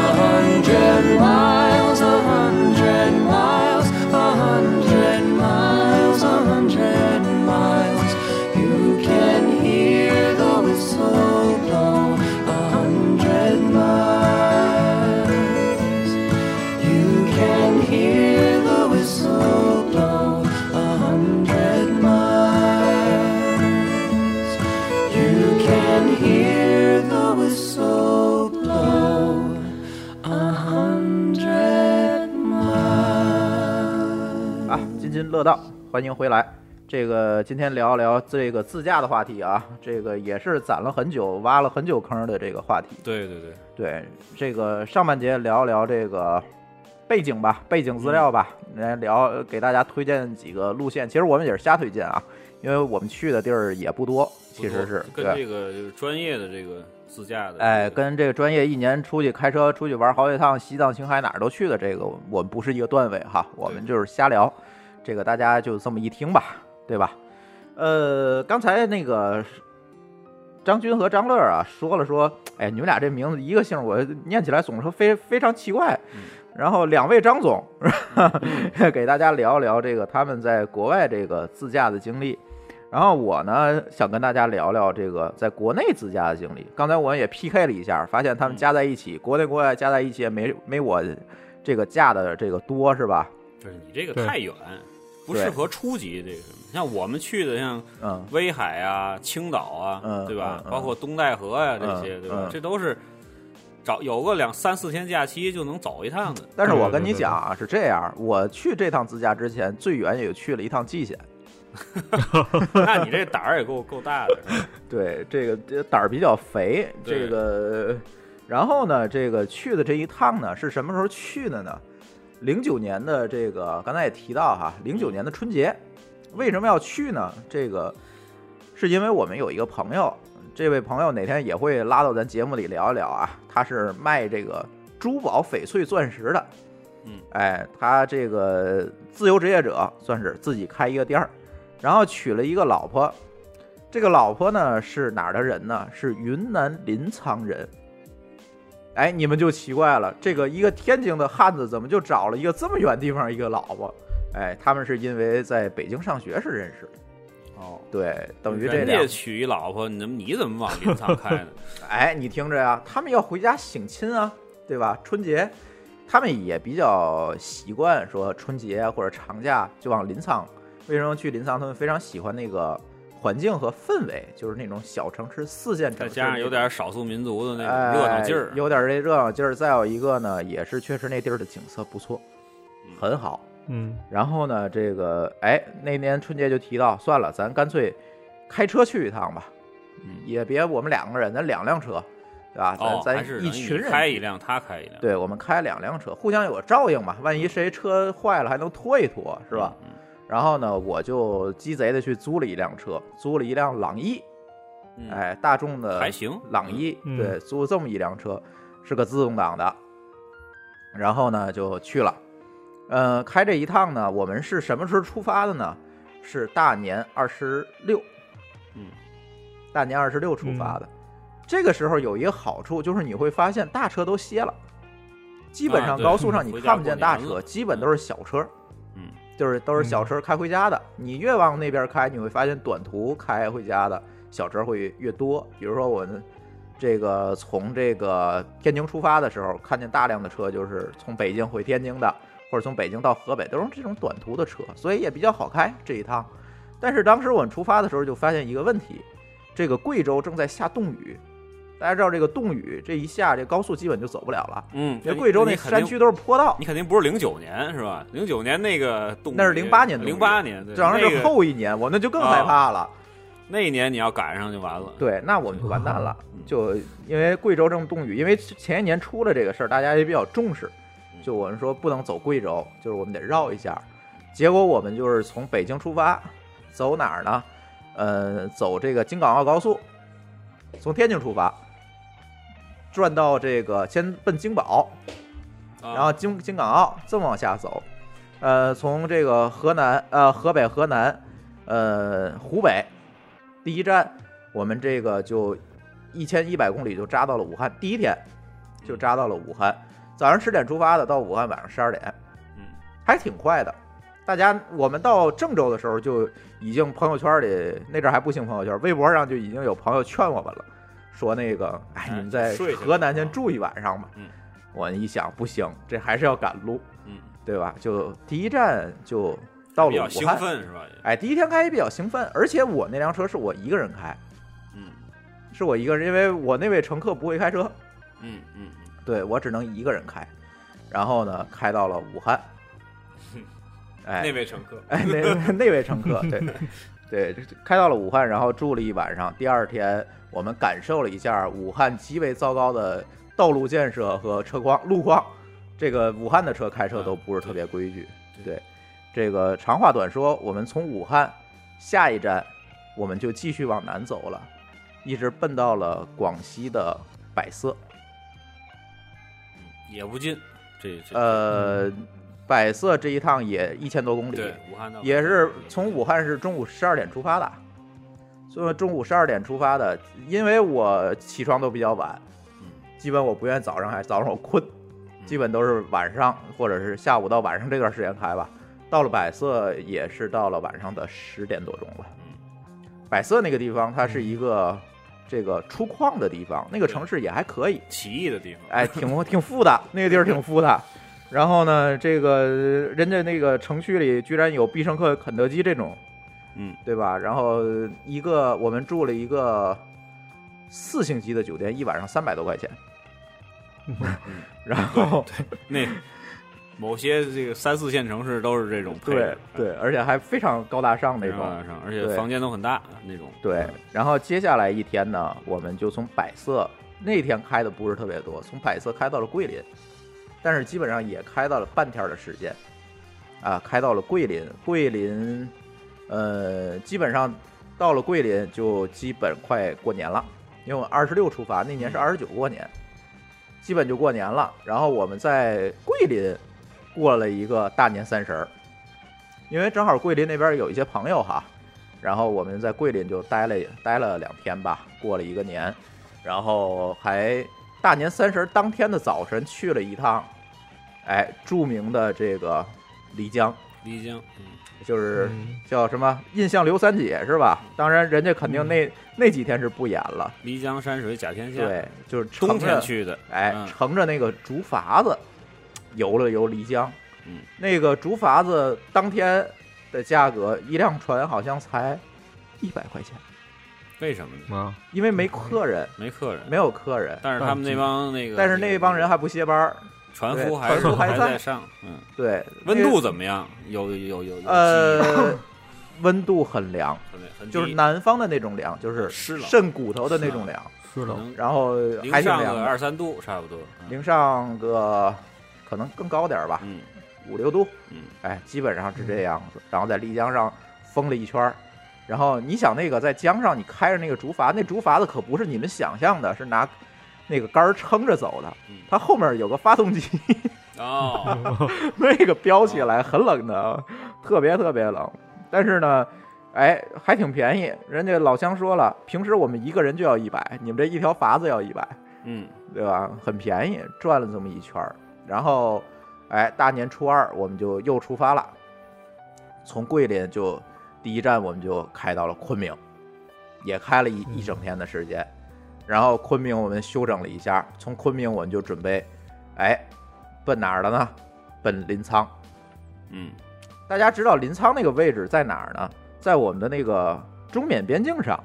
Speaker 6: a hundred miles, a hundred miles, a hundred miles, a hundred miles. You can hear the whistle blow a hundred miles. You can hear the whistle blow a hundred miles. You can hear the whistle blow a hundred miles.
Speaker 3: 啊，津津乐道，欢迎回来。这个今天聊聊这个自驾的话题啊，这个也是攒了很久、挖了很久坑的这个话题。
Speaker 4: 对对对，
Speaker 3: 对，这个上半节聊聊这个背景吧，背景资料吧，来聊给大家推荐几个路线。其实我们也是瞎推荐啊，因为我们去的地儿也不多，其实是
Speaker 4: 不多跟
Speaker 3: 对。
Speaker 4: 这个就是专业的这个自驾的这个，
Speaker 3: 哎，跟这个专业一年出去开车出去玩好几趟，西藏、青海哪儿都去的这个，我们不是一个段位哈，我们就是瞎聊，这个大家就这么一听吧，对吧？呃，刚才那个张军和张乐啊说了说，哎，你们俩这名字一个姓儿，我念起来总是非非常奇怪。然后两位张总， 给大家聊一聊这个他们在国外这个自驾的经历。然后我呢，想跟大家聊聊这个在国内自驾的经历。刚才我们也 PK 了一下，发现他们加在一起，国内国外加在一起也 没没我这个驾的这个多，是吧？
Speaker 4: 不是你这个
Speaker 5: 对
Speaker 4: 太远，不
Speaker 3: 对
Speaker 4: 适合初级这个。像我们去的像
Speaker 3: 嗯，
Speaker 4: 威海啊、青岛啊，
Speaker 3: 嗯
Speaker 4: 对吧？
Speaker 3: 嗯嗯
Speaker 4: 包括东戴河呀、这些，
Speaker 3: 嗯
Speaker 4: 对吧？
Speaker 3: 嗯
Speaker 4: 这都是找有个两三四天假期就能走一 趟的。
Speaker 3: 但是我
Speaker 5: 对对
Speaker 3: 跟你
Speaker 5: 对
Speaker 3: 讲啊，是这样，我去这趟自驾之前，最远也去了一趟蓟县。
Speaker 4: 那你这胆儿也够够大的，是吧
Speaker 3: 对，这个这胆儿比较肥，
Speaker 4: 对
Speaker 3: 这个，然后呢，这个去的这一趟呢是什么时候去的呢？零九年的这个，刚才也提到哈，零九年的春节，为什么要去呢？这个是因为我们有一个朋友，这位朋友哪天也会拉到咱节目里聊一聊啊，他是卖这个珠宝、翡翠、钻石的，
Speaker 4: 嗯，
Speaker 3: 哎，他这个自由职业者算是自己开一个店儿，然后娶了一个老婆，这个老婆呢是哪儿的人呢？是云南临沧人。哎，你们就奇怪了，这个一个天津的汉子怎么就找了一个这么远地方一个老婆？哎，他们是因为在北京上学时认识的。
Speaker 4: 哦，
Speaker 3: 对，等于这
Speaker 4: 人
Speaker 3: 俩
Speaker 4: 家。娶一老婆，你怎么你怎么往 林场开呢？
Speaker 3: 哎，你听着呀、他们要回家省亲啊，对吧？春节，他们也比较习惯说春节啊或者长假就往临沧。为什么去临沧？他们非常喜欢那个环境和氛围，就是那种小城市、四线城
Speaker 4: 再
Speaker 3: 市，
Speaker 4: 加上有点少数民族的那
Speaker 3: 哎
Speaker 4: 种热闹劲儿，
Speaker 3: 有点这热闹劲儿。再有一个呢，也是确实那地儿的景色不错，很好。
Speaker 5: 嗯，
Speaker 3: 然后呢，这个哎，那年春节就提到，算了，咱干脆开车去一趟吧，也别我们两个人，咱两辆车，对吧？
Speaker 4: 嗯哦，
Speaker 3: 咱
Speaker 4: 还
Speaker 3: 咱
Speaker 4: 是
Speaker 3: 一
Speaker 4: 能
Speaker 3: 群
Speaker 4: 你
Speaker 3: 人
Speaker 4: 开
Speaker 3: 去
Speaker 4: 一辆，他开一辆，
Speaker 3: 对，我们开两辆车，互相有个照应嘛，万一谁车坏了还能拖一拖，是吧？
Speaker 4: 嗯？
Speaker 3: 然后呢，我就鸡贼的去租了一辆车，租了一辆朗逸，
Speaker 4: 嗯，
Speaker 3: 哎，大众的
Speaker 4: 还行
Speaker 3: 朗逸，
Speaker 5: 嗯
Speaker 3: 对，租这么一辆车，是个自动挡的。然后呢，就去了。呃，开这一趟呢，我们是什么时候出发的呢？是大年二十六，
Speaker 4: 嗯，
Speaker 3: 大年二十六出
Speaker 5: 嗯
Speaker 3: 发的。这个时候有一个好处，就是你会发现大车都歇了，基本
Speaker 4: 啊
Speaker 3: 上
Speaker 4: 对
Speaker 3: 高速上
Speaker 4: 嗯
Speaker 3: 你
Speaker 4: 回家
Speaker 3: 看不见
Speaker 4: 过
Speaker 3: 大
Speaker 4: 年
Speaker 3: 车，
Speaker 4: 了
Speaker 3: 基本都是小车。
Speaker 4: 嗯，
Speaker 3: 就是都是小车开回家的。你越往那边开，你会发现短途开回家的小车会越多。比如说我们这个从这个天津出发的时候，看见大量的车，就是从北京回天津的，或者从北京到河北，都是这种短途的车，所以也比较好开这一趟。但是当时我们出发的时候就发现一个问题，这个贵州正在下冻雨。大家知道这个冻雨，这一下这高速基本就走不了了。
Speaker 4: 嗯，
Speaker 3: 因为贵州那
Speaker 4: 你肯定
Speaker 3: 山区都是坡道，
Speaker 4: 你肯定不是零九年是吧？零九年那个动物
Speaker 3: 那是08年的
Speaker 4: 零八年，对
Speaker 3: 这好像
Speaker 4: 那
Speaker 3: 是
Speaker 4: 个啊
Speaker 3: 后一年，我那就更害怕了。
Speaker 4: 那一年你要赶上就完了。
Speaker 3: 对，那我们就完蛋了，就因为贵州正冻雨，因为前一年出了这个事儿，大家也比较重视，就我们说不能走贵州，就是我们得绕一下。结果我们就是从北京出发，走哪儿呢？呃，走这个京港澳高速，从天津出发，转到这个先奔京宝，
Speaker 4: 啊，
Speaker 3: 然后京京港澳这么往下走，呃，从这个河南呃河北河南呃湖北第一站，我们这个就一千一百公里就扎到了武汉，第一天就扎到了武汉，早上十点出发的，到武汉晚上十二点，
Speaker 4: 嗯，
Speaker 3: 还挺快的。大家，我们到郑州的时候就已经朋友圈里那阵儿还不兴朋友圈，微博上就已经有朋友劝我们了，说那个，哎，你们在
Speaker 4: 睡下吧
Speaker 3: 河南先住一晚上吧。
Speaker 4: 啊嗯，
Speaker 3: 我一想不行，这还是要赶路，
Speaker 4: 嗯，
Speaker 3: 对吧？就第一站就到
Speaker 4: 比
Speaker 3: 了
Speaker 4: 较
Speaker 3: 武
Speaker 4: 兴
Speaker 3: 汉。
Speaker 4: 奋是吧？
Speaker 3: 哎，第一天开也比较兴奋，而且我那辆车是我一个人开，
Speaker 4: 嗯
Speaker 3: 是我一个人，因为我那位乘客不会开车，
Speaker 4: 嗯嗯嗯，
Speaker 3: 对我只能一个人开。然后呢，开到了武汉。 哎，
Speaker 4: 嗯那位乘客，
Speaker 3: 哎，那那位乘客，对对，开到了武汉，然后住了一晚上。第二天，我们感受了一下武汉极为糟糕的道路建设和车况、路况。这个武汉的车开车都不是特别规矩。对，这个长话短说，我们从武汉下一站，我们就继续往南走了，一直奔到了广西的百色。
Speaker 4: 也不近，这这
Speaker 3: 呃，百色这一趟也一千多公里。
Speaker 4: 对武汉的
Speaker 3: 也是从武汉是中午十二点出发的，所以说中午十二点出发的，因为我起床都比较晚，基本我不愿意早上开，早上我困，基本都是晚上或者是下午到晚上这段时间开吧。到了百色也是到了晚上的十点多钟了。百色那个地方它是一个这个出矿的地方，那个城市也还可以，
Speaker 4: 奇异的地方，
Speaker 3: 哎，挺挺富的，那个地儿挺富的。然后呢，这个人家那个城区里居然有必胜客、肯德基这种，
Speaker 4: 嗯，
Speaker 3: 对吧？然后一个我们住了一个四星级的酒店，一晚上三百多块钱。 然后
Speaker 4: 那某些这个三四线城市都是这种配
Speaker 3: 对
Speaker 4: 置，
Speaker 3: 对，而且还非常高大上那
Speaker 4: 非常
Speaker 3: 种
Speaker 4: 晚。上，而且
Speaker 3: 对
Speaker 4: 房间都很大那种。
Speaker 3: 对，然后接下来一天呢，我们就从百色那天开的不是特别多，从百色开到了桂林，但是基本上也开到了半天儿的时间，啊，开到了桂林，桂林，呃，基本上到了桂林就基本快过年了，因为我二十六出发，那年是二十九过年，基本就过年了。然后我们在桂林过了一个大年三十儿，因为正好桂林那边有一些朋友哈，然后我们在桂林就待了待了两天吧，过了一个年，然后还大年三十当天的早晨去了一趟，哎，著名的这个漓江，
Speaker 4: 丽江，嗯
Speaker 3: 就是
Speaker 5: 嗯
Speaker 3: 叫什么“印象刘三姐”是吧？当然，人家肯
Speaker 4: 嗯
Speaker 3: 定那、那几天是不演了，
Speaker 4: 丽江山水甲天下，
Speaker 3: 对，就是乘着
Speaker 4: 啊冬天，去的，
Speaker 3: 哎，
Speaker 4: 嗯
Speaker 3: 乘着那个竹筏子游了游漓江，
Speaker 4: 嗯，
Speaker 3: 那个竹筏子当天的价格，一辆船好像才一百块钱。
Speaker 4: 为什么呢？
Speaker 5: 啊，
Speaker 3: 因为没客人，
Speaker 4: 没客人，
Speaker 3: 没有客人，
Speaker 4: 但是他们那帮那个，
Speaker 3: 但是那帮人还不歇班儿。
Speaker 4: 船
Speaker 3: 对
Speaker 4: 夫还是
Speaker 3: 船夫还
Speaker 4: 还
Speaker 3: 在
Speaker 4: 在上，嗯，
Speaker 3: 对，
Speaker 4: 温度
Speaker 3: 那
Speaker 4: 怎么样？有有有有有
Speaker 3: 呃， 温度很凉，
Speaker 4: 记忆吗，很
Speaker 3: 就是
Speaker 4: 低
Speaker 3: 南方的那种凉，就是
Speaker 4: 湿冷
Speaker 3: 渗骨头的那种凉，
Speaker 5: 是
Speaker 4: 可
Speaker 5: 的，
Speaker 4: 能
Speaker 3: 然后还
Speaker 4: 零
Speaker 3: 挺
Speaker 4: 上
Speaker 3: 凉
Speaker 4: 个
Speaker 3: 的，
Speaker 4: 二三度差不多，嗯
Speaker 3: 零上个可能更高点儿吧，
Speaker 4: 嗯
Speaker 3: 五六度，
Speaker 4: 嗯，
Speaker 3: 哎，基本上是这样子。然后在丽江上疯了一圈儿，然后你想那个在江上，你开着那个竹筏，那竹筏子可不是你们想象的，是拿那个杆儿撑着走的
Speaker 4: 嗯，
Speaker 3: 它后面有个发动机，
Speaker 4: 哦，
Speaker 3: 那个飙起来很冷的，啊特别特别冷。但是呢，哎，还挺便宜。人家老乡说了，平时我们一个人就要一百，你们这一条筏子要一百，
Speaker 4: 嗯
Speaker 3: 对吧？很便宜，转了这么一圈儿。然后，哎，大年初二我们就又出发了，从桂林就第一站我们就开到了昆明，也开了一一整天的时间。然后昆明我们休整了一下，从昆明我们就准备，哎，奔哪儿了呢？奔临沧。
Speaker 4: 嗯
Speaker 3: 大家知道临沧那个位置在哪儿呢？在我们的那个中缅边境上，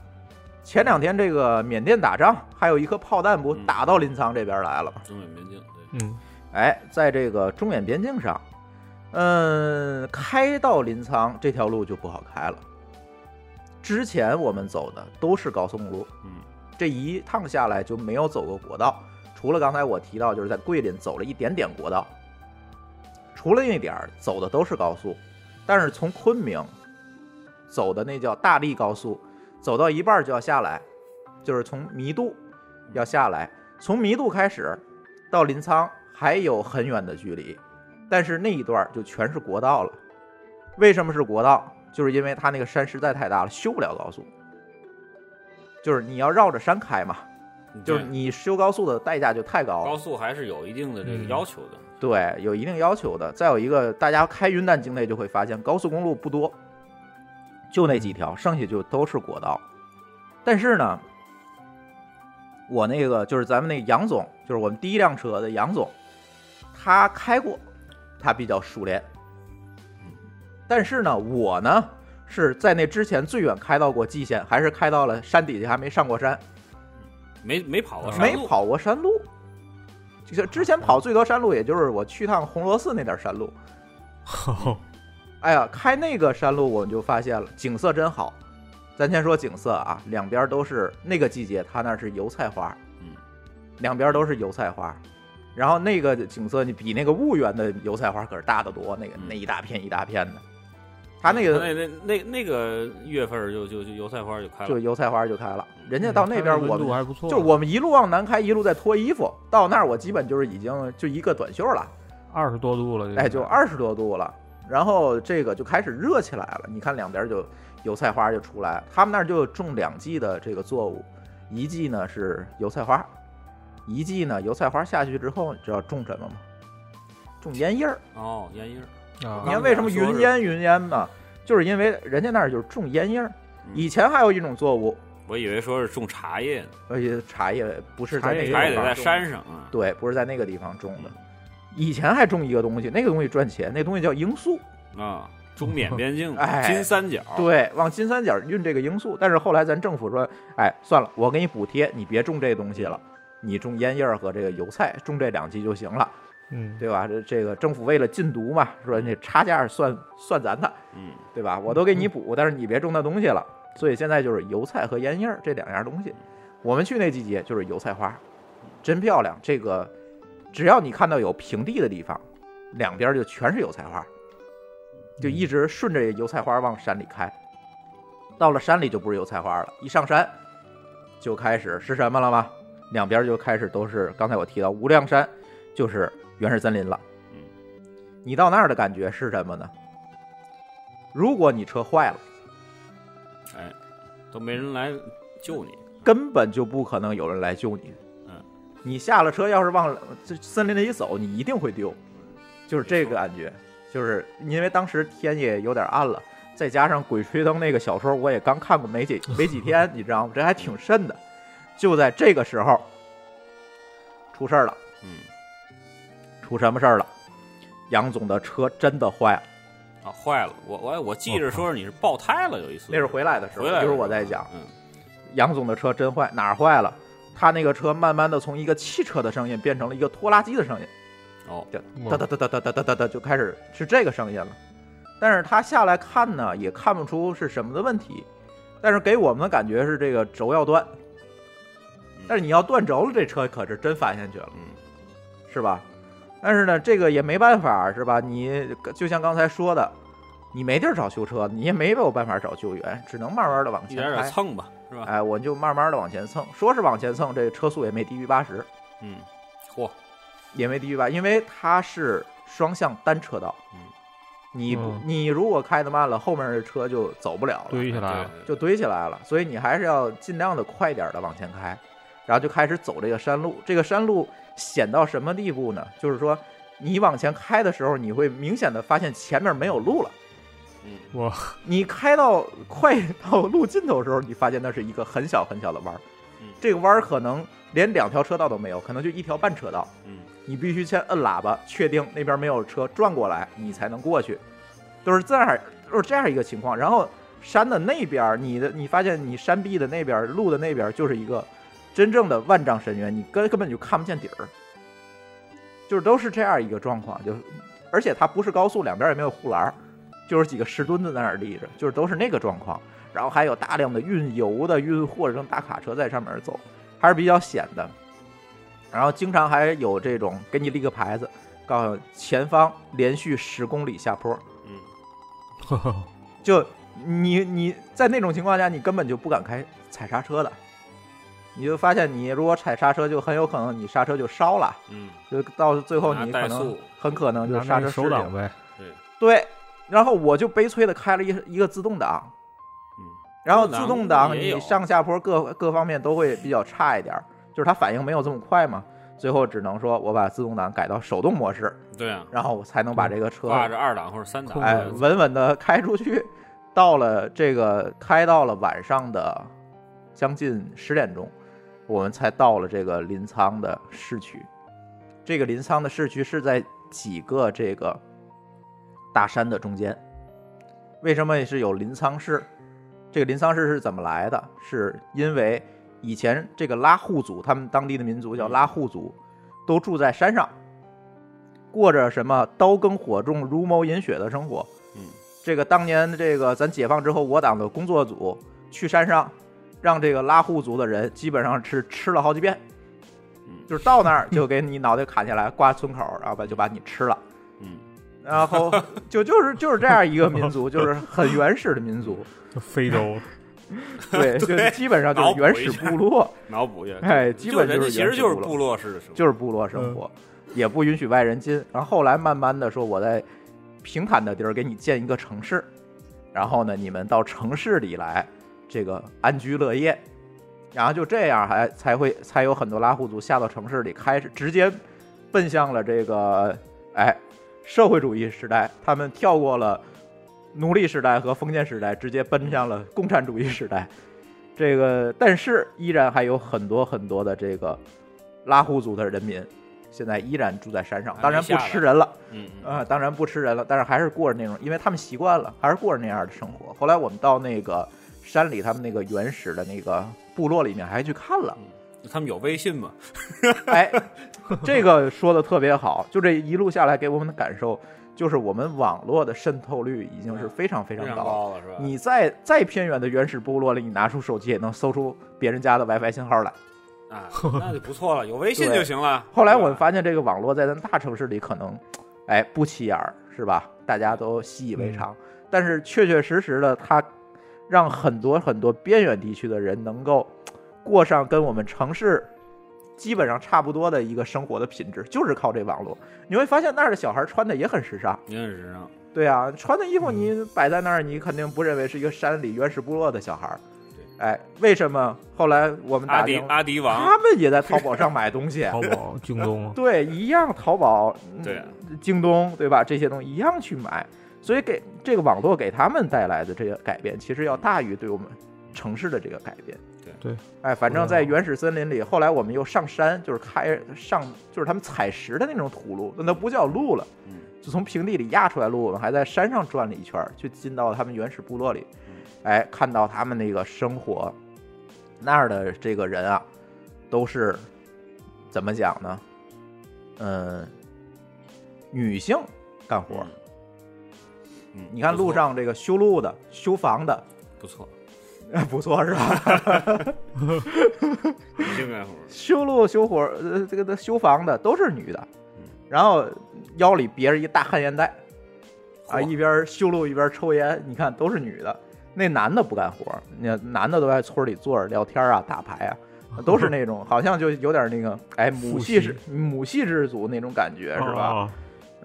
Speaker 3: 前两天这个缅甸打仗，还有一颗炮弹不
Speaker 4: 嗯
Speaker 3: 打到临沧这边来了吗？
Speaker 4: 中缅边境，对，
Speaker 5: 嗯，
Speaker 3: 哎，在这个中缅边境上，嗯，开到临沧这条路就不好开了。之前我们走的都是高速公路，
Speaker 4: 嗯，
Speaker 3: 这一趟下来就没有走过国道，除了刚才我提到，就是在桂林走了一点点国道，除了那一点儿走的都是高速，但是从昆明走的那叫大荔高速，走到一半儿就要下来，就是从弥渡要下来，从弥渡开始到临沧还有很远的距离，但是那一段儿就全是国道了。为什么是国道？就是因为它那个山实在太大了，修不了高速。就是你要绕着山开嘛，就是
Speaker 4: 对
Speaker 3: 你修高速的代价就太高了
Speaker 4: 高。速还是有一定的这个
Speaker 5: 嗯
Speaker 4: 要求的，
Speaker 3: 对，有一定要求的。再有一个，大家开云南境内就会发现，高速公路不多，就那几条，剩下就都是国道。但是呢，我那个就是咱们那杨总，就是我们第一辆车的杨总，他开过，他比较熟练。但是呢，我呢是在那之前最远开到过蓟县，还是开到了山底下，还没上过山。
Speaker 4: 没没跑过山
Speaker 3: 嗯没
Speaker 4: 路，
Speaker 3: 跑过山路。就是之前跑最多山路，也就是我去趟红螺寺那点儿山路。
Speaker 5: 好，
Speaker 3: 哎呀，开那个山路我们就发现了，景色真好。咱先说景色啊，两边都是那个季节，它那是油菜花，
Speaker 4: 嗯，
Speaker 3: 两边都是油菜花。然后那个景色，你比那个婺源的油菜花可是大得多，那个
Speaker 4: 嗯
Speaker 3: 那一大片一大片的，它那个
Speaker 4: 那那那那个月份儿就就就油菜花就开
Speaker 3: 就
Speaker 4: 了，
Speaker 3: 油菜花就开了。人家到那边我
Speaker 5: 温
Speaker 3: 们
Speaker 5: 度还不错，啊
Speaker 3: 就是我们一路往南开，一路在脱衣服，到那儿我基本就是已经就一个短袖了。
Speaker 5: 二十多度了，
Speaker 3: 哎，就二十多度了。然后这个就开始热起来了，你看两边就油菜花就出来了，他们那儿就种两季的这个作物，一季呢是油菜花，一季呢油菜花下去之后，你知道种什么吗？种烟叶儿。
Speaker 4: 哦，烟叶儿，
Speaker 5: 啊
Speaker 3: 你看为什么
Speaker 4: 刚才说
Speaker 3: 云
Speaker 4: 是
Speaker 3: 烟云烟呢？就是因为人家那儿就是种烟叶儿。
Speaker 4: 嗯
Speaker 3: 以前还有一种作物，
Speaker 4: 我以为说是种茶叶呢，
Speaker 3: 而且茶叶不是在
Speaker 5: 茶叶
Speaker 3: 那
Speaker 5: 也
Speaker 3: 个地
Speaker 4: 茶叶得
Speaker 5: 有
Speaker 3: 方
Speaker 4: 在
Speaker 3: 种
Speaker 4: 山上嗯啊，
Speaker 3: 对，不是在那个地方种的。以前还种一个东西，那个东西赚钱，那东西叫罂粟。
Speaker 4: 啊，中缅边境
Speaker 3: 哎
Speaker 4: 金三角，
Speaker 3: 对，往金三角运这个罂粟，但是后来咱政府说，哎，算了，我给你补贴，你别种这东西了，你种烟叶儿和这个油菜，种这两季就行了，
Speaker 5: 嗯，
Speaker 3: 对吧？这这个政府为了禁毒嘛，说那差价算算咱的，
Speaker 4: 嗯，
Speaker 3: 对吧？我都给你补，但是你别种那东西了。所以现在就是油菜和烟叶儿这两样东西，我们去那季节就是油菜花，真漂亮。这个只要你看到有平地的地方，两边就全是油菜花，就一直顺着油菜花往山里开。到了山里就不是油菜花了，一上山就开始是什么了吗？两边就开始都是刚才我提到无量山，就是原始森林了。
Speaker 4: 嗯，
Speaker 3: 你到那儿的感觉是什么呢？如果你车坏了，
Speaker 4: 哎，都没人来救你，
Speaker 3: 根本就不可能有人来救你。
Speaker 4: 嗯，
Speaker 3: 你下了车，要是往这森林里走，你一定会丢。
Speaker 4: 嗯
Speaker 3: 就是这个感觉，就是因为当时天也有点暗了，再加上《鬼吹灯》那个小说，我也刚看过没 几没几天，你知道吗？这还挺深的。就在这个时候，出事儿了。
Speaker 4: 嗯，
Speaker 3: 出什么事儿了？杨总的车真的坏了。
Speaker 4: 啊，坏了，我我我记着说是你是爆胎了有一次，
Speaker 3: 那是回来的时候，
Speaker 4: 回来
Speaker 3: 一会
Speaker 4: 的时
Speaker 3: 儿
Speaker 4: 候
Speaker 3: 我再讲。
Speaker 4: 嗯，
Speaker 3: 杨总的车真坏，哪儿坏了？他那个车慢慢的从一个汽车的声音变成了一个拖拉机的声音，
Speaker 4: 哦，
Speaker 3: 就
Speaker 5: 哇
Speaker 3: 哒哒哒哒哒哒哒哒就开始是这个声音了。但是他下来看呢，也看不出是什么的问题，但是给我们的感觉是这个轴要断。但是你要断轴了，这车可是真翻下去了，
Speaker 4: 嗯
Speaker 3: 是吧？但是呢，这个也没办法，是吧？你就像刚才说的，你没地儿找修车，你也没有办法找救援，只能慢慢的往
Speaker 4: 一
Speaker 3: 前
Speaker 4: 点
Speaker 3: 开
Speaker 4: 点。蹭啊吧，是吧？
Speaker 3: 哎，我就慢慢的往前蹭，说是往前蹭，这车速也没低于八十，
Speaker 4: 嗯，嚯，
Speaker 3: 也没低于八，因为它是双向单车道。
Speaker 4: 嗯，
Speaker 3: 你不
Speaker 5: 嗯
Speaker 3: 你如果开的慢了，后面的车就走不了了，
Speaker 5: 堆起来了，
Speaker 4: 对
Speaker 3: 就堆起来了，所以你还是要尽量的快点的往前开，然后就开始走这个山路。这个山路险到什么地步呢？就是说你往前开的时候，你会明显的发现前面没有路了。
Speaker 4: 嗯，
Speaker 5: 哇，
Speaker 3: 你开到快到路尽头的时候，你发现那是一个很小很小的弯儿
Speaker 4: 嗯，
Speaker 3: 这个弯儿可能连两条车道都没有，可能就一条半车道。
Speaker 4: 嗯，
Speaker 3: 你必须先摁喇叭，确定那边没有车，转过来，你才能过去，都是这样，都是这样一个情况。然后山的那边儿，你的你发现你山壁的那边儿、路的那边儿就是一个真正的万丈深渊，你根根本就看不见底儿，就是都是这样一个状况。就而且它不是高速，两边儿也没有护栏儿，就是几个石墩子在那儿立着，就是都是那个状况。然后还有大量的运油的、运货的这种大卡车在上面走，还是比较险的。然后经常还有这种给你立个牌子，告诉前方连续十公里下坡，
Speaker 4: 嗯，
Speaker 3: 就你你在那种情况下，你根本就不敢开踩刹车的，你就发现你如果踩刹车，就很有可能你刹车就烧了，
Speaker 4: 嗯，
Speaker 3: 就到最后
Speaker 4: 拿
Speaker 3: 你可
Speaker 4: 怠
Speaker 3: 能
Speaker 4: 速
Speaker 3: 很可 能就
Speaker 5: 拿
Speaker 3: 刹
Speaker 5: 那
Speaker 3: 车
Speaker 5: 个
Speaker 3: 失
Speaker 5: 手
Speaker 3: 灵
Speaker 5: 挡。呗，
Speaker 3: 对，然后我就悲催的开了一一个自动挡，
Speaker 4: 嗯，
Speaker 3: 然后
Speaker 4: 自动
Speaker 3: 自
Speaker 4: 挡
Speaker 3: 动挡
Speaker 4: 也有
Speaker 3: 你上下坡各各方面都会比较差一点儿，就是它反应没有这么快嘛，最后只能说我把自动挡改到手动模式，
Speaker 4: 对啊，
Speaker 3: 然后我才能把这个车
Speaker 4: 挂着二档或者三档，
Speaker 3: 哎，稳稳的开出去，到了这个开到了晚上的将近十点钟，我们才到了这个临沧的市区。这个临沧的市区是在几个这个大山的中间。为什么是有临沧市？这个临沧市是怎么来的？是因为以前这个拉祜族，他们当地的民族叫拉祜族，都住在山上，过着什么刀耕火种、茹毛饮血的生活。
Speaker 4: 嗯，
Speaker 3: 这个当年这个咱解放之后，我党的工作组去山上，让这个拉祜族的人基本上是吃了好几遍
Speaker 4: 嗯，
Speaker 3: 就是到那儿就给你脑袋砍下来挂村口，然后把就把你吃了。
Speaker 4: 嗯，
Speaker 3: 然后就就是就是这样一个民 族，就是很原始的民族，
Speaker 5: 非洲
Speaker 3: 对，就
Speaker 4: 对
Speaker 3: 基本上就是原始部落，
Speaker 4: 脑补一下，
Speaker 3: 哎，基
Speaker 4: 就
Speaker 3: 本
Speaker 4: 人家
Speaker 3: 是
Speaker 4: 其实
Speaker 3: 原始
Speaker 4: 就是
Speaker 3: 部落
Speaker 4: 部落式的生活，嗯
Speaker 3: 就是部落生活，也不允许外人进。然后后来慢慢的说，我在平坦的地儿给你建一个城市，然后呢，你们到城市里来，这个安居乐业。然后就这样还才会才有很多拉祜族下到城市里，开始直接奔向了这个哎社会主义时代，他们跳过了奴隶时代和封建时代，直接奔向了共产主义时代。这个，但是依然还有很多很多的这个拉祜族的人民，现在依然住在山上，当然不吃人了
Speaker 4: 嗯嗯
Speaker 3: 啊、当然不吃人了，但是还是过着那种，因为他们习惯了，还是过着那样的生活。后来我们到那个山里，他们那个原始的那个部落里面，还去看了，
Speaker 4: 他们有微信吗？
Speaker 3: 哎，这个说的特别好，就这一路下来给我们的感受，就是我们网络的渗透率已经是非常非
Speaker 4: 非
Speaker 3: 常高。
Speaker 4: 常
Speaker 3: 嗯
Speaker 4: 高了是吧？
Speaker 3: 你在再偏远的原始部落里，你拿出手机也能搜出别人家的 WiFi 信号来。
Speaker 4: 啊，那就不错了，有微信
Speaker 3: 对
Speaker 4: 就行了。
Speaker 3: 后来我们发现，这个网络在咱大城市里可能，哎，不起眼儿，是吧？大家都习以为常。但是确确实实的，它让很多很多边远地区的人能够过上跟我们城市基本上差不多的一个生活的品质，就是靠这网络。你会发现那儿的小孩穿的也很时尚，
Speaker 4: 您很时尚，
Speaker 3: 对啊，穿的衣服你摆在那儿，你肯定不认为是一个山里原始部落的小孩儿。哎，为什么后来我们
Speaker 4: 阿
Speaker 3: 打
Speaker 4: 迪
Speaker 3: 听，
Speaker 4: 阿迪王
Speaker 3: 他们也在淘宝上买东西，
Speaker 5: 淘宝、京东啊，
Speaker 3: 对，一样淘宝、嗯
Speaker 4: 对啊
Speaker 3: 京东，对吧？这些东西一样去买，所以给这个网络给他们带来的这个改变，其实要大于对我们城市的这个改变。
Speaker 5: 对对，
Speaker 3: 哎，反正在原始森林里，后来我们又上山，就是开上，就是他们采石的那种土路，那都不叫路了
Speaker 4: 嗯，
Speaker 3: 就从平地里压出来路，我们还在山上转了一圈儿，就进到他们原始部落里，哎，看到他们那个生活，那儿的这个人啊，都是怎么讲呢？嗯，女性干活儿。
Speaker 4: 嗯，
Speaker 3: 你看路上这个修路的、修房的，
Speaker 4: 不错，
Speaker 3: 不错是
Speaker 5: 嗯
Speaker 3: 吧？
Speaker 4: 不错性干活，
Speaker 3: 修路、修活儿、呃，这个这修房的都是女的，
Speaker 5: 嗯
Speaker 3: 然后腰里别着一大旱烟袋，啊，
Speaker 4: 嚯
Speaker 3: 一边修路一边抽烟，你看都是女的。那男的不干活儿，那男的都在村里坐着聊天啊、打牌 啊，都是那种好像就有点那个哎母
Speaker 5: 父
Speaker 3: 系
Speaker 5: 系
Speaker 3: 氏母系氏族那种感觉是吧？
Speaker 5: 啊？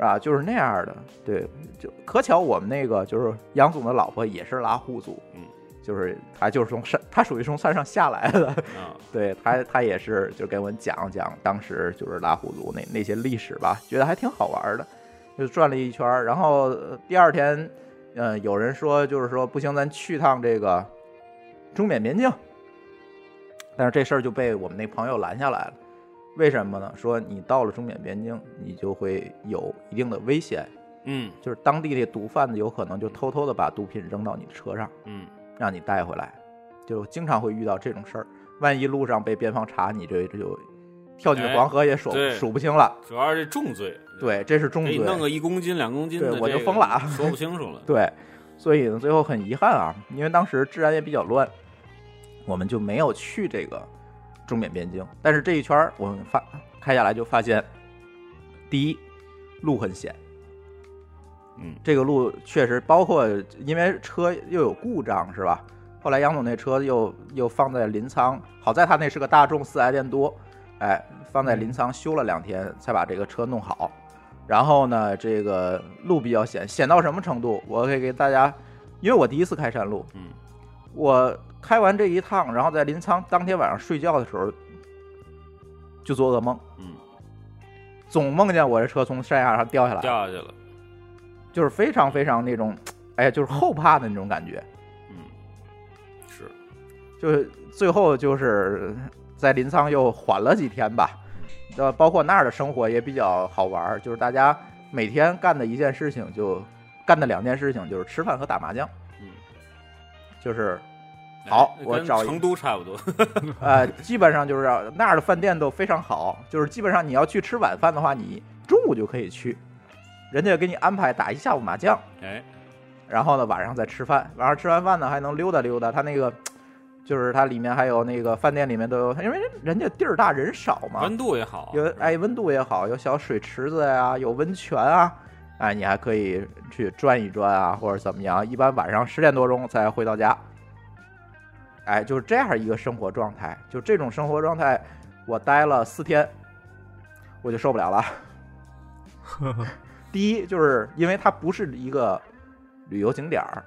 Speaker 3: 啊，就是那样的。对，就可巧我们那个就是杨总的老婆也是拉祜族，
Speaker 4: 嗯，
Speaker 3: 就是她就是从山，她属于从山上下来的，
Speaker 4: 啊，
Speaker 3: 对她她也是就给我们讲讲当时就是拉祜族那那些历史吧，觉得还挺好玩的，就转了一圈儿。然后呃第二天，嗯、有人说就是说不行，咱去趟这个中缅边境，但是这事儿就被我们那朋友拦下来了。为什么呢？说你到了中缅边境，你就会有一定的危险，
Speaker 4: 嗯
Speaker 3: 就是当地的毒贩子有可能就偷偷的把毒品扔到你的车上，
Speaker 4: 嗯，
Speaker 3: 让你带回来，就经常会遇到这种事儿。万一路上被边防查，你这就跳进
Speaker 4: 哎
Speaker 3: 黄河也数、
Speaker 4: 对
Speaker 3: 数不清了。
Speaker 4: 主要是重罪，
Speaker 3: 对，这是重
Speaker 4: 给
Speaker 3: 罪
Speaker 4: 你。弄个一公斤两公斤的、
Speaker 3: 对
Speaker 4: 这个，
Speaker 3: 我就疯了啊
Speaker 4: 说不清楚 了。
Speaker 3: 对，所以呢，最后很遗憾啊，因为当时治安也比较乱，我们就没有去这个中缅边境。但是这一圈儿我们发开下来就发现，第一，路很险，
Speaker 4: 嗯，
Speaker 3: 这个路确实包括因为车又有故障是吧？后来杨总那车又又放在临沧，好在他那是个大众四 S 店多，哎，放
Speaker 4: 嗯
Speaker 3: 在临沧修了两天才把这个车弄好。然后呢，这个路比较险，险到什么程度？我可以给大家，因为我第一次开山路，
Speaker 4: 嗯，
Speaker 3: 我开完这一趟，然后在临沧当天晚上睡觉的时候，就做噩梦，
Speaker 4: 嗯，
Speaker 3: 总梦见我这车从山崖上掉下来，
Speaker 4: 掉下去了。
Speaker 3: 就是非常非常那种，哎呀，就是后怕的那种感觉。
Speaker 4: 嗯，是，
Speaker 3: 就是最后就是在临沧又缓了几天吧，呃，包括那儿的生活也比较好玩儿，就是大家每天干的一件事情就干的两件事情就是吃饭和打麻将，
Speaker 4: 嗯，
Speaker 3: 就是 好
Speaker 4: 哎
Speaker 3: 我
Speaker 4: 跟
Speaker 3: 找一
Speaker 4: 成都差不多。
Speaker 3: 呃，基本上就是要那儿的饭店都非常好，就是基本上你要去吃晚饭的话，你中午就可以去，人家给你安排打一下午麻将，
Speaker 4: 哎，
Speaker 3: 然后呢晚上再吃饭，晚上吃完饭呢还能溜达溜达。它那个就是它里面还有那个饭店里面都有，因为人家地儿大人少嘛
Speaker 4: 温，度也
Speaker 3: 啊
Speaker 4: 好，啊
Speaker 3: 有
Speaker 4: 是吧
Speaker 3: 哎温度也好，有小水池子呀、有温泉啊，哎你还可以去转一转啊，或者怎么样。一般晚上十点多钟才回到家，哎就是这样一个生活状态，就这种生活状态，我待了四天，我就受不了 了。第一，就是因为它不是一个旅游景点儿，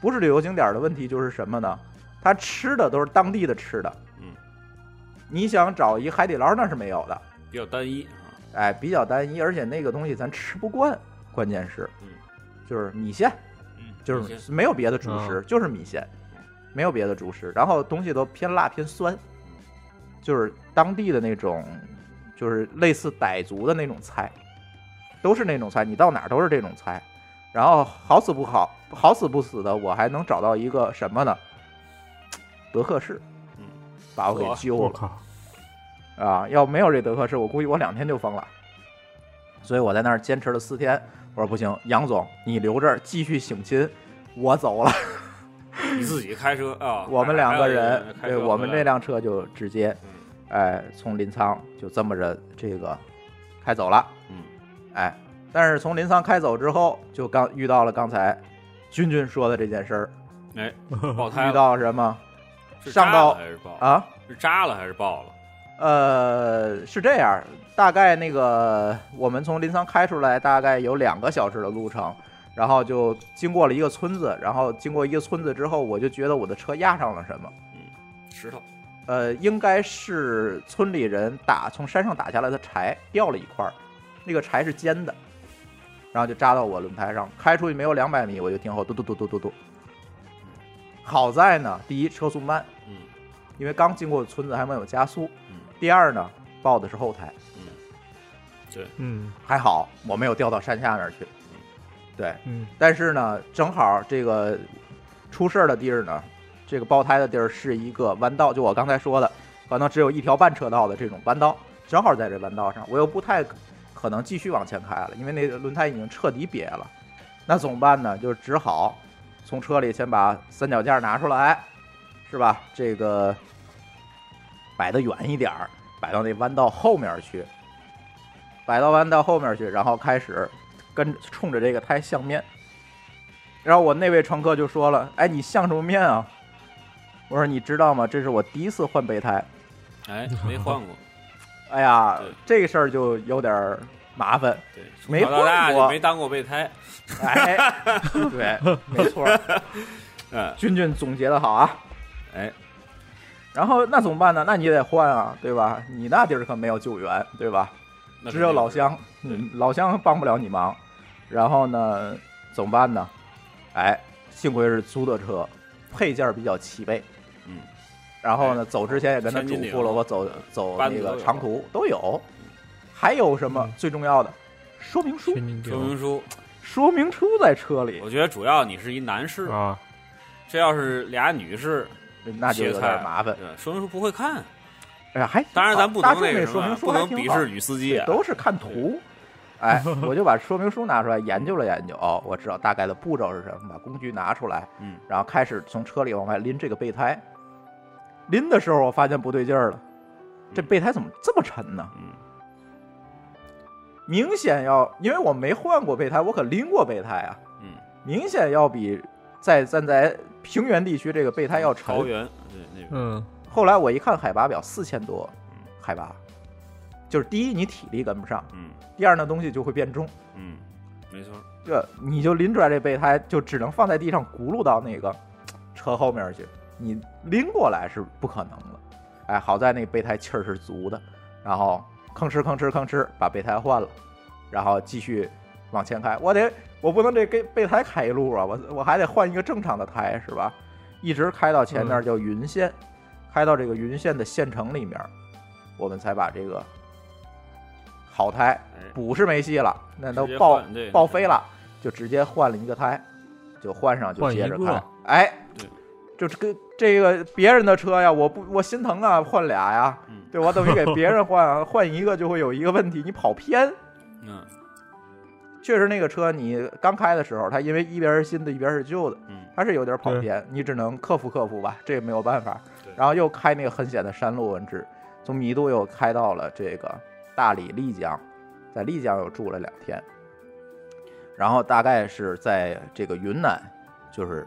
Speaker 3: 不是旅游景点儿的问题就是什么呢？它吃的都是当地的吃的，
Speaker 4: 嗯，
Speaker 3: 你想找一海底捞那是没有的，
Speaker 4: 比较单一啊。
Speaker 3: 哎，比较单一，而且那个东西咱吃不惯，关键是，
Speaker 4: 嗯
Speaker 3: 就是米线，
Speaker 4: 嗯，
Speaker 3: 就
Speaker 4: 一些
Speaker 3: 是没有别的主食，就是米线，没有别的主食，然后东西都偏辣偏
Speaker 4: 嗯
Speaker 3: 酸，就是当地的那种，就是类似傣族的那种菜，都是那种菜，你到哪儿都是这种菜。然后好死不好，好死不死的，我还能找到一个什么呢？德克士
Speaker 4: 嗯，
Speaker 3: 把我给
Speaker 4: 我
Speaker 3: 揪
Speaker 5: 我
Speaker 3: 了。
Speaker 5: 靠，
Speaker 3: 啊，要没有这德克士，我估计我两天就疯了。所以我在那儿坚持了四天，我说不行，杨总，你留这儿继续省亲，我走了。
Speaker 4: 你自己开车啊，
Speaker 3: 我们两
Speaker 4: 还
Speaker 3: 个
Speaker 4: 有一
Speaker 3: 人，
Speaker 4: 开
Speaker 3: 对
Speaker 4: 车
Speaker 3: 我们
Speaker 4: 回
Speaker 3: 这
Speaker 4: 来嗯
Speaker 3: 辆车就直接，哎，从临沧就这么着这个开走了，
Speaker 4: 嗯，
Speaker 3: 哎，但是从临沧开走之后，就刚遇到了刚才君君说的这件事儿，
Speaker 4: 嗯爆胎
Speaker 3: 遇
Speaker 4: 了，
Speaker 3: 到什么
Speaker 4: 是
Speaker 3: 上
Speaker 4: 扎
Speaker 3: 到
Speaker 4: 了还是爆？
Speaker 3: 啊？
Speaker 4: 是扎了还是爆了？
Speaker 3: 呃，是这样，大概那个我们从临沧开出来，大概有两个小时的路程，然后就经过了一个村子，然后经过一个村子之后，我就觉得我的车压上了什么，
Speaker 4: 石头，
Speaker 3: 呃，应该是村里人打从山上打下来的柴掉了一块儿，那个柴是尖的，然后就扎到我轮胎上，开出去没有两百米我就停后，嘟嘟嘟嘟嘟嘟。好在呢，第一车速慢，
Speaker 4: 嗯
Speaker 3: 因为刚经过村子还没有加速，
Speaker 4: 嗯
Speaker 3: 第二呢报的是后胎。
Speaker 5: 嗯
Speaker 3: 还好我没有掉到山下那儿去。对，
Speaker 5: 嗯，
Speaker 3: 但是呢，正好这个出事儿的地儿呢，这个爆胎的地儿是一个弯道，就我刚才说的，可能只有一条半车道的这种弯道，正好在这弯道上，我又不太可能继续往前开了，因为那个轮胎已经彻底瘪了。那怎么办呢？就只好从车里先把三脚架拿出来，是吧？这个摆得远一点儿，摆到那弯道后面去。摆到弯道后面去，然后开始跟冲着这个胎相面。然后我那位乘客就说了：“哎，你相什么面啊？”我说：“你知道吗？这是我第一次换备胎。
Speaker 4: 哎，没换过，
Speaker 3: 哎呀
Speaker 4: 对，
Speaker 3: 这个事儿就有点儿麻烦。
Speaker 4: 对，从
Speaker 3: 没
Speaker 4: 小到大
Speaker 3: 换过
Speaker 4: 就没当过备胎，
Speaker 3: 哎，对，没错儿，
Speaker 4: 嗯，
Speaker 3: 君君总结的好啊。
Speaker 4: 哎，
Speaker 3: 然后那怎么办呢？那你也得换啊，对吧？你那地儿可没有救援，对吧？
Speaker 4: 那
Speaker 3: 只有
Speaker 4: 肯定
Speaker 3: 老
Speaker 4: 是，
Speaker 3: 乡，嗯，老乡帮不了你忙。然后呢，怎么办呢？哎，幸亏是租的车，配件比较齐备。
Speaker 4: 嗯，哎
Speaker 3: 然后呢，走之前也跟他嘱咐了，我走走
Speaker 4: 班
Speaker 3: 那
Speaker 4: 子都
Speaker 3: 个
Speaker 4: 有
Speaker 3: 长途都有。还有什么最重要的？说明书
Speaker 5: 天，津
Speaker 4: 说明
Speaker 5: 丢
Speaker 4: 书。
Speaker 3: 说明书在车里，
Speaker 4: 我觉得主要你是一男士，
Speaker 5: 啊，
Speaker 4: 这要是俩女士，
Speaker 3: 那就有点麻烦。
Speaker 4: 对，说明书不会看。
Speaker 3: 哎呀，还挺好
Speaker 4: 当然，咱不
Speaker 3: 大
Speaker 4: 能
Speaker 3: 众
Speaker 4: 那
Speaker 3: 那
Speaker 4: 个
Speaker 3: 说
Speaker 4: 什么啊
Speaker 3: 明书
Speaker 4: 不
Speaker 3: 还
Speaker 4: 能
Speaker 3: 挺
Speaker 4: 鄙
Speaker 3: 好
Speaker 4: 视女司机啊。
Speaker 3: 都是看图。哎，我就把说明书拿出来研究了研究，哦，我知道大概的步骤是什么，把工具拿出来，
Speaker 4: 嗯，
Speaker 3: 然后开始从车里往外拎这个备胎。拎的时候我发现不对劲儿了，这备胎怎么这么沉呢？
Speaker 4: 嗯，
Speaker 3: 明显要，因为我没换过备胎，我可拎过备胎啊，
Speaker 4: 嗯，
Speaker 3: 明显要比在站在平原地区这个备胎要沉
Speaker 4: 桃。园，对那边，
Speaker 5: 嗯，
Speaker 3: 后来我一看海拔表四千多
Speaker 4: 嗯，
Speaker 3: 海拔，就是第一你体力跟不上，
Speaker 4: 嗯
Speaker 3: 第二那东西就会变重。
Speaker 4: 嗯，没错，
Speaker 3: 这你就拎出来这备胎，就只能放在地上轱辘到那个车后面去，你拎过来是不可能的。哎，好在那个备胎气儿是足的，然后吭哧吭哧吭哧把备胎换了，然后继续往前开。我得，我不能这给备胎开一路啊，我我还得换一个正常的胎是吧？一直开到前面叫云县，开到这个云县的县城里面，我们才把这个好胎
Speaker 4: 哎，
Speaker 3: 补是没戏了，那都
Speaker 4: 直接
Speaker 3: 报
Speaker 4: 换对
Speaker 3: 报废了，就直接换了一个胎，就换上就
Speaker 5: 换一
Speaker 3: 接着
Speaker 5: 个
Speaker 3: 开。哎
Speaker 4: 对，
Speaker 3: 就这个这个别人的车呀，我不我心疼啊，换俩呀
Speaker 4: 嗯，
Speaker 3: 对我等 于给别人换啊，换一个就会有一个问题，你跑偏。
Speaker 4: 嗯
Speaker 3: 确实那个车你刚开的时候，它因为一边是新的，一边是旧的，
Speaker 4: 嗯
Speaker 3: 它是有点跑
Speaker 5: 对
Speaker 3: 偏，你只能克服克服吧，这也没有办法
Speaker 4: 对。
Speaker 3: 然后又开那个很险的山路文治，从弥渡又开到了这个大理丽江，在丽江又住了两天，然后大概是在这个云南，就是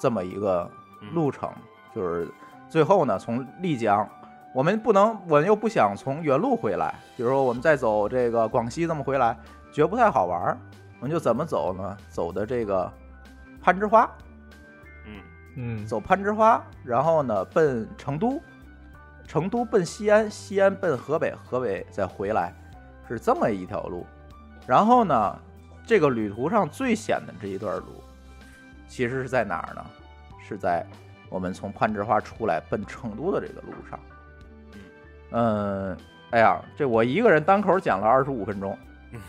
Speaker 3: 这么一个
Speaker 4: 嗯
Speaker 3: 路程，就是最后呢从丽江。我们不能，我又不想从原路回来，比如说我们再走这个广西这么回来，觉得不太好玩儿。我们就怎么走呢？走的这个攀枝花，
Speaker 4: 嗯
Speaker 5: 嗯，
Speaker 3: 走攀枝花，然后呢奔成都，成都奔西安，西安奔河北，河北再回来，是这么一条路。然后呢，这个旅途上最险的这一段路，其实是在哪儿呢？是在我们从攀枝花出来奔成都的这个路上。嗯，哎呀，这我一个人单口讲了二十五分 钟，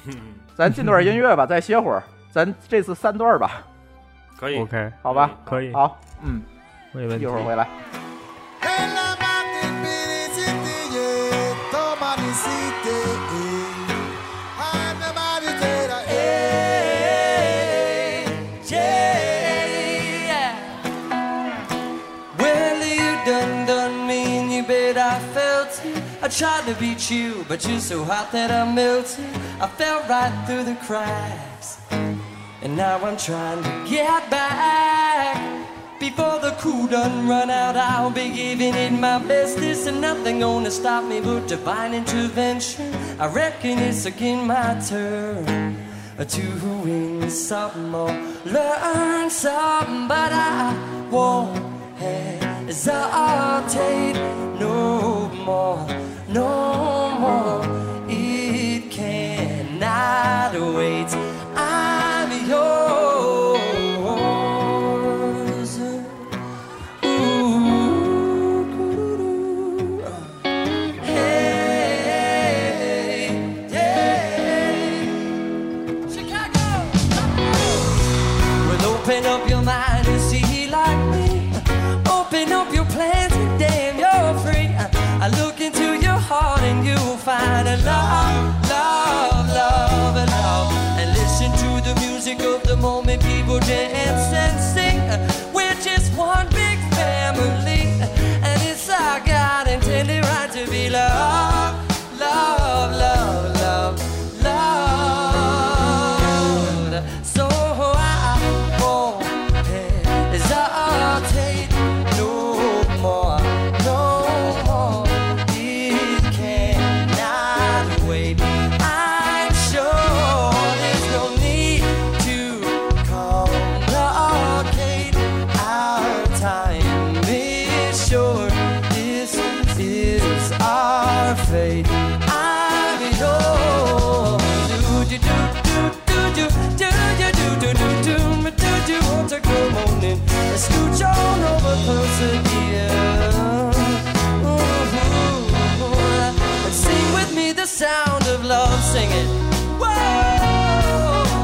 Speaker 4: 嗯，
Speaker 3: 咱进段音乐吧，再歇会儿，咱这次三段吧，
Speaker 4: 可以，
Speaker 5: OK，
Speaker 3: 好吧？
Speaker 5: 可以，
Speaker 3: 好，嗯，
Speaker 5: 没问
Speaker 3: 一
Speaker 5: 题
Speaker 3: 会。儿回来。
Speaker 6: En la matinée, toma mi cité. I'm the
Speaker 8: E,
Speaker 6: maritera, eh.
Speaker 8: Well, you done done me and you bet I felt it. I tried to beat you, but you're so hot that I melted. I fell right through the cracks. And now I'm trying to get back. Before the cool done run out, I'll be giving it my bestest. And nothing gonna stop me but divine intervention. I reckon it's again my turn. To win something or learn something, but I won't hesitate no more, no more. It cannot wait. I'm yours. Ooh. Hey, yeah. Chicago. Well, open up your mind and see like me. Open up your plans and damn, you're free. I look into your heart and you'll find a love, love, love, and love. And listen to the music of the moment people dance and sing. We're just one big family. And it's our God intended right to be love, love, love, love, love. So I won't hesitate no more, no more. It cannot wait. I'm sure there's no need to complicate our time. Is sure this is our fate. I'm yours. Do, do, do, do, do, do, do, do, do, do, do, do, do, want to come on in and scooch on over closer, dear. Ooh, and sing with me the sound of love, sing it. Whoa.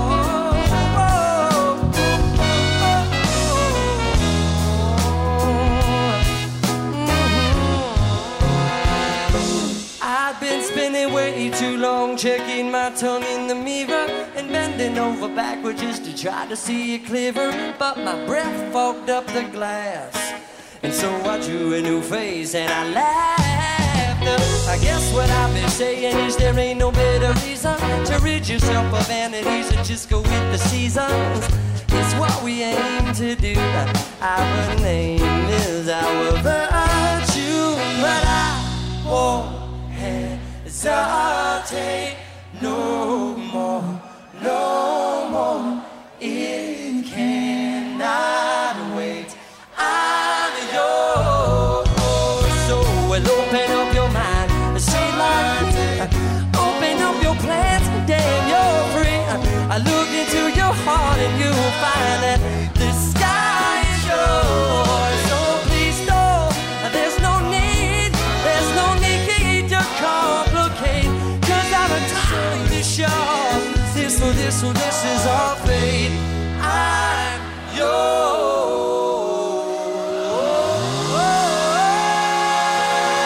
Speaker 8: too long checking my tongue in the mirror and bending over backwards just to try to see it clearer. But my breath fogged up the glass, and so I drew a new face and I laughed. I guess what I've been saying is there ain't no better reason to rid yourself of vanities and just go with the seasons. It's what we aim to do. Our name is our virtue, but I won't hesitate no more, no more. It cannot wait. I'm yours. So well, open up your mind. See my Open up your plans. Damn, you're free. I look into your heart and you'll find that the sky is yours. So please don't. There's no need. There's no need to complicate. Cause I'm entirely sure this or this or this is our fate. I'm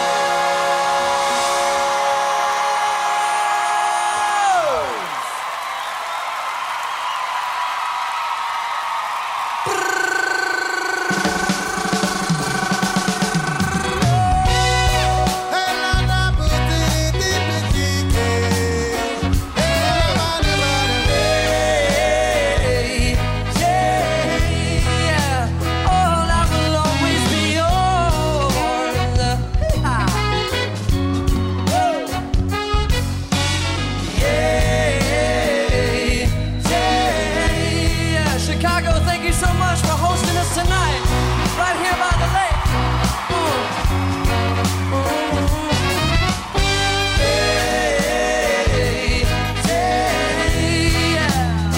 Speaker 8: yours. Chicago, thank you so much for hosting us tonight, right here by the lake. Hey, hey, yeah.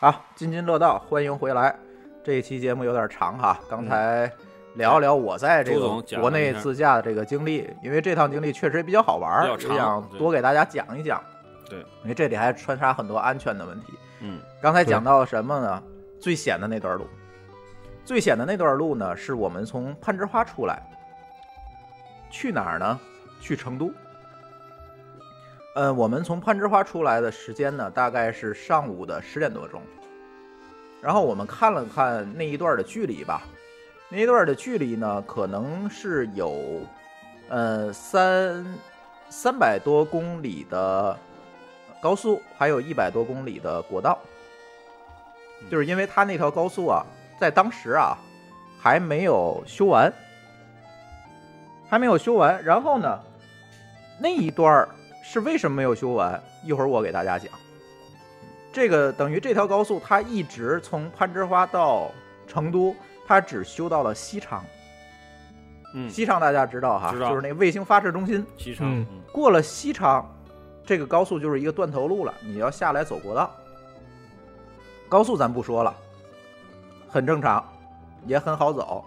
Speaker 3: 啊，津津乐道，欢迎回来。这一期节目有点长哈，刚才聊一聊我在这
Speaker 4: 朱
Speaker 3: 个
Speaker 4: 总讲了
Speaker 3: 国内
Speaker 4: 一下
Speaker 3: 自驾的这个经历，因为这趟经历确实也比较好玩
Speaker 4: 比较
Speaker 3: 儿，
Speaker 4: 长
Speaker 3: 就想
Speaker 4: 对
Speaker 3: 多给大家讲一讲。
Speaker 4: 对
Speaker 3: 因为这里还穿插很多安全的问题。
Speaker 4: 嗯，
Speaker 3: 刚才讲到什么呢？最险的那段路，最险的那段路呢，是我们从攀枝花出来，去哪儿呢？去成都。呃，我们从攀枝花出来的时间呢，大概是上午的十点多钟。然后我们看了看那一段的距离吧，那一段的距离呢，可能是有，呃，三三百多公里的高速，还有一百多公里的国道。就是因为它那条高速啊，在当时啊还没有修完，还没有修完。然后呢，那一段儿是为什么没有修完？一会儿我给大家讲。这个等于这条高速，它一直从攀枝花到成都，它只修到了西昌。
Speaker 4: 嗯，
Speaker 3: 西昌大家知道哈，
Speaker 4: 知道
Speaker 3: 就是那卫星发射中心。
Speaker 4: 西昌，
Speaker 5: 嗯
Speaker 4: 嗯
Speaker 3: 过了西昌，这个高速就是一个断头路了，你要下来走国道。高速咱不说了，很正常，也很好走。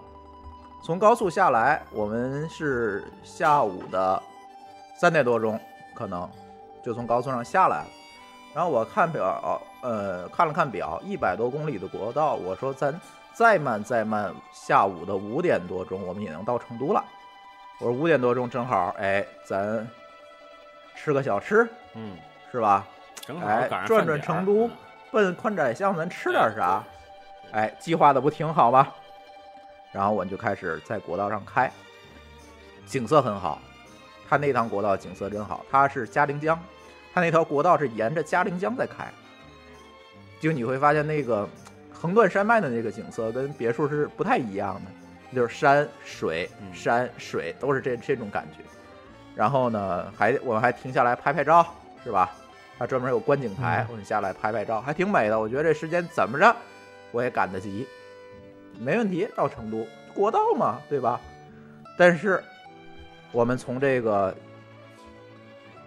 Speaker 3: 从高速下来，我们是下午的三点多钟，可能就从高速上下来了。然后我看表，呃，看了看表，一百多公里的国道，我说咱再慢再慢，下午的五点多钟我们也能到成都了。我说五点多钟正好，哎，咱吃个小吃
Speaker 4: 嗯，
Speaker 3: 是吧？
Speaker 4: 正好
Speaker 3: 哎
Speaker 4: 赶上，
Speaker 3: 转转
Speaker 4: 饭点儿
Speaker 3: 成都
Speaker 4: 嗯，
Speaker 3: 奔宽窄巷，咱吃点啥？哎，计划的不挺好吗？然后我就开始在国道上开，景色很好。它那趟国道景色真好，它是嘉陵江，它那条国道是沿着嘉陵江在开，就你会发现那个横断山脉的那个景色跟别墅是不太一样的，就是山水
Speaker 4: 嗯
Speaker 3: 山水都是这这种感觉。然后呢，还我们还停下来拍拍照，是吧？它专门有观景台，我们下来拍拍照，还挺美的。我觉得这时间怎么着我也赶得及，没问题。到成都国道嘛，对吧？但是我们从这个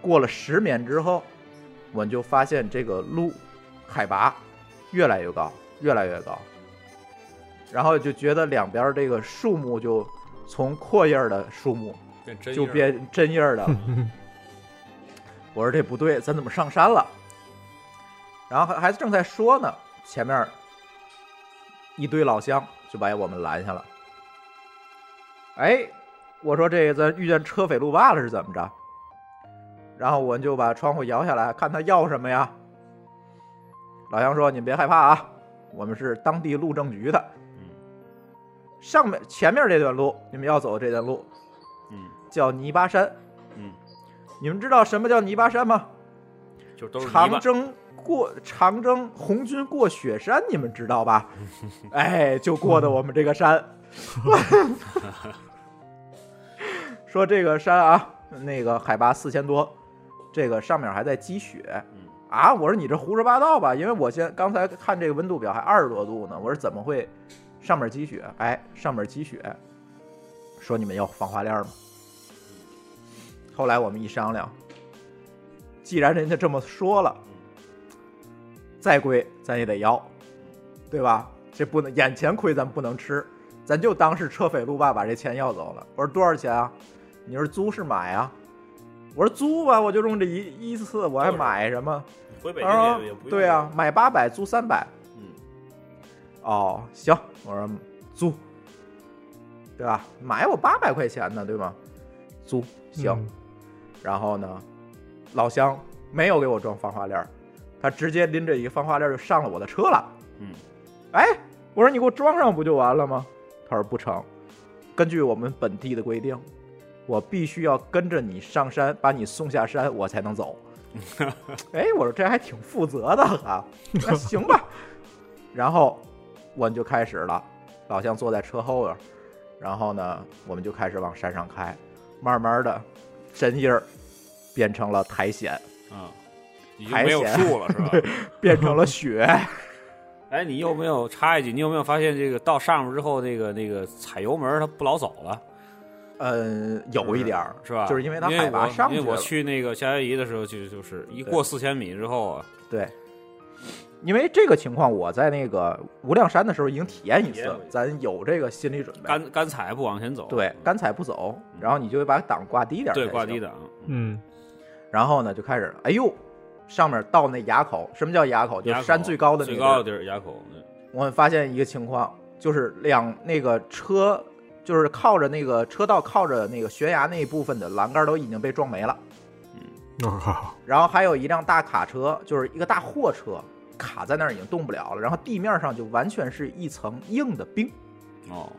Speaker 3: 过了十年之后，我们就发现这个路海拔越来越高，越来越高，然后就觉得两边这个树木就从阔叶儿的树木
Speaker 4: 变真
Speaker 3: 就
Speaker 4: 印儿
Speaker 3: 变针叶儿的了。我说这不对，咱怎么上山了？然后还还正在说呢，前面一堆老乡就把我们拦下了。哎，我说这咱遇见车匪路霸了是怎么着？然后我们就把窗户摇下来，看他要什么呀？老乡说：“你别害怕啊，我们是当地路政局的。
Speaker 4: 嗯
Speaker 3: 上面前面这段路，你们要走这段路
Speaker 4: 嗯
Speaker 3: 叫泥巴山。
Speaker 4: 嗯，
Speaker 3: 你们知道什么叫泥巴山吗？
Speaker 4: 就都是泥
Speaker 3: 长
Speaker 4: 巴。
Speaker 3: 征过长征红军过雪山，你们知道吧？ 哎，就过的我们这个山。 说这个山啊，那个海拔四千多，这个上面还在积雪。
Speaker 4: 嗯
Speaker 3: 啊！我说你这胡说八道吧，因为我先刚才看这个温度表还二十多度呢，我说怎么会上面积雪？哎，上面积雪，说你们要防滑链吗？后来我们一商量，既然人家这么说了，再贵咱也得要，对吧？这不能眼前亏咱不能吃，咱就当是车匪路霸把这钱要走了。我说多少钱啊？你说租是买啊？我说租吧，我就用这一一次，我还买什么？
Speaker 4: 回北
Speaker 3: 啊
Speaker 4: 京也也不，
Speaker 3: 对啊，，买八百租三百，
Speaker 4: 嗯，
Speaker 3: 哦，行，我说租，对吧？买我八百块钱呢，对吗？租行，
Speaker 5: 嗯
Speaker 3: 然后呢，老乡没有给我装防滑链儿，他直接拎着一个防滑链儿就上了我的车了。
Speaker 4: 嗯，
Speaker 3: 哎，我说你给我装上不就完了吗？他说不成，根据我们本地的规定，我必须要跟着你上山，把你送下山，我才能走。哎，我说这还挺负责的啊，那行吧。然后我们就开始了，老乡坐在车后边儿，然后呢，我们就开始往山上开，慢慢的，针叶儿变成了苔藓，
Speaker 4: 啊，已经没有树了是 吧？
Speaker 3: 变 成了雪。
Speaker 4: 哎，你有没有插一句？你有没有发现这个到上面之后，那个那个踩油门它不老早了，
Speaker 3: 嗯，有一点儿
Speaker 4: 是吧？
Speaker 3: 就是因为它
Speaker 4: 因
Speaker 3: 海拔
Speaker 4: 我
Speaker 3: 上去
Speaker 4: 因为我
Speaker 3: 了，
Speaker 4: 去那个夏威夷的时候，就就是一过四千米之后啊，
Speaker 3: 对。因为这个情况，我在那个无量山的时候已经体验一
Speaker 4: 体验
Speaker 3: 次
Speaker 4: 过一，次
Speaker 3: 咱有这个心理准备。
Speaker 4: 干干踩不往前走，嗯
Speaker 3: 对，干踩不走，然后你就把档挂低点儿才
Speaker 4: 对
Speaker 3: 行。
Speaker 4: 挂低档，
Speaker 5: 嗯，
Speaker 3: 然后呢，就开始，哎呦，上面到那崖口，什么叫崖口？就是
Speaker 4: 崖口
Speaker 3: 山最高的那
Speaker 4: 最
Speaker 3: 个。
Speaker 4: 高的地儿垭口，嗯
Speaker 3: 我们发现一个情况，就是两那个车，就是靠着那个车道靠着那个悬崖那一部分的栏杆都已经被撞没了， 然后还有一辆大卡车，就是一个大货车卡在那儿已经动不了了，然后地面上就完全是一层硬的冰。
Speaker 4: 哦，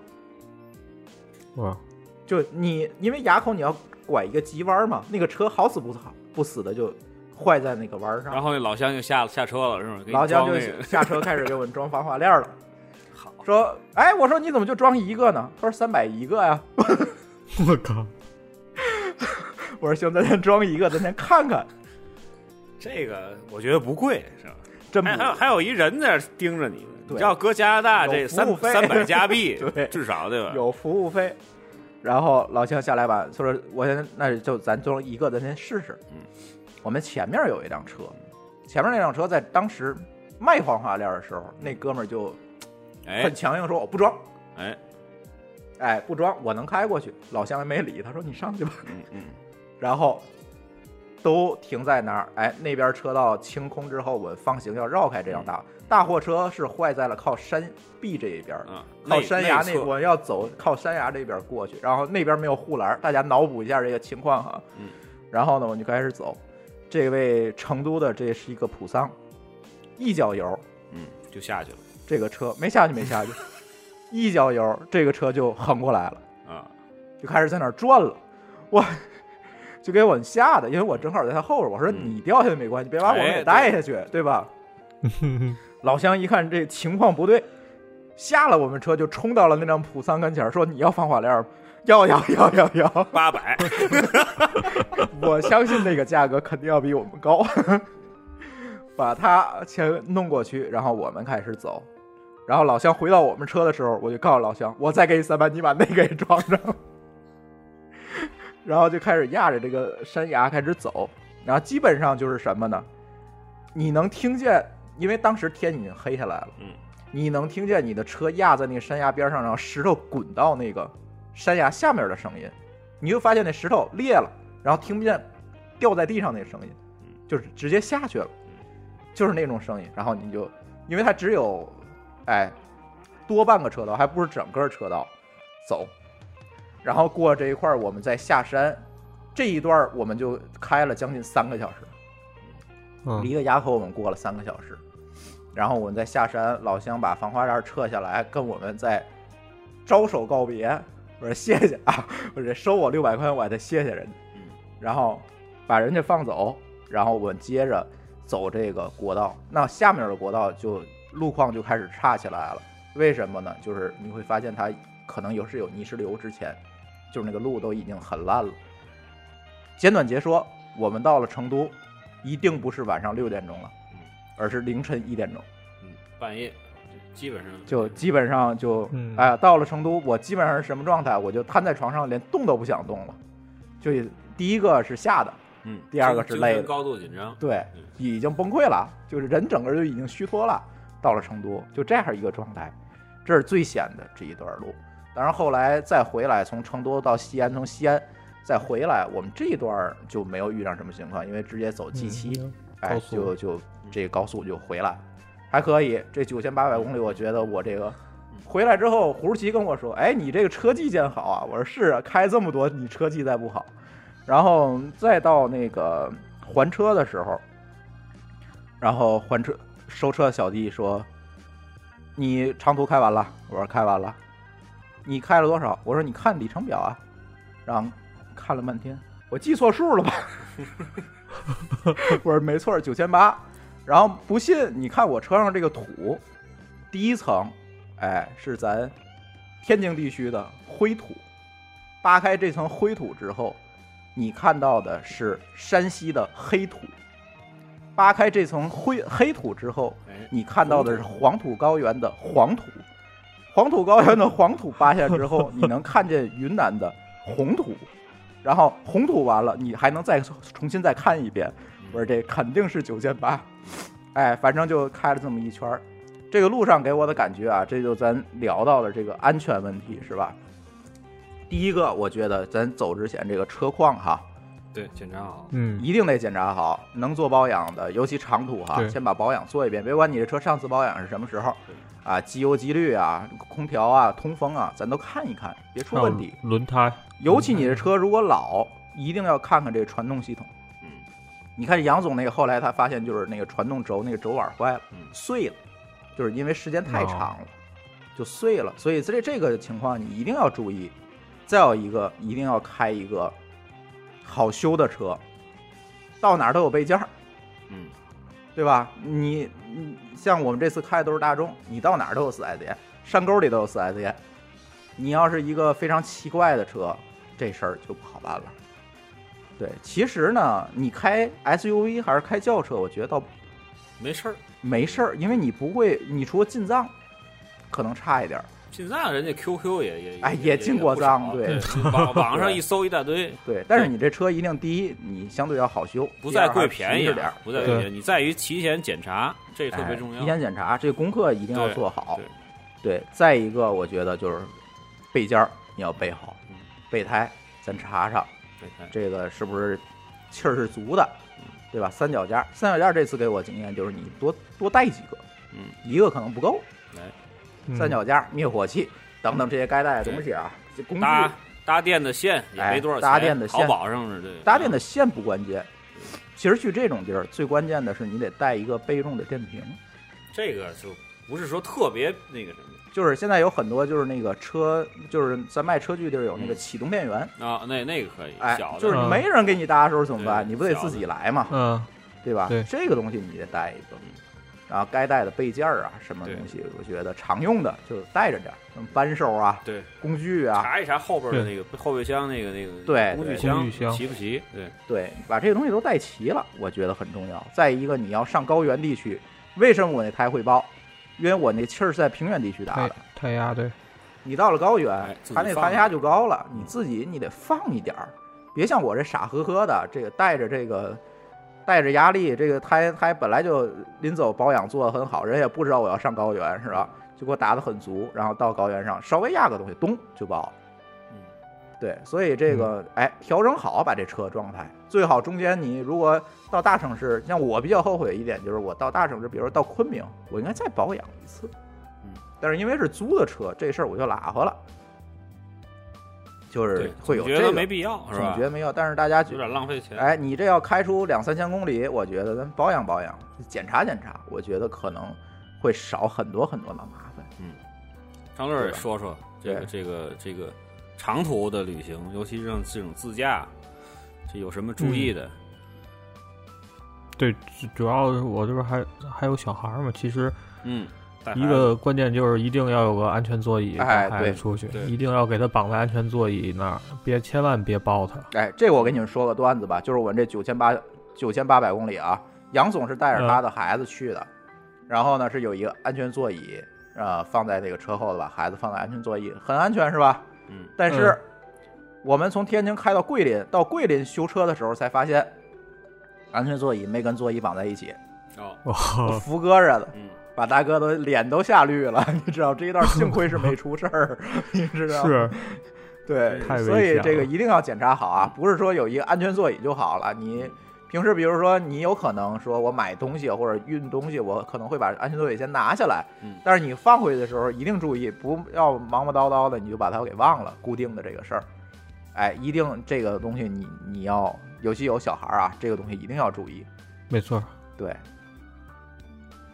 Speaker 5: 哇，
Speaker 3: 就你因为垭口你要拐一个急弯嘛，那个车好死不死不死的就坏在那个弯儿上
Speaker 4: 然，后那老乡就下下车了，是吧？给你
Speaker 3: 老姜
Speaker 4: 装
Speaker 3: 就
Speaker 4: 那个
Speaker 3: 下车开始给我们装防滑链了。
Speaker 4: 好，
Speaker 3: 说，哎，我说你怎么就装一个呢？他说三百一个呀、
Speaker 5: 我靠，
Speaker 3: 我说行，咱先装一个，咱先看看。
Speaker 4: 这个我觉得不贵，是吧？
Speaker 3: 真不
Speaker 4: 还还有还有一人在那儿盯着你，你
Speaker 3: 对
Speaker 4: 知道搁加拿大这
Speaker 3: 有服
Speaker 4: 三
Speaker 3: 务费
Speaker 4: 三百加币
Speaker 3: 对，
Speaker 4: 至少对吧？
Speaker 3: 有服务费。然后老乡下来吧，他说我先那就咱装一个，咱先试试。
Speaker 4: 嗯，
Speaker 3: 我们前面有一辆车，前面那辆车在当时卖防滑链的时候，那哥们儿就
Speaker 4: 哎
Speaker 3: 很强硬说我不装，
Speaker 4: 哎，
Speaker 3: 哎，不装，我能开过去。老乡也没理，他说你上去吧。
Speaker 4: 嗯嗯，
Speaker 3: 然后都停在那儿。哎，那边车道清空之后，我放行要绕开这辆大大货车，是坏在了靠山壁这一边儿，
Speaker 4: 嗯啊，
Speaker 3: 靠
Speaker 4: 内
Speaker 3: 山崖
Speaker 4: 内
Speaker 3: 那
Speaker 4: 侧
Speaker 3: 我要走靠山崖这边过去，然后那边没有护栏儿，大家脑补一下这个情况哈。
Speaker 4: 嗯。
Speaker 3: 然后呢，我就开始走。这位成都的，这是一个普桑，一脚油，
Speaker 4: 嗯就下去了
Speaker 3: 这个车没下去，没下 去，一脚油，这个车就横过来了。
Speaker 4: 啊，
Speaker 3: 就开始在那儿转了，我就给我吓的，因为我正好在他后边，我说
Speaker 4: 嗯
Speaker 3: 你掉下去没关系，别把我们
Speaker 4: 哎
Speaker 3: 给带下去，对吧？ 老乡一看这情况不对，下了我们车就冲到了那辆普桑跟前儿，说你要防滑链儿吗？要要要要要！
Speaker 4: 八百，
Speaker 3: 我相信那个价格肯定要比我们高。 把他先弄过去，然后我们开始走。然后老乡回到我们车的时候，我就告诉老乡，我再给你三百，你把那个也装上。 然后就开始压着这个山崖开始走，然后基本上就是什么呢？你能听见，因为当时天已经黑下来了，
Speaker 4: 嗯，
Speaker 3: 你能听见你的车压在那个山崖边上，然后石头滚到那个山崖下面的声音，你就发现那石头裂了，然后听不见掉在地上那声音，就是直接下去了，就是那种声音。然后你就，因为它只有哎多半个车道，还不是整个车道走，然后过这一块儿我们再下山，这一段儿我们就开了将近三个小时。
Speaker 5: 嗯
Speaker 3: 一个垭口我们过了三个小时，然后我们再下山，老乡把防滑帘撤下来，跟我们在招手告别。我说谢谢啊，我说收我六百块钱，我还得谢谢人家。然后把人家放走，然后我们接着走这个国道。那下面的国道就路况就开始差起来了，为什么呢？就是你会发现它可能有是有泥石流之前，就是那个路都已经很烂了。简短截说，我们到了成都，一定不是晚上六点钟了，而是凌晨一点钟，
Speaker 4: 嗯，半夜基本上
Speaker 3: 就基本上就，
Speaker 5: 嗯
Speaker 3: 哎呀，到了成都，我基本上是什么状态？我就瘫在床上，连动都不想动了。就第一个是吓的，
Speaker 4: 嗯，
Speaker 3: 第二个是
Speaker 4: 精
Speaker 3: 累
Speaker 4: 神
Speaker 3: 的
Speaker 4: 高度紧张，
Speaker 3: 对
Speaker 4: 嗯，
Speaker 3: 已经崩溃了，就是人整个就已经虚脱了。到了成都，就这样一个状态，这是最险的这一段路。当然后来再回来，从成都到西安，从西安再回来，我们这一段儿就没有遇上什么情况，因为直接走
Speaker 5: 嗯
Speaker 3: G 七、哎
Speaker 5: 高，速
Speaker 3: 就就这高速就回来，还可以。这九千八百公里，我觉得我这个回来之后，胡奇跟我说：“哎，你这个车技真好啊！”我说：“是啊，开这么多，你车技再不好。”然后再到那个还车的时候，然后还车收车的小弟说：“你长途开完了？”我说：“开完了。”你开了多少？我说：“你看里程表啊。”然后看了半天，我记错数了吧？ 我说没错，九千八。然后不信，你看我车上这个土，第一层，哎，是咱天津地区的灰土。扒开这层灰土之后，你看到的是山西的黑土。扒开这层灰黑土之后，
Speaker 4: 哎，
Speaker 3: 你看到的是黄土高原的黄土。黄土高原的黄土扒下之后，你能看见云南的红土，然后红土完了，你还能再重新再看一遍。我说这肯定是九千八，哎，反正就开了这么一圈儿。这个路上给我的感觉啊，这就咱聊到了这个安全问题，是吧？第一个，我觉得咱走之前这个车况哈，
Speaker 4: 对，检查好，
Speaker 5: 嗯，
Speaker 3: 一定得检查好，能做保养的，尤其长途哈，
Speaker 5: 对
Speaker 3: 先把保养做一遍，别管你这车上次保养是什么时候，啊，机油、机滤啊、空调啊、通风啊，咱都看一看，别出
Speaker 5: 还有
Speaker 3: 问题。
Speaker 5: 轮胎，
Speaker 3: 尤其你这车如果老，一定要看看这传动系统。
Speaker 4: 嗯，
Speaker 3: 你看杨总那个后来他发现就是那个传动轴那个轴碗坏了，
Speaker 4: 嗯哦
Speaker 3: 碎了，就是因为时间太长了，就碎了。所以这这个情况你一定要注意。再有一个，一定要开一个好修的车，到哪儿都有备件儿。
Speaker 4: 嗯，
Speaker 3: 对吧？你你像我们这次开的都是大众，你到哪儿都有四 S 店，山沟里都有四 S 店。你要是一个非常奇怪的车，这事儿就不好办了。对，其实呢，你开 SUV 还是开轿车，我觉得倒
Speaker 4: 没事儿。
Speaker 3: 没事儿，因为你不会，你除了进藏，可能差一点儿。
Speaker 4: 进藏人家 QQ 也也
Speaker 3: 哎也
Speaker 4: 也
Speaker 3: 进过藏
Speaker 4: 也
Speaker 3: 对
Speaker 4: 不少网网上一搜一大堆，
Speaker 3: 对，但是
Speaker 4: 对
Speaker 3: 你这车一定第一，你相对要好修，
Speaker 4: 不
Speaker 3: 第二
Speaker 4: 在贵
Speaker 3: 还是
Speaker 4: 便宜
Speaker 3: 皮
Speaker 4: 啊
Speaker 3: 实点儿，
Speaker 4: 不在
Speaker 5: 对
Speaker 4: 贵便宜，你在于提前检查，这特别重
Speaker 3: 哎
Speaker 4: 要。
Speaker 3: 提前检查，这功课一定要
Speaker 4: 对
Speaker 3: 做好
Speaker 4: 对。
Speaker 3: 对，再一个，我觉得就是备件儿你要备好，
Speaker 4: 嗯
Speaker 3: 备胎咱查查
Speaker 4: 对对
Speaker 3: 这个是不是气儿是足的，嗯对吧？三脚架，三脚架这次给我经验就是你多多带几个，
Speaker 4: 嗯，
Speaker 3: 一个可能不够，
Speaker 5: 嗯
Speaker 3: 三脚架、灭火器等等这些该带的东西啊，这工具
Speaker 4: 嗯搭搭电的线也没多少钱，
Speaker 3: 哎搭电的线
Speaker 4: 淘宝上是对
Speaker 3: 搭电的线不关键。其实去这种地儿，最关键的是你得带一个备用的电瓶。
Speaker 4: 啊这个就不是说特别那个什么
Speaker 3: 就是现在有很多就是那个车，就是咱卖车具地儿有那个启动电源，
Speaker 4: 啊，那那个可以，
Speaker 3: 哎
Speaker 4: 嗯小，的
Speaker 3: 就是没人给你搭的时候怎么办？
Speaker 4: 对
Speaker 3: 你不得自己来嘛，
Speaker 5: 嗯，
Speaker 3: 对吧？
Speaker 5: 对
Speaker 3: 这个东西你得带一个，嗯然后该带的备件儿啊，什么东西，我觉得常用的就带着点儿，什么扳手啊、
Speaker 4: 对，
Speaker 3: 工具啊，
Speaker 4: 查一查后边的那个后备箱那个那个
Speaker 3: 对
Speaker 4: 工
Speaker 3: 对
Speaker 4: 具
Speaker 5: 工具箱
Speaker 4: 齐不齐？对，
Speaker 3: 对，把这些东西都带齐了，我觉得很重要。再一个，你要上高原地区，为什么我那胎会爆？因为我那气儿是在平原地区打
Speaker 5: 胎
Speaker 3: 的，
Speaker 5: 胎压对，
Speaker 3: 你到了高原
Speaker 4: 哎，自己
Speaker 3: 它那
Speaker 4: 放嗯
Speaker 3: 弹压就高了，你自己你得放一点儿，别像我这傻呵呵的，这个带着这个带着压力，这个胎胎本来就临走保养做得很好，人也不知道我要上高原是吧？就给我打得很足，然后到高原上稍微压个东西，咚就爆了
Speaker 4: 嗯。
Speaker 3: 对，所以这个哎，调整好把这车状态，最好中间你如果到大城市，像我比较后悔一点就是我到大城市，比如说到昆明，我应该再保养一次。
Speaker 4: 嗯，
Speaker 3: 但是因为是租的车，这事儿我就拉回了，就是会有
Speaker 4: 你
Speaker 3: 这
Speaker 4: 觉
Speaker 3: 个
Speaker 4: 得没必
Speaker 5: 嗯
Speaker 4: 要是
Speaker 3: 总
Speaker 4: 吧
Speaker 3: 觉？得没有，但是大家觉
Speaker 4: 有点浪费钱。
Speaker 3: 哎，你这要开出两三千公里，我觉得咱保养保养，检查检查，我觉得可能会少很多很多的麻烦。
Speaker 4: 张乐
Speaker 3: 对
Speaker 4: 也
Speaker 3: 吧
Speaker 4: 说说这个
Speaker 3: 对
Speaker 4: 这个这个长途的旅行，尤其是像这种自驾，这有什么注意的？
Speaker 5: 对，主主要是我这边还还有小孩儿嘛，其实
Speaker 4: 嗯， 带
Speaker 5: 一
Speaker 4: 孩子
Speaker 5: 个关键就是一定要有个安全座椅
Speaker 3: 哎
Speaker 5: 带孩
Speaker 3: 对
Speaker 5: 子出去
Speaker 4: 对，
Speaker 5: 一定要给他绑在安全座椅那儿，别千万别抱他。
Speaker 3: 哎，这我给你们说个段子吧，就是我们这九千八九千八百公里啊，杨总是带着
Speaker 5: 嗯
Speaker 3: 他的孩子去的，然后呢是有一个安全座椅，呃，放在这个车后的吧，孩子放在安全座椅，很安全是吧？
Speaker 4: 嗯，
Speaker 3: 但是、
Speaker 5: 嗯
Speaker 3: 我们从天津开到桂林，到桂林修车的时候才发现，安全座椅没跟座椅绑在一起，
Speaker 4: 哦，
Speaker 5: 哦，
Speaker 3: 扶搁着的。
Speaker 4: 嗯，
Speaker 3: 把大哥的脸都吓绿了， 你知道这一段幸亏是没出事 儿，你知道
Speaker 5: 是，
Speaker 3: 对
Speaker 5: 太，危
Speaker 3: 所以
Speaker 5: 险
Speaker 3: 这个
Speaker 5: 了
Speaker 3: 一定要检查好啊，不是说有一个安全座椅就好了。你平时比如说你有可能说我买东西或者运东西，我可能会把安全座椅先拿下来，
Speaker 4: 嗯
Speaker 3: 但是你放回去的时候一定注意，不要忙忙叨叨的你就把它给忘了固定的这个事儿。哎，一定这个东西你你要，尤其有小孩儿啊，这个东西一定要注意。
Speaker 5: 没错。
Speaker 3: 对，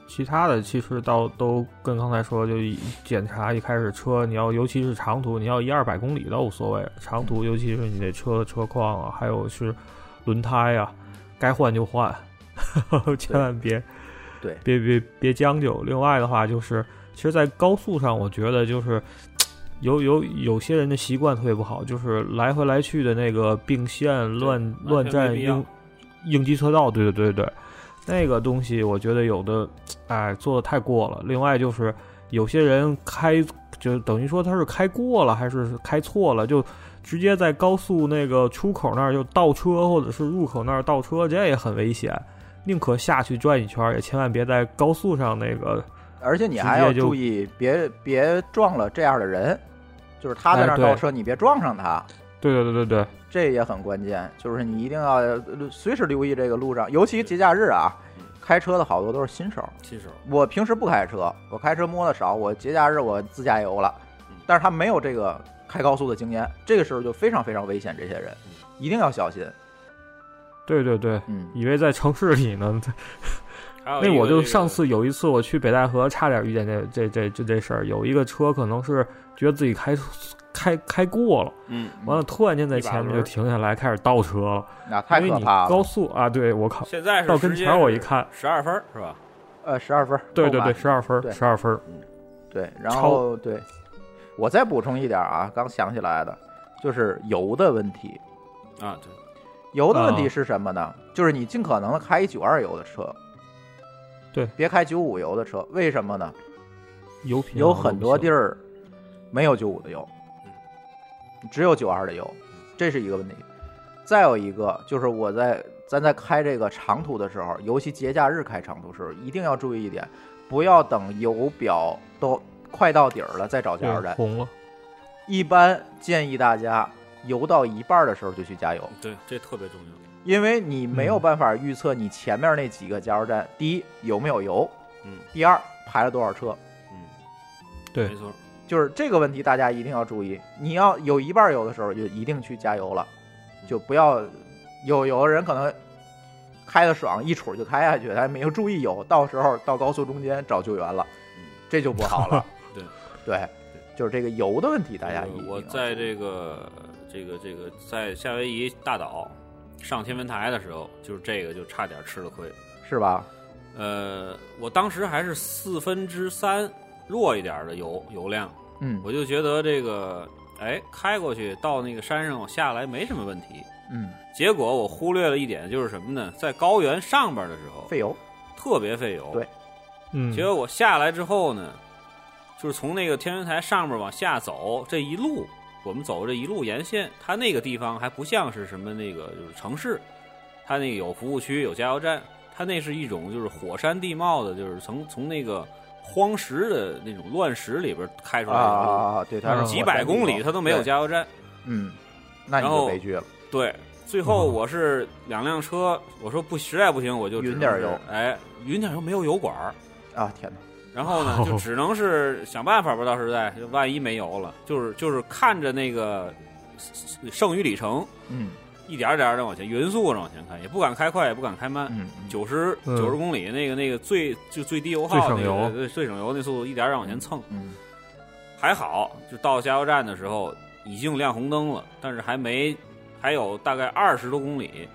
Speaker 5: 其他的其实倒都跟刚才说，就一检查一开始车，你要尤其是长途，你要一二百公里倒无所谓。长途尤其是你这车的车况啊，还有是轮胎啊，该换就换， 千万别
Speaker 3: 对
Speaker 5: 别别别将就。另外的话就是，其实，在高速上，我觉得就是有有有些人的习惯特别不好，就是来回来去的那个并线乱
Speaker 4: 完
Speaker 5: 乱
Speaker 4: 全
Speaker 5: 占
Speaker 4: 没必要
Speaker 5: 应应急车道。对对对对对，那个东西我觉得有的，哎，做的太过了。另外就是有些人开，就等于说他是开过了还是开错了，就直接在高速那个出口那儿就倒车，或者是入口那儿倒车，这也很危险。宁可下去转一圈儿，也千万别在高速上那个
Speaker 3: 而且你
Speaker 5: 直
Speaker 3: 还
Speaker 5: 接
Speaker 3: 要
Speaker 5: 就
Speaker 3: 注意，别别撞了这样的人，就是他在
Speaker 5: 哎
Speaker 3: 那儿
Speaker 5: 对
Speaker 3: 倒车，你别撞上他。
Speaker 5: 对对对对对，
Speaker 3: 这也很关键，就是你一定要呃随时留意这个路上，尤其节假日啊，
Speaker 5: 嗯
Speaker 3: 开车的好多都是新手。
Speaker 4: 新手
Speaker 3: 我平时不开车，我开车摸的少，我节假日我自驾游了，
Speaker 5: 嗯
Speaker 3: 但是他没有这个开高速的经验，这个时候就非常非常危险，这些人
Speaker 5: 嗯
Speaker 3: 一定要小心。
Speaker 5: 对对对，
Speaker 3: 嗯，
Speaker 5: 以为在城市里 呢。
Speaker 4: 还有
Speaker 5: 那
Speaker 3: 哦
Speaker 4: 一个
Speaker 5: 我
Speaker 4: 这
Speaker 5: 就
Speaker 4: 个
Speaker 5: 上次有一次我去北戴河，差点遇见这这这这这事儿。有一个车可能是觉得自己开开开过了，
Speaker 4: 嗯，
Speaker 5: 完了突然间在
Speaker 4: 一把
Speaker 5: 前面
Speaker 4: 轮
Speaker 5: 就
Speaker 4: 儿
Speaker 5: 停下来开始倒车了，
Speaker 3: 那、太
Speaker 5: 因
Speaker 3: 可
Speaker 5: 为你
Speaker 3: 怕
Speaker 5: 高
Speaker 3: 了。
Speaker 5: 速啊，对我靠，
Speaker 4: 现在是
Speaker 5: 到跟前儿我一看
Speaker 4: 十二分儿是吧？
Speaker 3: 呃，十二分，
Speaker 5: 对
Speaker 3: 够
Speaker 5: 对
Speaker 3: 吧
Speaker 5: 对，十二分
Speaker 3: 对
Speaker 5: 儿，十二分儿，
Speaker 3: 对，然后对，我再补充一点啊，刚想起来的，就是油的问题。
Speaker 4: 啊，对，
Speaker 3: 油的问题
Speaker 5: 啊
Speaker 3: 是什么呢？就是你尽可能的开一九二油的车，
Speaker 5: 对
Speaker 3: 别开九五油的车。为什么呢？
Speaker 5: 油啊品
Speaker 3: 有很多地
Speaker 5: 儿
Speaker 3: 儿没有九五的油，只有九二的油，这是一个问题。再有一个就是我在咱在开这个长途的时候，尤其节假日开长途时候，一定要注意一点，不要等油表都快到底儿了再找加油站。
Speaker 5: 红了，
Speaker 3: 一般建议大家油到一半儿的时候就去加油。
Speaker 4: 对，这特别重要。
Speaker 3: 因为你没
Speaker 4: 嗯
Speaker 3: 有办法预测你前面那几个加油站，第一有没有油，
Speaker 4: 嗯
Speaker 3: 第二排了多少车，
Speaker 4: 嗯，
Speaker 5: 对
Speaker 4: 没错，
Speaker 3: 就是这个问题大家一定要注意。你要有一半油的时候，就一定去加油了，
Speaker 4: 嗯
Speaker 3: 就不要有有的人可能开的爽，一杵就开下去，他没有注意油，到时候到高速中间找救援了，这就不好了
Speaker 4: 嗯 。对
Speaker 3: 对，就是这个油的问题，大家一
Speaker 4: 呃
Speaker 3: 定要
Speaker 4: 我
Speaker 3: 注意
Speaker 4: 在这个这个这个在夏威夷大岛上天文台的时候，就是这个就差点吃了亏。
Speaker 3: 是吧？
Speaker 4: 呃，我当时还是四分之三弱一点儿的油油量，
Speaker 3: 嗯
Speaker 4: 我就觉得这个，哎，开过去到那个山上，我下来没什么问题。
Speaker 3: 嗯，
Speaker 4: 结果我忽略了一点，就是什么呢？在高原上边的时候，
Speaker 3: 费油，
Speaker 4: 特别费油。
Speaker 3: 对
Speaker 5: 嗯，
Speaker 4: 结果我下来之后呢，就是从那个天文台上面往下走，这一路我们走这一路沿线，它那个地方还不像是什么那个就是城市，它那个有服务区有加油站，它那是一种就是火山地貌的，就是从从那个荒石的那种乱石里边开出来的路，
Speaker 3: 啊，对，它是火
Speaker 5: 嗯，
Speaker 4: 几
Speaker 3: 山
Speaker 4: 百
Speaker 3: 地
Speaker 4: 公里
Speaker 3: 貌
Speaker 4: 它都没有
Speaker 3: 对
Speaker 4: 加油站。
Speaker 3: 嗯，那你
Speaker 4: 然
Speaker 3: 就
Speaker 4: 后
Speaker 3: 悲剧了。
Speaker 4: 对，最后我是两辆车，我说不，实在不行我就只
Speaker 3: 匀点儿
Speaker 4: 能是
Speaker 3: 油
Speaker 4: 哎，匀点儿油没有油管儿，
Speaker 3: 啊，天哪！
Speaker 4: 然后呢就只能是想办法吧。到时代，就万一没油了，就是就是看着那个剩余里程，
Speaker 3: 嗯
Speaker 4: 一点儿一点的往前，匀速着往前开，也不敢开快，也不敢开慢。
Speaker 3: 嗯，嗯
Speaker 4: 九十
Speaker 5: 嗯
Speaker 4: 九十公里，那个那个最就最低油耗，
Speaker 5: 最省油
Speaker 4: 那个对最省油那速度，一点儿点儿往前蹭。
Speaker 3: 嗯
Speaker 4: 还好，就到加油站的时候已经亮红灯了，但是还没，还有大概二十多公里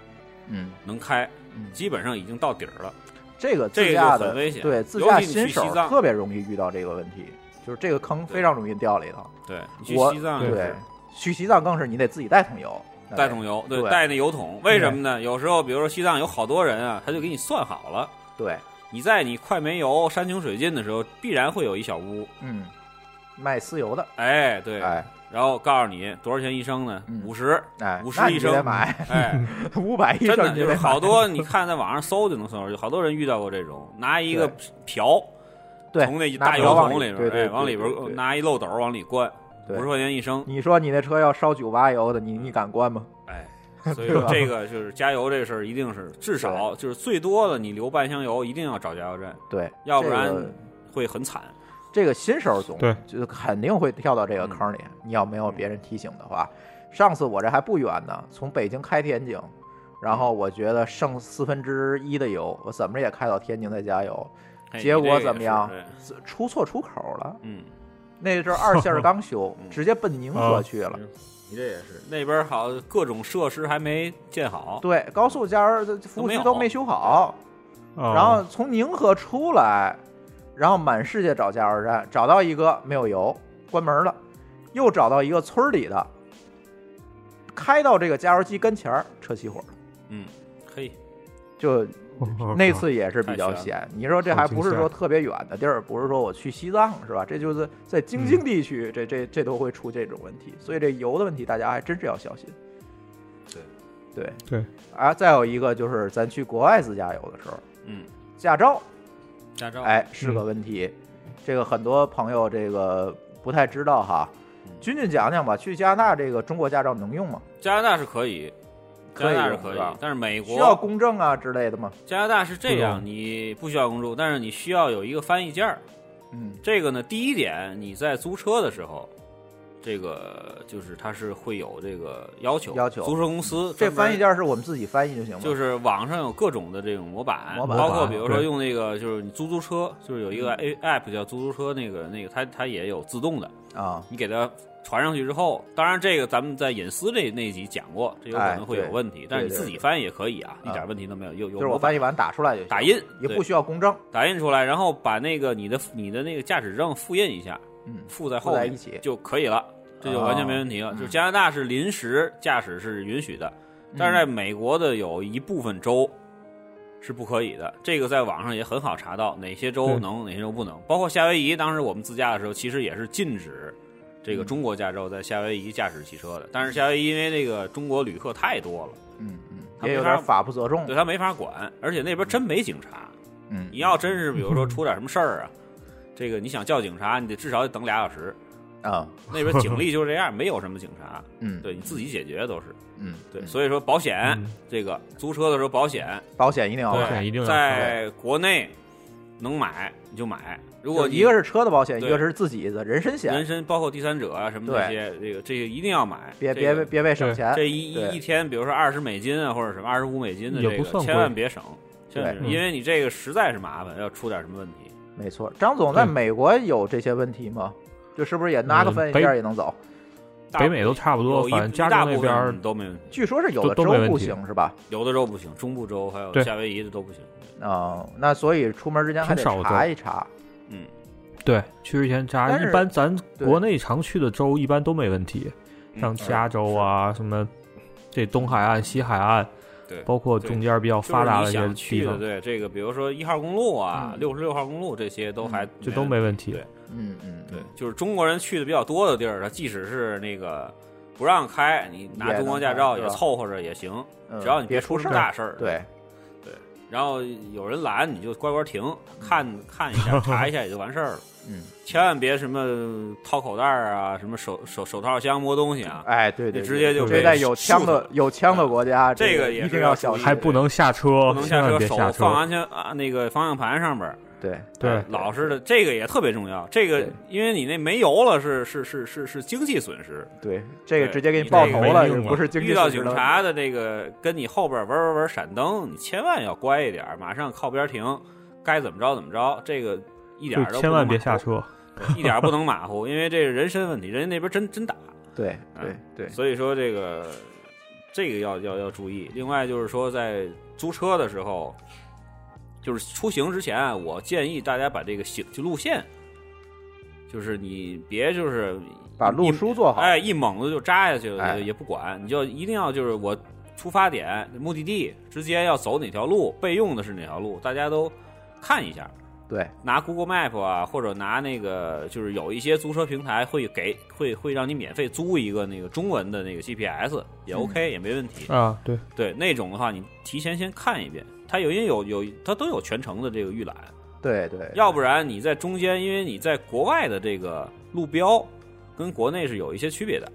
Speaker 3: 嗯
Speaker 4: 能开，
Speaker 3: 嗯，
Speaker 4: 基本上已经到底儿了。
Speaker 3: 这个
Speaker 4: 这
Speaker 3: 自
Speaker 4: 个
Speaker 3: 驾
Speaker 4: 就
Speaker 3: 的
Speaker 4: 很危险
Speaker 3: 对自
Speaker 4: 尤
Speaker 3: 驾
Speaker 4: 其你
Speaker 3: 新
Speaker 4: 去
Speaker 3: 手
Speaker 4: 西藏
Speaker 3: 特别容易遇到这个问题，就是这个坑非常容易掉里头。
Speaker 4: 对，你去
Speaker 3: 我
Speaker 4: 西藏也
Speaker 3: 对
Speaker 4: 是，
Speaker 3: 去西藏更是你得自己带桶油，那
Speaker 4: 带
Speaker 3: 得
Speaker 4: 桶油，
Speaker 3: 哎对嗯
Speaker 4: 带那油桶。为什么呢？有时候，比如说西藏有好多人啊，他就给你算好了，
Speaker 3: 对，
Speaker 4: 你在你快没油、山穷水尽的时候，必然会有一小屋，
Speaker 3: 嗯，卖私油的，
Speaker 4: 哎，对，
Speaker 3: 哎
Speaker 4: 然后告诉你多少钱一升呢
Speaker 3: 嗯？
Speaker 4: 五十，
Speaker 3: 哎，
Speaker 4: 50
Speaker 3: 那你
Speaker 4: 一
Speaker 3: 就
Speaker 4: 升
Speaker 3: 得买
Speaker 4: 哎，
Speaker 3: 五百 一
Speaker 4: 真的
Speaker 3: 升，
Speaker 4: 就是好多，你看在网上搜就能搜着，有好多人遇到过这种，拿一个瓢
Speaker 3: 对，
Speaker 4: 从那
Speaker 3: 拿
Speaker 4: 大油
Speaker 3: 瓢往
Speaker 4: 桶里
Speaker 3: 对
Speaker 4: 边，
Speaker 3: 对，
Speaker 4: 哎，往里
Speaker 3: 对
Speaker 4: 边。
Speaker 3: 对
Speaker 4: 拿一漏斗往里灌，
Speaker 3: 对
Speaker 4: 五十块钱一升，
Speaker 3: 你说你那车要烧九八油的，你你敢关吗？
Speaker 4: 哎。所 以说这个就是加油这事儿，一定是至少就是最多的，你留半箱油一定要找加油站，
Speaker 3: 对，
Speaker 4: 要不然
Speaker 3: 这个
Speaker 4: 会很惨。
Speaker 3: 这个新手总
Speaker 5: 对
Speaker 3: 就肯定会跳到这个
Speaker 4: 嗯
Speaker 3: 坑里。你要没有别人提醒的话，上次我这还不远呢，从北京开天津，然后我觉得剩四分之一的油，我怎么也开到天津再加油，
Speaker 4: 哎
Speaker 3: 结果
Speaker 4: 你这个也是哎
Speaker 3: 怎么样
Speaker 4: 对？
Speaker 3: 出错出口了。
Speaker 4: 嗯，
Speaker 3: 那阵儿二
Speaker 4: ，
Speaker 3: 线儿刚修
Speaker 4: 嗯
Speaker 3: 直接奔宁河去了。
Speaker 4: 你这也是那边好各种设施还没建好，
Speaker 3: 对，高速加油这服务
Speaker 4: 没
Speaker 3: 区
Speaker 4: 有
Speaker 3: 都没修好，
Speaker 5: 啊
Speaker 3: 然后从宁河出来，然后满世界找加油站，找到一个没有油，关门了，又找到一个村儿里的，开到这个加油机跟前儿，车熄火了。
Speaker 4: 嗯，可以，
Speaker 3: 就
Speaker 5: 哦
Speaker 3: 那次也是比较
Speaker 4: 太悬
Speaker 3: 险，你说这还不是说特别远的地儿，不是说我去西藏是吧？这就是在京津地区，这这这都会出这种问题，所以这油的问题大家还真是要小心。对对
Speaker 5: 对
Speaker 3: 啊，再有一个就是咱去国外自驾游的时候，
Speaker 4: 嗯，
Speaker 3: 驾照
Speaker 4: 驾照，
Speaker 3: 哎是个问题，这个很多朋友这个不太知道哈。
Speaker 4: 嗯
Speaker 3: 君君讲讲吧，去加拿大这个中国驾照能用吗？
Speaker 4: 加拿大是可以，加
Speaker 3: 可以
Speaker 4: 拿大是
Speaker 3: 用
Speaker 4: 可
Speaker 3: 是
Speaker 4: 以
Speaker 3: 吧，
Speaker 4: 但是美
Speaker 3: 需要
Speaker 4: 国
Speaker 3: 公证啊之类的吗？
Speaker 4: 加拿大是这
Speaker 5: 不
Speaker 4: 样，你不需要公证，但是你需要有一个翻译件儿。
Speaker 3: 嗯
Speaker 4: 这个呢，第一点，你在租车的时候。这个就是它是会有这个要求，
Speaker 3: 要求嗯
Speaker 4: 租车公司
Speaker 3: 这
Speaker 4: 专门
Speaker 3: 翻译件是我们自己翻译就行吗？
Speaker 4: 就是网上有各种的这种模板，
Speaker 3: 模板嗯
Speaker 4: 包括比如说
Speaker 5: 对
Speaker 4: 用那个就是你租租车，就是有一个 A app 叫租租车，那个那个它它也有自动的，
Speaker 3: 啊，
Speaker 4: 你给它传上去之后，当然这个咱们在隐私这那一集讲过，这有
Speaker 3: 哎
Speaker 4: 可能会有问题，但是你自己翻译也可以啊，
Speaker 3: 对
Speaker 4: 一点问题都没有，有有
Speaker 3: 就是我
Speaker 4: 模板
Speaker 3: 翻译完打出来就行
Speaker 4: 打印
Speaker 3: 也
Speaker 4: 对
Speaker 3: 不需要公证。
Speaker 4: 打印出来，然后把那个你的你的那个驾驶证复印一下，
Speaker 3: 嗯，
Speaker 4: 附在
Speaker 3: 附
Speaker 4: 后
Speaker 3: 在
Speaker 4: 面
Speaker 3: 一起
Speaker 4: 就可以了，这就完全没问题了。
Speaker 3: 哦嗯
Speaker 4: 就加拿大是临时驾驶是允许的，但是在美国的有一部分州是不可以的。这个在网上也很好查到哪些州
Speaker 5: 对
Speaker 4: 能，哪些州不能。包括夏威夷，当时我们自驾的时候，其实也是禁止这
Speaker 3: 嗯
Speaker 4: 个中国驾照在夏威夷驾驶汽车的。但是夏威夷因为那个中国旅客太多了，
Speaker 3: 嗯嗯，
Speaker 4: 他
Speaker 3: 也有
Speaker 4: 没法
Speaker 3: 点法不责众
Speaker 4: 对。他没法管，而且那边真没警察。
Speaker 3: 嗯
Speaker 4: 你，要真是比如说出点什么事儿啊，这个你想叫警察，你得至少得等俩小时。
Speaker 3: 啊，
Speaker 4: 那边警 力就是这样，没有什么警察，
Speaker 3: 嗯，
Speaker 4: 对你自己解决都是。
Speaker 3: 嗯，
Speaker 4: 对，
Speaker 3: 嗯
Speaker 4: 所以说保险、
Speaker 5: 嗯
Speaker 4: 这个租车的时候保险，
Speaker 3: 保险一定要
Speaker 4: 哎对，
Speaker 5: 保
Speaker 3: 买。
Speaker 5: 险一定要
Speaker 4: 在国内能买你就买，如果
Speaker 3: 就
Speaker 4: 你
Speaker 3: 一个是车的保险，一
Speaker 4: 对
Speaker 3: 个是自己的人身
Speaker 4: 人
Speaker 3: 险，
Speaker 4: 身，包括第三者啊什么这
Speaker 3: 对
Speaker 4: 些，这个这个一定要买，
Speaker 3: 别
Speaker 4: 这个
Speaker 3: 别别别为省
Speaker 5: 对
Speaker 3: 钱。
Speaker 4: 这一
Speaker 3: 对
Speaker 4: 一一天，比如说二十美金啊，或者什么二十五美金的
Speaker 5: 也
Speaker 4: 这
Speaker 5: 不
Speaker 4: 个，
Speaker 5: 算贵嗯
Speaker 4: 千万别省，千万
Speaker 3: 对
Speaker 4: 别省因为你这个实在是麻烦，要出点什么问题。
Speaker 3: 没错，张总在
Speaker 5: 对
Speaker 3: 美国有这些问题吗？就是不是也拿个
Speaker 5: 嗯
Speaker 3: 翻译
Speaker 5: 北
Speaker 3: 件也能走？
Speaker 4: 大
Speaker 5: 北美都差不多，
Speaker 4: 有一
Speaker 5: 反正
Speaker 4: 一
Speaker 5: 加
Speaker 4: 大
Speaker 5: 州那
Speaker 4: 部
Speaker 5: 边儿
Speaker 4: 分都没问题，
Speaker 3: 据说是有
Speaker 5: 都
Speaker 3: 的
Speaker 5: 都
Speaker 3: 州
Speaker 5: 没问
Speaker 3: 不
Speaker 5: 题
Speaker 3: 行是吧？
Speaker 4: 有的州不行，中部州还有
Speaker 5: 对
Speaker 4: 夏威夷的都不行。
Speaker 3: 啊，那所以出门之前还
Speaker 5: 很
Speaker 3: 得
Speaker 5: 少有
Speaker 3: 查
Speaker 5: 州
Speaker 3: 一查。
Speaker 4: 嗯，
Speaker 5: 对去之前扎，
Speaker 3: 但是
Speaker 5: 一般咱
Speaker 3: 对
Speaker 5: 国内常去的州一般都没问题，
Speaker 4: 嗯
Speaker 5: 像加州啊什么，这东海岸、西海岸，
Speaker 4: 对
Speaker 5: 包括中间比较
Speaker 4: 就是
Speaker 5: 发达
Speaker 4: 你
Speaker 5: 的一些
Speaker 4: 想去
Speaker 5: 地
Speaker 4: 的，
Speaker 5: 方，
Speaker 4: 对这个，比如说一号公路啊，
Speaker 3: 嗯
Speaker 4: 六十六号公路这些都还
Speaker 5: 嗯这都没
Speaker 4: 问
Speaker 5: 问题
Speaker 4: 对。
Speaker 3: 嗯嗯，
Speaker 4: 题。对，就是中国人去的比较多的地儿，它即使是那个不让开，你拿
Speaker 3: 也
Speaker 4: 中国
Speaker 3: 能
Speaker 4: 驾
Speaker 3: 开
Speaker 4: 照
Speaker 3: 是
Speaker 4: 也
Speaker 3: 吧
Speaker 4: 凑合着也行，
Speaker 3: 嗯
Speaker 4: 只要你
Speaker 3: 别
Speaker 4: 出
Speaker 3: 出
Speaker 4: 什
Speaker 3: 事儿
Speaker 4: 么大事儿。
Speaker 3: 对
Speaker 4: 对，然后有人拦你就乖乖停，看看一 下查一下也就完事儿了。
Speaker 3: 嗯，
Speaker 4: 千万别什么掏口袋儿啊，什么手手手套箱摸东西啊。
Speaker 3: 哎，对对，对
Speaker 4: 直接就
Speaker 3: 这
Speaker 4: 被
Speaker 3: 在有枪
Speaker 4: 竖
Speaker 3: 的
Speaker 4: 着
Speaker 3: 有枪的国家，
Speaker 4: 这个
Speaker 3: 个
Speaker 4: 也
Speaker 3: 一定
Speaker 4: 是
Speaker 3: 要
Speaker 4: 要
Speaker 3: 小
Speaker 4: 注意
Speaker 3: 心，
Speaker 5: 还不能下车
Speaker 4: 不，能
Speaker 5: 哦千
Speaker 4: 下
Speaker 5: 万
Speaker 4: 车，
Speaker 5: 别
Speaker 4: 手
Speaker 5: 下
Speaker 4: 放
Speaker 5: 车。
Speaker 4: 安全啊那个方向盘上边儿，
Speaker 3: 对
Speaker 5: 对，
Speaker 4: 哎老实的，这个也特别重要。这个
Speaker 3: 对
Speaker 4: 因为你那没油了是，是是是是经济损失。
Speaker 3: 对，这个
Speaker 4: 对
Speaker 3: 直接给
Speaker 4: 你
Speaker 3: 你爆
Speaker 4: 这
Speaker 3: 头
Speaker 5: 个
Speaker 3: 了，
Speaker 5: 没用
Speaker 3: 这
Speaker 5: 啊
Speaker 3: 不是经济
Speaker 4: 遇到
Speaker 3: 损失
Speaker 4: 警
Speaker 3: 了
Speaker 4: 察的这个跟你后边儿玩玩玩闪灯，你千万要乖一点儿，马上靠边停，该怎么着怎么着，这个一点儿
Speaker 5: 就
Speaker 4: 都
Speaker 5: 千万
Speaker 4: 不能
Speaker 5: 别下车。
Speaker 4: 马虎，一点儿不能马虎，因为这是人身问题，人家那边真真打，
Speaker 3: 对
Speaker 4: 啊
Speaker 3: 对对，
Speaker 4: 所以说这个这个要要要注意。另外就是说，在租车的时候，就是出行之前啊，我建议大家把这个行就路线，就是你别就是
Speaker 3: 把路
Speaker 4: 一
Speaker 3: 书做好，
Speaker 4: 哎，一猛子就扎下去了，
Speaker 3: 哎
Speaker 4: 也不管，你就一定要就是我出发点、目的地之间要走哪条路，备用的是哪条路，大家都看一下，
Speaker 3: 对
Speaker 4: 拿 Google Map 啊，或者拿那个就是有一些租车平台会给会会让你免费租一个那个中文的那个 GPS 也 OK、也没问题。
Speaker 5: 啊，对，
Speaker 4: 对那种的话，你提前先看一遍，它有因为有有它都有全程的这个预览，
Speaker 3: 对对，
Speaker 4: 要不然你在中间，因为你在国外的这个路标跟国内是有一些区别的。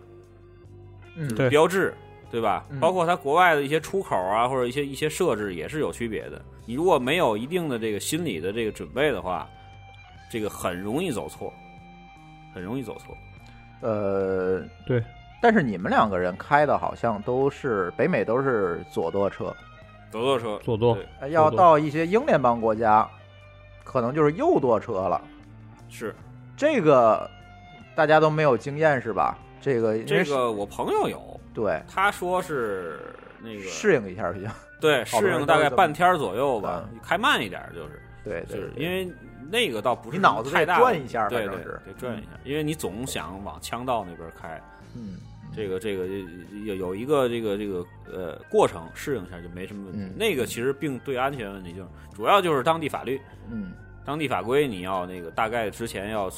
Speaker 3: 嗯
Speaker 5: 对
Speaker 4: 标志，对吧？
Speaker 3: 嗯
Speaker 4: 包括它国外的一些出口啊，或者一些一些设置也是有区别的。你如果没有一定的这个心理的这个准备的话，这个很容易走错，很容易走错。
Speaker 3: 呃
Speaker 5: 对。
Speaker 3: 但是你们两个人开的好像都是北美都是左舵车，
Speaker 4: 走错车，
Speaker 5: 左舵
Speaker 4: 对
Speaker 3: 呃要
Speaker 5: 舵
Speaker 3: 到一些英联邦国家，可能就是右舵车了。
Speaker 4: 是
Speaker 3: 这个大家都没有经验是吧？这个因为
Speaker 4: 这
Speaker 3: 是
Speaker 4: 个我朋友有，
Speaker 3: 对
Speaker 4: 他说是那个
Speaker 3: 适应一下就 行。
Speaker 4: 对
Speaker 3: 好多
Speaker 4: 适
Speaker 3: 人
Speaker 4: 应
Speaker 3: 都
Speaker 4: 大
Speaker 3: 是
Speaker 4: 概
Speaker 3: 这么
Speaker 4: 半天儿左右吧
Speaker 3: 啊，
Speaker 4: 开慢一点儿就是。
Speaker 3: 对
Speaker 4: 就
Speaker 3: 对，
Speaker 4: 是
Speaker 3: 对
Speaker 4: 因为那个倒不是
Speaker 3: 你脑子
Speaker 4: 太
Speaker 3: 得
Speaker 4: 大的，
Speaker 3: 转一下
Speaker 4: 对
Speaker 3: 反正
Speaker 4: 对，
Speaker 3: 是
Speaker 4: 得转一下，因为你总想往枪道那边开，
Speaker 3: 嗯
Speaker 4: 这个这个有有一个这个这个呃过程适应一下就没什么问题。
Speaker 3: 嗯
Speaker 4: 那个其实并对安全问题就是主要就是当地法律、
Speaker 3: 嗯
Speaker 4: 当地法规，你要那个大概之前要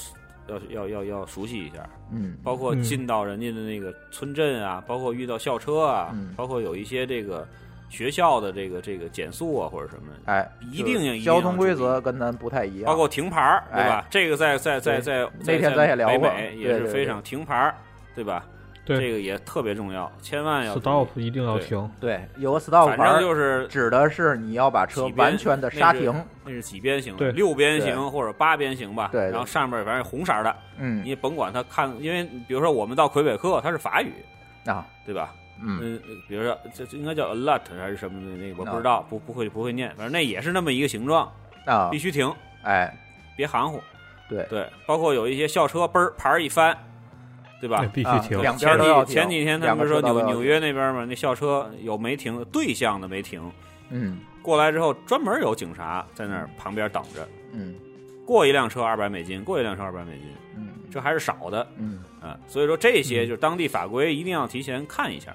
Speaker 4: 要要要要熟悉一下，
Speaker 3: 嗯，
Speaker 4: 包括
Speaker 5: 嗯
Speaker 4: 进到人家的那个村镇啊，包括遇到校车啊，
Speaker 3: 嗯
Speaker 4: 包括有一些这个学校的这个这个减速啊或者什么的，
Speaker 3: 哎，
Speaker 4: 一
Speaker 3: 就是
Speaker 4: 定要一定
Speaker 3: 交
Speaker 4: 要
Speaker 3: 通
Speaker 4: 注
Speaker 3: 规
Speaker 4: 意
Speaker 3: 则跟咱不太一样，
Speaker 4: 包括停牌儿，对吧？这个在在在
Speaker 3: 哎对
Speaker 4: 在
Speaker 3: 那
Speaker 4: 在
Speaker 3: 天
Speaker 4: 在
Speaker 3: 咱也聊
Speaker 4: 北
Speaker 3: 过
Speaker 4: 美也
Speaker 3: 对
Speaker 4: 是
Speaker 3: 对
Speaker 4: 非
Speaker 3: 对
Speaker 4: 常停牌儿，对吧？
Speaker 5: 对
Speaker 4: 这个也特别重要，千万要注意
Speaker 5: stop 一定要
Speaker 4: 对
Speaker 5: 停。
Speaker 3: 对有个 stop
Speaker 4: 反
Speaker 3: 牌儿
Speaker 4: 正就是
Speaker 3: 指的是你要把车
Speaker 4: 几边
Speaker 3: 完全的刹停，
Speaker 4: 那是几边形的，
Speaker 5: 对
Speaker 4: 六
Speaker 3: 对
Speaker 4: 边形或者八边形吧。
Speaker 3: 对对
Speaker 4: 然后上面反正红色儿的，你
Speaker 3: 嗯
Speaker 4: 也甭管它看，因为比如说我们到魁北克，它是法语，
Speaker 3: 啊
Speaker 4: 对吧？
Speaker 3: 嗯
Speaker 4: 嗯，比如说这这应该叫 alert 还是什么的那个，我
Speaker 3: 啊
Speaker 4: 不知道，不不会不会念，反正那也是那么一个形状，
Speaker 3: 啊
Speaker 4: 必须停，
Speaker 3: 哎
Speaker 4: 别含糊。
Speaker 3: 对
Speaker 4: 对，包括有一些校车嘣儿牌儿一翻，对吧
Speaker 5: 那？哎必须
Speaker 3: 啊
Speaker 5: 停。
Speaker 3: 两边
Speaker 4: 前
Speaker 3: 儿都要
Speaker 4: 几
Speaker 3: 停
Speaker 4: 前几天他
Speaker 3: 两
Speaker 4: 们
Speaker 3: 个
Speaker 4: 说
Speaker 3: 车道都
Speaker 4: 纽
Speaker 3: 要
Speaker 4: 纽
Speaker 3: 停
Speaker 4: 约那边嘛，那校车有没停的，对向的没停，
Speaker 3: 嗯
Speaker 4: 过来之后专门有警察在那儿旁边等着，
Speaker 3: 嗯
Speaker 4: 过一辆车二百美金，过一辆车二百美金，
Speaker 3: 嗯
Speaker 4: 这还是少的
Speaker 3: 嗯，
Speaker 4: 啊。所以说这些就是当地法规一定要提前看一下。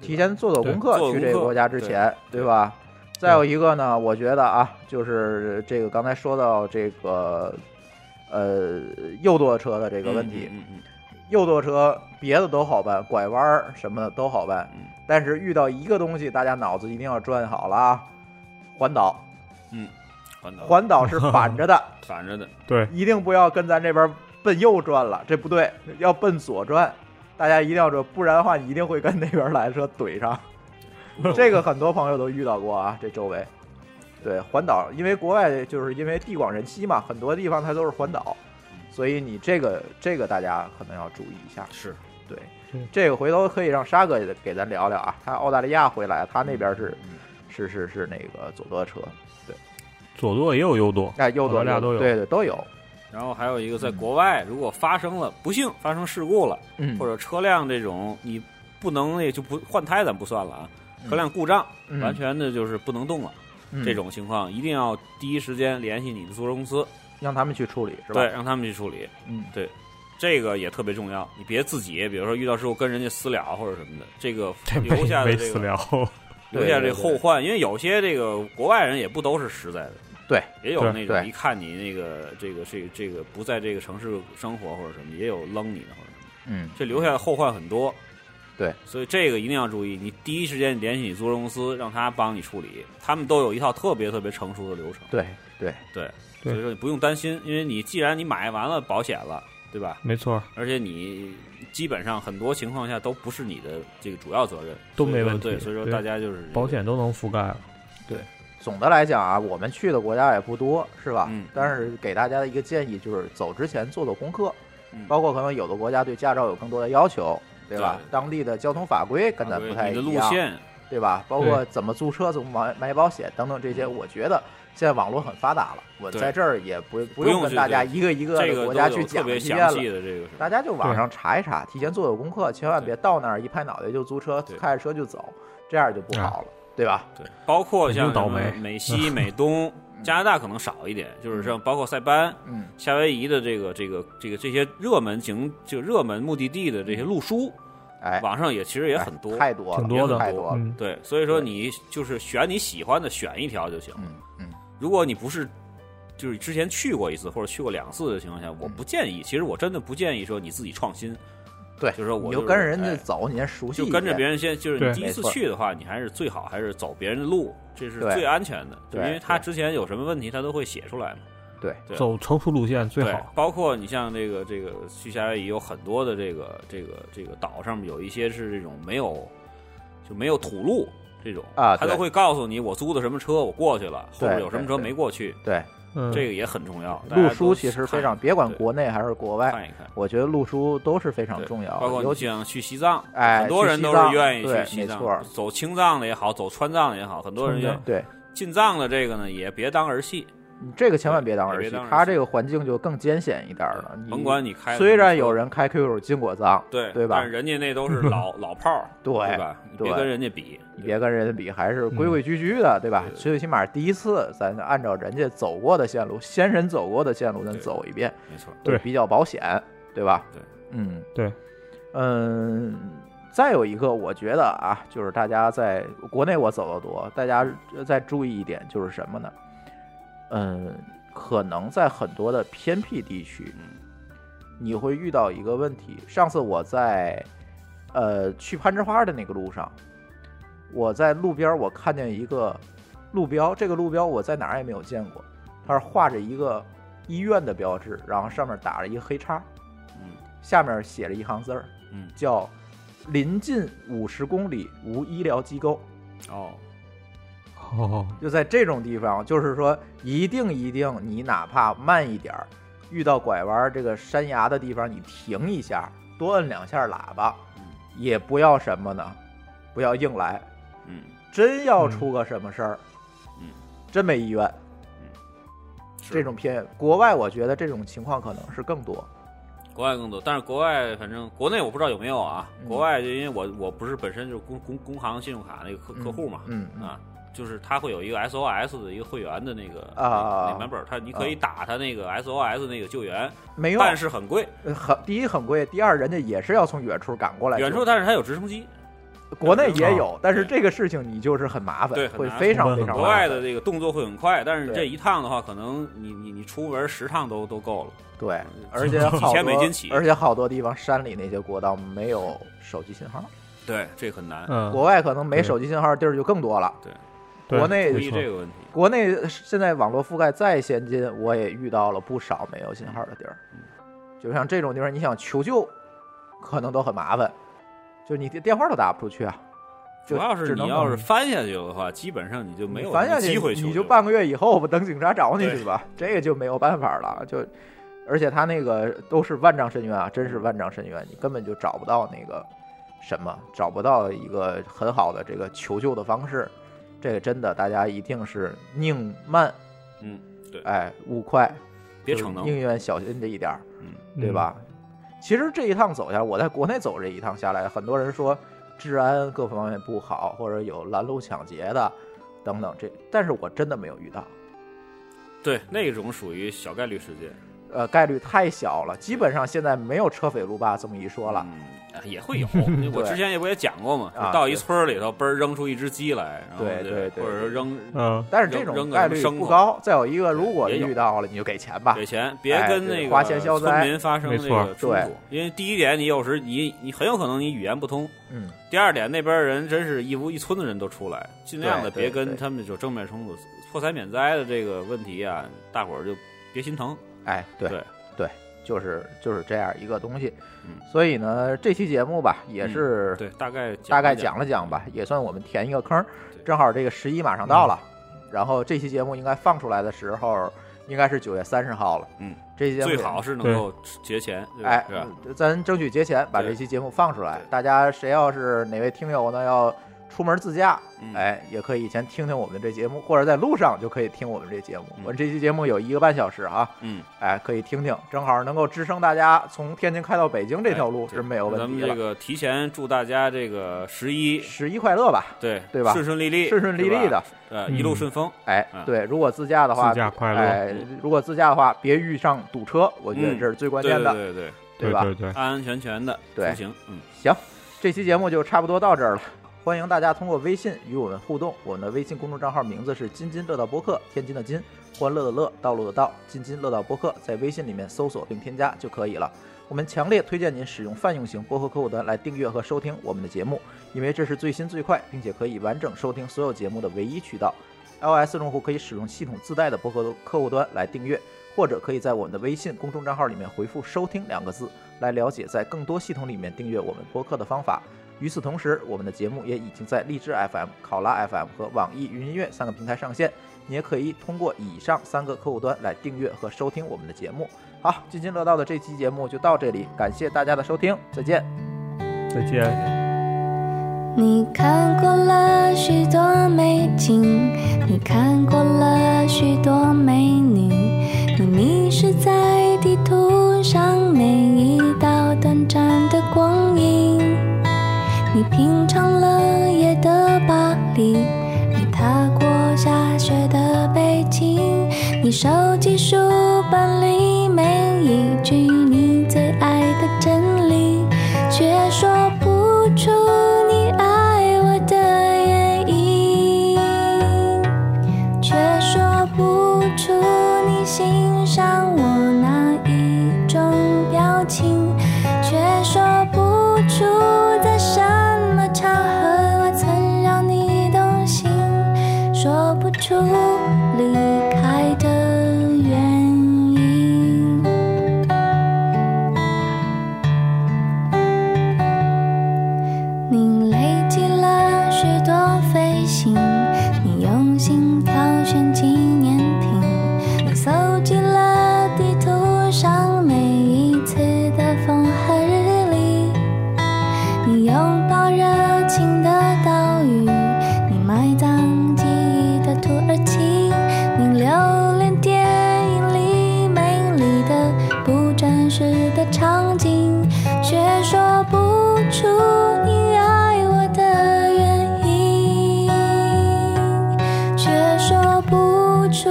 Speaker 3: 提前做做
Speaker 5: 对
Speaker 3: 功
Speaker 4: 做
Speaker 3: 课，
Speaker 4: 做
Speaker 3: 去
Speaker 4: 功
Speaker 3: 这个
Speaker 4: 课
Speaker 3: 国家之
Speaker 4: 对
Speaker 3: 前，对吧？再有一个呢，我觉得啊，就是这个刚才说到这个呃右舵车的这
Speaker 4: 这
Speaker 3: 个问题，
Speaker 4: 嗯嗯
Speaker 3: 右舵车别的都好办，拐弯儿什么的都好办
Speaker 4: 嗯，
Speaker 3: 但是遇到一个东西，大家脑子一定要转好了啊，环岛，
Speaker 4: 嗯，环岛
Speaker 3: 环岛是反着的，
Speaker 4: 反着的，
Speaker 5: 对，
Speaker 3: 一定不要跟咱这边奔右转了，这不对，要奔左转。大家一定要这，不然的话，你一定会跟那边来的车怼上。这个很多朋友都遇到过啊，这周围。对环岛，因为国外就是因为地广人稀嘛，很多地方它都是环岛，所以你这个这个大家可能要注意一下。
Speaker 4: 是
Speaker 3: 对
Speaker 5: 嗯，
Speaker 3: 这个回头可以让沙哥也给咱聊聊啊，他澳大利亚回来，他那边是是是是那个左舵车，
Speaker 5: 左舵也有右舵。
Speaker 3: 哎，右舵
Speaker 5: 澳大利亚都有
Speaker 3: 对对都有，
Speaker 4: 然后还有一个，在国外如果发生了不幸发生事故了，
Speaker 3: 嗯
Speaker 4: 或者车辆这种你不能那就不换胎咱不算了啊，车辆故障
Speaker 3: 嗯
Speaker 4: 完全的就是不能动了，
Speaker 3: 嗯
Speaker 4: 这种情况一定要第一时间联系你的租车公司，
Speaker 3: 让他们去处理是吧？
Speaker 4: 对，，让他们去处理，
Speaker 3: 嗯，
Speaker 4: 这个也特别重要，你别自己，比如说遇到事故跟人家私了或者什么的，这个
Speaker 5: 这没
Speaker 4: 留下的
Speaker 5: 没
Speaker 4: 这
Speaker 5: 私
Speaker 4: 个
Speaker 5: 聊，
Speaker 4: 留下这
Speaker 3: 对对对
Speaker 4: 个后患，因为有些这个国外人也不都是实在的，
Speaker 3: 对，
Speaker 4: 也有
Speaker 5: 对
Speaker 3: 对
Speaker 4: 那种一看你那个这个这个这个不在这个城市生活或者什么，也有扔你的或者什么，
Speaker 3: 嗯，
Speaker 4: 这留下的后患很多。
Speaker 3: 对，
Speaker 4: 所以这个一定要注意，你第一时间联系你租车公司，让他帮你处理，他们都有一套特别特别成熟的流程。
Speaker 3: 对对，
Speaker 4: 对，所
Speaker 5: 对
Speaker 4: 以说你不用担心，因为你既然你买完了保险了，对吧？
Speaker 5: 没错，
Speaker 4: 而且你基本上很多情况下都不是你的这个主要责任，
Speaker 5: 都没问题
Speaker 4: 所以说对，所以说
Speaker 5: 对
Speaker 4: 大家就是
Speaker 5: 保险都能覆盖了。
Speaker 3: 总的来讲啊，我们去的国家也不多，是吧？
Speaker 4: 嗯
Speaker 3: 但是给大家的一个建议就是，走之前做做功课，
Speaker 4: 嗯
Speaker 3: 包括可能有的国家对驾照有更多的要求，对吧？
Speaker 4: 对
Speaker 3: 当地的交通法规跟咱
Speaker 4: 对
Speaker 3: 不太
Speaker 4: 你的
Speaker 3: 一
Speaker 4: 路
Speaker 3: 样，
Speaker 4: 线，
Speaker 3: 对吧？包括怎么租车、怎么买买保险等等这些，我觉得现在网络很发达了，我
Speaker 4: 对
Speaker 3: 在这儿也不不
Speaker 4: 不用
Speaker 3: 用跟
Speaker 4: 去
Speaker 3: 大家
Speaker 4: 对
Speaker 3: 一个一个
Speaker 4: 这
Speaker 3: 的
Speaker 4: 个
Speaker 3: 国
Speaker 4: 都
Speaker 3: 家
Speaker 4: 有
Speaker 3: 去
Speaker 4: 特
Speaker 3: 讲
Speaker 4: 别
Speaker 3: 一遍
Speaker 4: 详
Speaker 3: 了。
Speaker 4: 细的这个是。
Speaker 3: 大家就网上查一查，提前做做功课，千万别到那儿一拍脑袋就租车，
Speaker 4: 对
Speaker 3: 开着车就走，这样就不好了，
Speaker 5: 啊
Speaker 3: 对吧？
Speaker 4: 对，包括像
Speaker 5: 肯定倒
Speaker 4: 什么
Speaker 5: 霉
Speaker 4: 美 西、美东、加拿大可能少一点，就是像包括塞班、
Speaker 3: 嗯，
Speaker 4: 夏威夷的这个、这个、这个这些热门景就热门目的地的这些路书，
Speaker 3: 哎，
Speaker 4: 网上也其实也很多。
Speaker 3: 太多了，
Speaker 5: 挺多的
Speaker 3: 太多了，
Speaker 5: 嗯，
Speaker 4: 对，所以说
Speaker 3: 对
Speaker 4: 你就是选你喜欢的选一条就行。
Speaker 3: 嗯嗯，
Speaker 4: 如果你不是就是之前去过一次或者去过两次的情况下，
Speaker 3: 嗯
Speaker 4: 我不建议，其实我真的不建议说你自己创新，
Speaker 3: 对，
Speaker 4: 就是说我
Speaker 3: 你
Speaker 4: 就
Speaker 3: 就是跟着人家
Speaker 4: 哎
Speaker 3: 走，你先熟悉
Speaker 4: 就
Speaker 3: 一些，
Speaker 4: 跟着别人先，就是
Speaker 5: 对
Speaker 4: 你第一
Speaker 3: 没
Speaker 4: 次
Speaker 3: 错
Speaker 4: 去的话，你还是最好还是走别人的路，这是
Speaker 3: 对
Speaker 4: 最安全的，就
Speaker 3: 对
Speaker 4: 因为他
Speaker 3: 对
Speaker 4: 之前有什么问题，他都会写出来嘛。
Speaker 3: 对
Speaker 4: 对
Speaker 5: 走成熟路线最
Speaker 4: 对
Speaker 5: 好。，
Speaker 4: 包括你像这个这个去夏威夷有很多的这个这个这个岛上面有一些是这种没有就没有土路这种
Speaker 3: 啊
Speaker 4: 他都
Speaker 3: 对
Speaker 4: 会告诉你我租的什么车，我过去了，后
Speaker 3: 对
Speaker 4: 面有什么
Speaker 3: 对
Speaker 4: 车
Speaker 3: 对
Speaker 4: 没过去，
Speaker 3: 对，
Speaker 5: 嗯，
Speaker 4: 这个也很重要。大家
Speaker 3: 路
Speaker 4: 都
Speaker 3: 书其实非常，别管
Speaker 4: 对
Speaker 3: 国内还是国外，
Speaker 4: 看看一看，
Speaker 3: 我觉得路书都是非常
Speaker 4: 对
Speaker 3: 重要
Speaker 4: 包括
Speaker 3: 的，尤
Speaker 4: 你
Speaker 3: 其
Speaker 4: 像去西藏，
Speaker 3: 哎
Speaker 4: 很多人都
Speaker 3: 去西藏
Speaker 4: 是愿意
Speaker 3: 对
Speaker 4: 去西
Speaker 3: 没错
Speaker 4: 藏，走青藏的也好，走川藏的也好，很多人
Speaker 5: 川
Speaker 4: 愿意
Speaker 5: 藏
Speaker 3: 对
Speaker 4: 进藏的这个呢，也别当儿戏，
Speaker 3: 你这个千万别当
Speaker 4: 对
Speaker 3: 儿
Speaker 4: 别
Speaker 3: 戏
Speaker 4: 当，儿
Speaker 3: 它
Speaker 4: 戏
Speaker 3: 这个环境就更艰险一点儿了，
Speaker 4: 甭管你开的
Speaker 3: 虽
Speaker 4: 什么
Speaker 3: 然
Speaker 4: 车
Speaker 3: 有人开 QQ 进过藏，
Speaker 4: 对
Speaker 3: 对吧
Speaker 4: 但是人家那都 是老老炮儿，
Speaker 3: 对
Speaker 4: 吧？你别
Speaker 3: 对
Speaker 4: 跟人家比，
Speaker 3: 你别跟人家比，还是规规矩矩的，对吧？最起码第一次，咱按照人家走过的线路，先人走过的线路，咱
Speaker 4: 对
Speaker 3: 走一遍，
Speaker 4: 没错，
Speaker 5: 对
Speaker 3: 比较保险，对吧？
Speaker 4: 对，
Speaker 3: 嗯，
Speaker 5: 对，
Speaker 3: 嗯。再有一个，我觉得啊，就是大家在国内我走的多，大家再注意一点就是什么呢？嗯，可能在很多的偏僻地区，你会遇到一个问题。上次我在呃去攀枝花的那个路上，我在路边儿我看见一个路标，这个路标我在哪儿也没有见过，它是画着一个医院的标志，然后上面打着一个黑叉，
Speaker 4: 嗯
Speaker 3: 下面写着一行字儿，
Speaker 4: 嗯
Speaker 3: 叫“临近五十公里无医疗机构”。
Speaker 4: 哦，
Speaker 5: 哦，
Speaker 3: 就在这种地方，就是说一定一定，你哪怕慢一点儿，遇到拐弯儿这个山崖的地方，你停一下，多摁两下喇叭，也不要什么呢，不要硬来，
Speaker 4: 嗯，
Speaker 3: 真要出个什么事儿，
Speaker 4: 嗯，
Speaker 3: 真没医院。
Speaker 4: 是
Speaker 3: 这种偏远国外，我觉得这种情况可能是更多。
Speaker 4: 国外更多，但是国外反正国内我不知道有没有啊，
Speaker 3: 嗯
Speaker 4: 国外就因为我我不是本身就是工工工行信用卡那个客客户嘛，
Speaker 3: 嗯嗯
Speaker 4: 啊。就是他会有一个 SOS 的一个会员的那个
Speaker 3: 啊
Speaker 4: 那那 member，他你可以打他那个 SOS 那个救援，
Speaker 3: 没用，
Speaker 4: 但是很贵，
Speaker 3: 呃很第一很贵，第二人家也是要从远处赶过来。
Speaker 4: 远处，但是他有直升机，
Speaker 3: 国内也
Speaker 5: 远
Speaker 3: 有，但是这个事情你就是很麻烦，
Speaker 4: 对很
Speaker 3: 会
Speaker 4: 麻
Speaker 3: 非
Speaker 4: 烦
Speaker 3: 常
Speaker 5: 成
Speaker 3: 非
Speaker 5: 本
Speaker 3: 常
Speaker 4: 国
Speaker 3: 麻
Speaker 4: 外
Speaker 3: 烦
Speaker 4: 的这个动作会很快，但是
Speaker 3: 对
Speaker 4: 这一趟的话，可能你你你出门十趟都都够了。
Speaker 3: 对，
Speaker 4: 嗯
Speaker 3: 而且
Speaker 4: 几
Speaker 3: 好多
Speaker 4: 千美金起
Speaker 3: 而且好多地方山里那些国道没有手机信号，
Speaker 4: 对，这很难。
Speaker 5: 嗯，
Speaker 3: 国外可能没
Speaker 5: 对
Speaker 3: 手机信号的地儿就更多了。
Speaker 5: 对
Speaker 3: 国内
Speaker 4: 注意
Speaker 5: 没错
Speaker 4: 这个问题，
Speaker 3: 国内现在网络覆盖再先进，我也遇到了不少没有信号的地儿，就像这种地方，你想求救，可能都很麻烦，就你电话都打不出去啊。
Speaker 4: 主要是
Speaker 3: 只能
Speaker 4: 你要是翻下去的话，基本上你就没有
Speaker 3: 你翻下
Speaker 4: 什么
Speaker 3: 去
Speaker 4: 机会求救
Speaker 3: 你就半个月以后吧，等警察找你去吧，这个就没有办法了。就而且他那个都是万丈深渊啊，真是万丈深渊，你根本就找不到那个什么，找不到一个很好的这个求救的方式。这个真的，大家一定是宁慢
Speaker 4: 嗯，对，
Speaker 3: 哎勿快，
Speaker 4: 别
Speaker 3: 就是
Speaker 4: 逞能。
Speaker 3: 宁愿小心这一点儿。
Speaker 4: 嗯，
Speaker 3: 对吧？其实这一趟走下来，我在国内走这一趟下来，很多人说治安各方面不好，或者有拦路抢劫的等等这，但是我真的没有遇到。
Speaker 4: 对，那种属于小概率事件。
Speaker 3: 呃，概率太小了，基本上现在没有车匪路霸这么一说了。
Speaker 4: 嗯，也会有。我之前也不也讲过嘛，
Speaker 3: 啊
Speaker 4: 到一村儿里头，嘣儿扔出一只鸡来，然后
Speaker 3: 对
Speaker 4: 就
Speaker 3: 对对
Speaker 4: 或者说扔
Speaker 5: 嗯，
Speaker 3: 但是这
Speaker 4: 扔
Speaker 3: 种
Speaker 4: 扔个
Speaker 3: 概
Speaker 4: 什么
Speaker 3: 率
Speaker 4: 牲
Speaker 3: 不
Speaker 4: 口
Speaker 3: 高。再有一个，如果
Speaker 4: 也有
Speaker 3: 遇到了，你就给钱吧
Speaker 4: 给。钱，别
Speaker 3: 哎
Speaker 4: 跟
Speaker 3: 对
Speaker 4: 那个
Speaker 3: 花钱消灾
Speaker 4: 村民发生
Speaker 5: 没
Speaker 4: 那
Speaker 5: 错
Speaker 4: 个冲
Speaker 3: 对
Speaker 4: 突，因为第一点，你有时你你很有可能你语言不通，
Speaker 3: 嗯，
Speaker 4: 第二点，那边人真是一屋一村的人都出来，尽量的
Speaker 3: 对对
Speaker 4: 别跟
Speaker 3: 对
Speaker 4: 他们有正面冲突，破财免灾的这个问题啊，大伙儿就别心疼。
Speaker 3: 哎，对
Speaker 4: 对
Speaker 3: 就是就是这样一个东西。
Speaker 4: 嗯
Speaker 3: 所以呢，这期节目吧，也
Speaker 4: 嗯
Speaker 3: 是
Speaker 4: 对，大概
Speaker 3: 大概
Speaker 4: 一
Speaker 3: 讲了讲吧，也算我们填一个坑儿
Speaker 4: 对。嗯
Speaker 3: 正好这个十一马上到了，然后这期节目应该放出来的时候，应该是九月三十号了。
Speaker 4: 嗯，
Speaker 3: 这期节目
Speaker 4: 最好是能够节前，对吧
Speaker 3: 哎
Speaker 4: 是吧？，
Speaker 3: 咱争取节前把
Speaker 4: 对
Speaker 3: 这期节目放出来
Speaker 4: 对。
Speaker 3: 大家谁要是哪位听友呢要出门自驾，
Speaker 4: 嗯
Speaker 3: 哎，也可以先听听我们的这节目，或者在路上就可以听我们这节目。
Speaker 4: 嗯
Speaker 3: 我们这期节目有一个半小时啊，
Speaker 4: 嗯，
Speaker 3: 哎，可以听听，正好能够支撑大家从天津开到北京这条路
Speaker 4: 哎
Speaker 3: 是没有
Speaker 4: 咱
Speaker 3: 问
Speaker 4: 们
Speaker 3: 题的。
Speaker 4: 这个提前祝大家这个十一，
Speaker 3: 十一快乐吧，
Speaker 4: 对
Speaker 3: 对吧
Speaker 4: 顺顺利利，
Speaker 3: 顺顺利利
Speaker 4: 是
Speaker 3: 的
Speaker 4: 吧，呃，
Speaker 5: 嗯
Speaker 4: 一路顺风。
Speaker 3: 哎
Speaker 4: 啊，
Speaker 3: 对，如果自驾的话，
Speaker 5: 自驾嗯快乐
Speaker 3: 哎，如果自驾的话，别遇上堵车，我觉得
Speaker 4: 嗯
Speaker 3: 这是最关
Speaker 4: 对
Speaker 3: 键的，
Speaker 4: 对对对，
Speaker 5: 对
Speaker 3: 吧？
Speaker 5: 对对，
Speaker 4: 安安全全的
Speaker 3: 对
Speaker 4: 出行，嗯，
Speaker 3: 行，这期节目就差不多到这儿了。欢迎大家通过微信与我们互动，我们的微信公众账号名字是“津津乐道播客”，天津的津，欢乐的乐，道路的道，津津乐道播客，在微信里面搜索并添加就可以了。我们强烈推荐您使用泛用型播客客户端来订阅和收听我们的节目，因为这是最新最快，并且可以完整收听所有节目的唯一渠道。iOS 用户可以使用系统自带的播客客户端来订阅，或者可以在我们的微信公众账号里面回复“收听”两个字，来了解在更多系统里面订阅我们播客的方法。与此同时，我们的节目也已经在荔枝 FM、考拉 FM 和网易云音乐三个平台上线，你也可以通过以上三个客户端来订阅和收听我们的节目。好，津津乐道的这期节目就到这里，感谢大家的收听，再见。
Speaker 5: 再见。
Speaker 9: 你看过了许多美景，你看过了许多美女，你迷失在地图上每一道短暂的光影。你品尝了夜的巴黎，你踏过下雪的北京，你收集书本里每一句你最爱的真理。却说不出你爱我的原因，却说不出你欣赏我哪一种表情，却说不出在什么场合我曾让你动心，说不出离开的原因。你累积了许多飞行，你用心挑选纪念品，你搜集了地图上每一次的风和日丽，你拥抱热情的岛屿，你埋葬记忆的土耳其，你留恋电影里美丽的不真实的场景。却说不出你爱我的原因，却说不出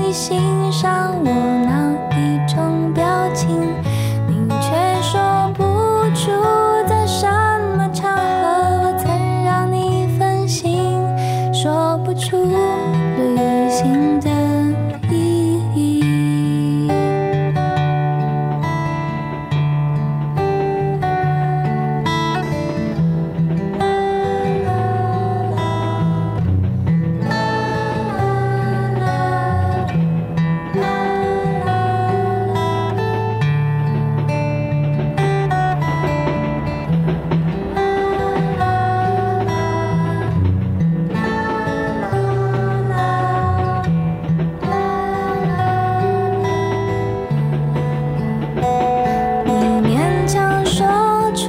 Speaker 9: 你欣赏我哪一种表情，你却说不出在什么场合我曾让你分心，说不出旅行的意义。你勉强说出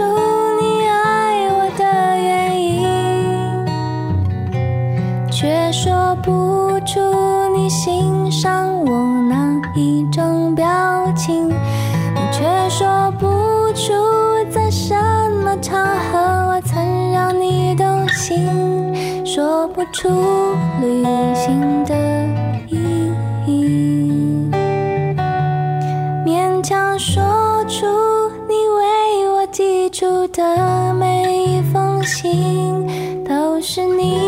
Speaker 9: 你爱我的原因，却说不出你欣赏我哪一种表情，你却说不出在什么场合我曾让你动心，说不出旅行的意义。勉情都是你。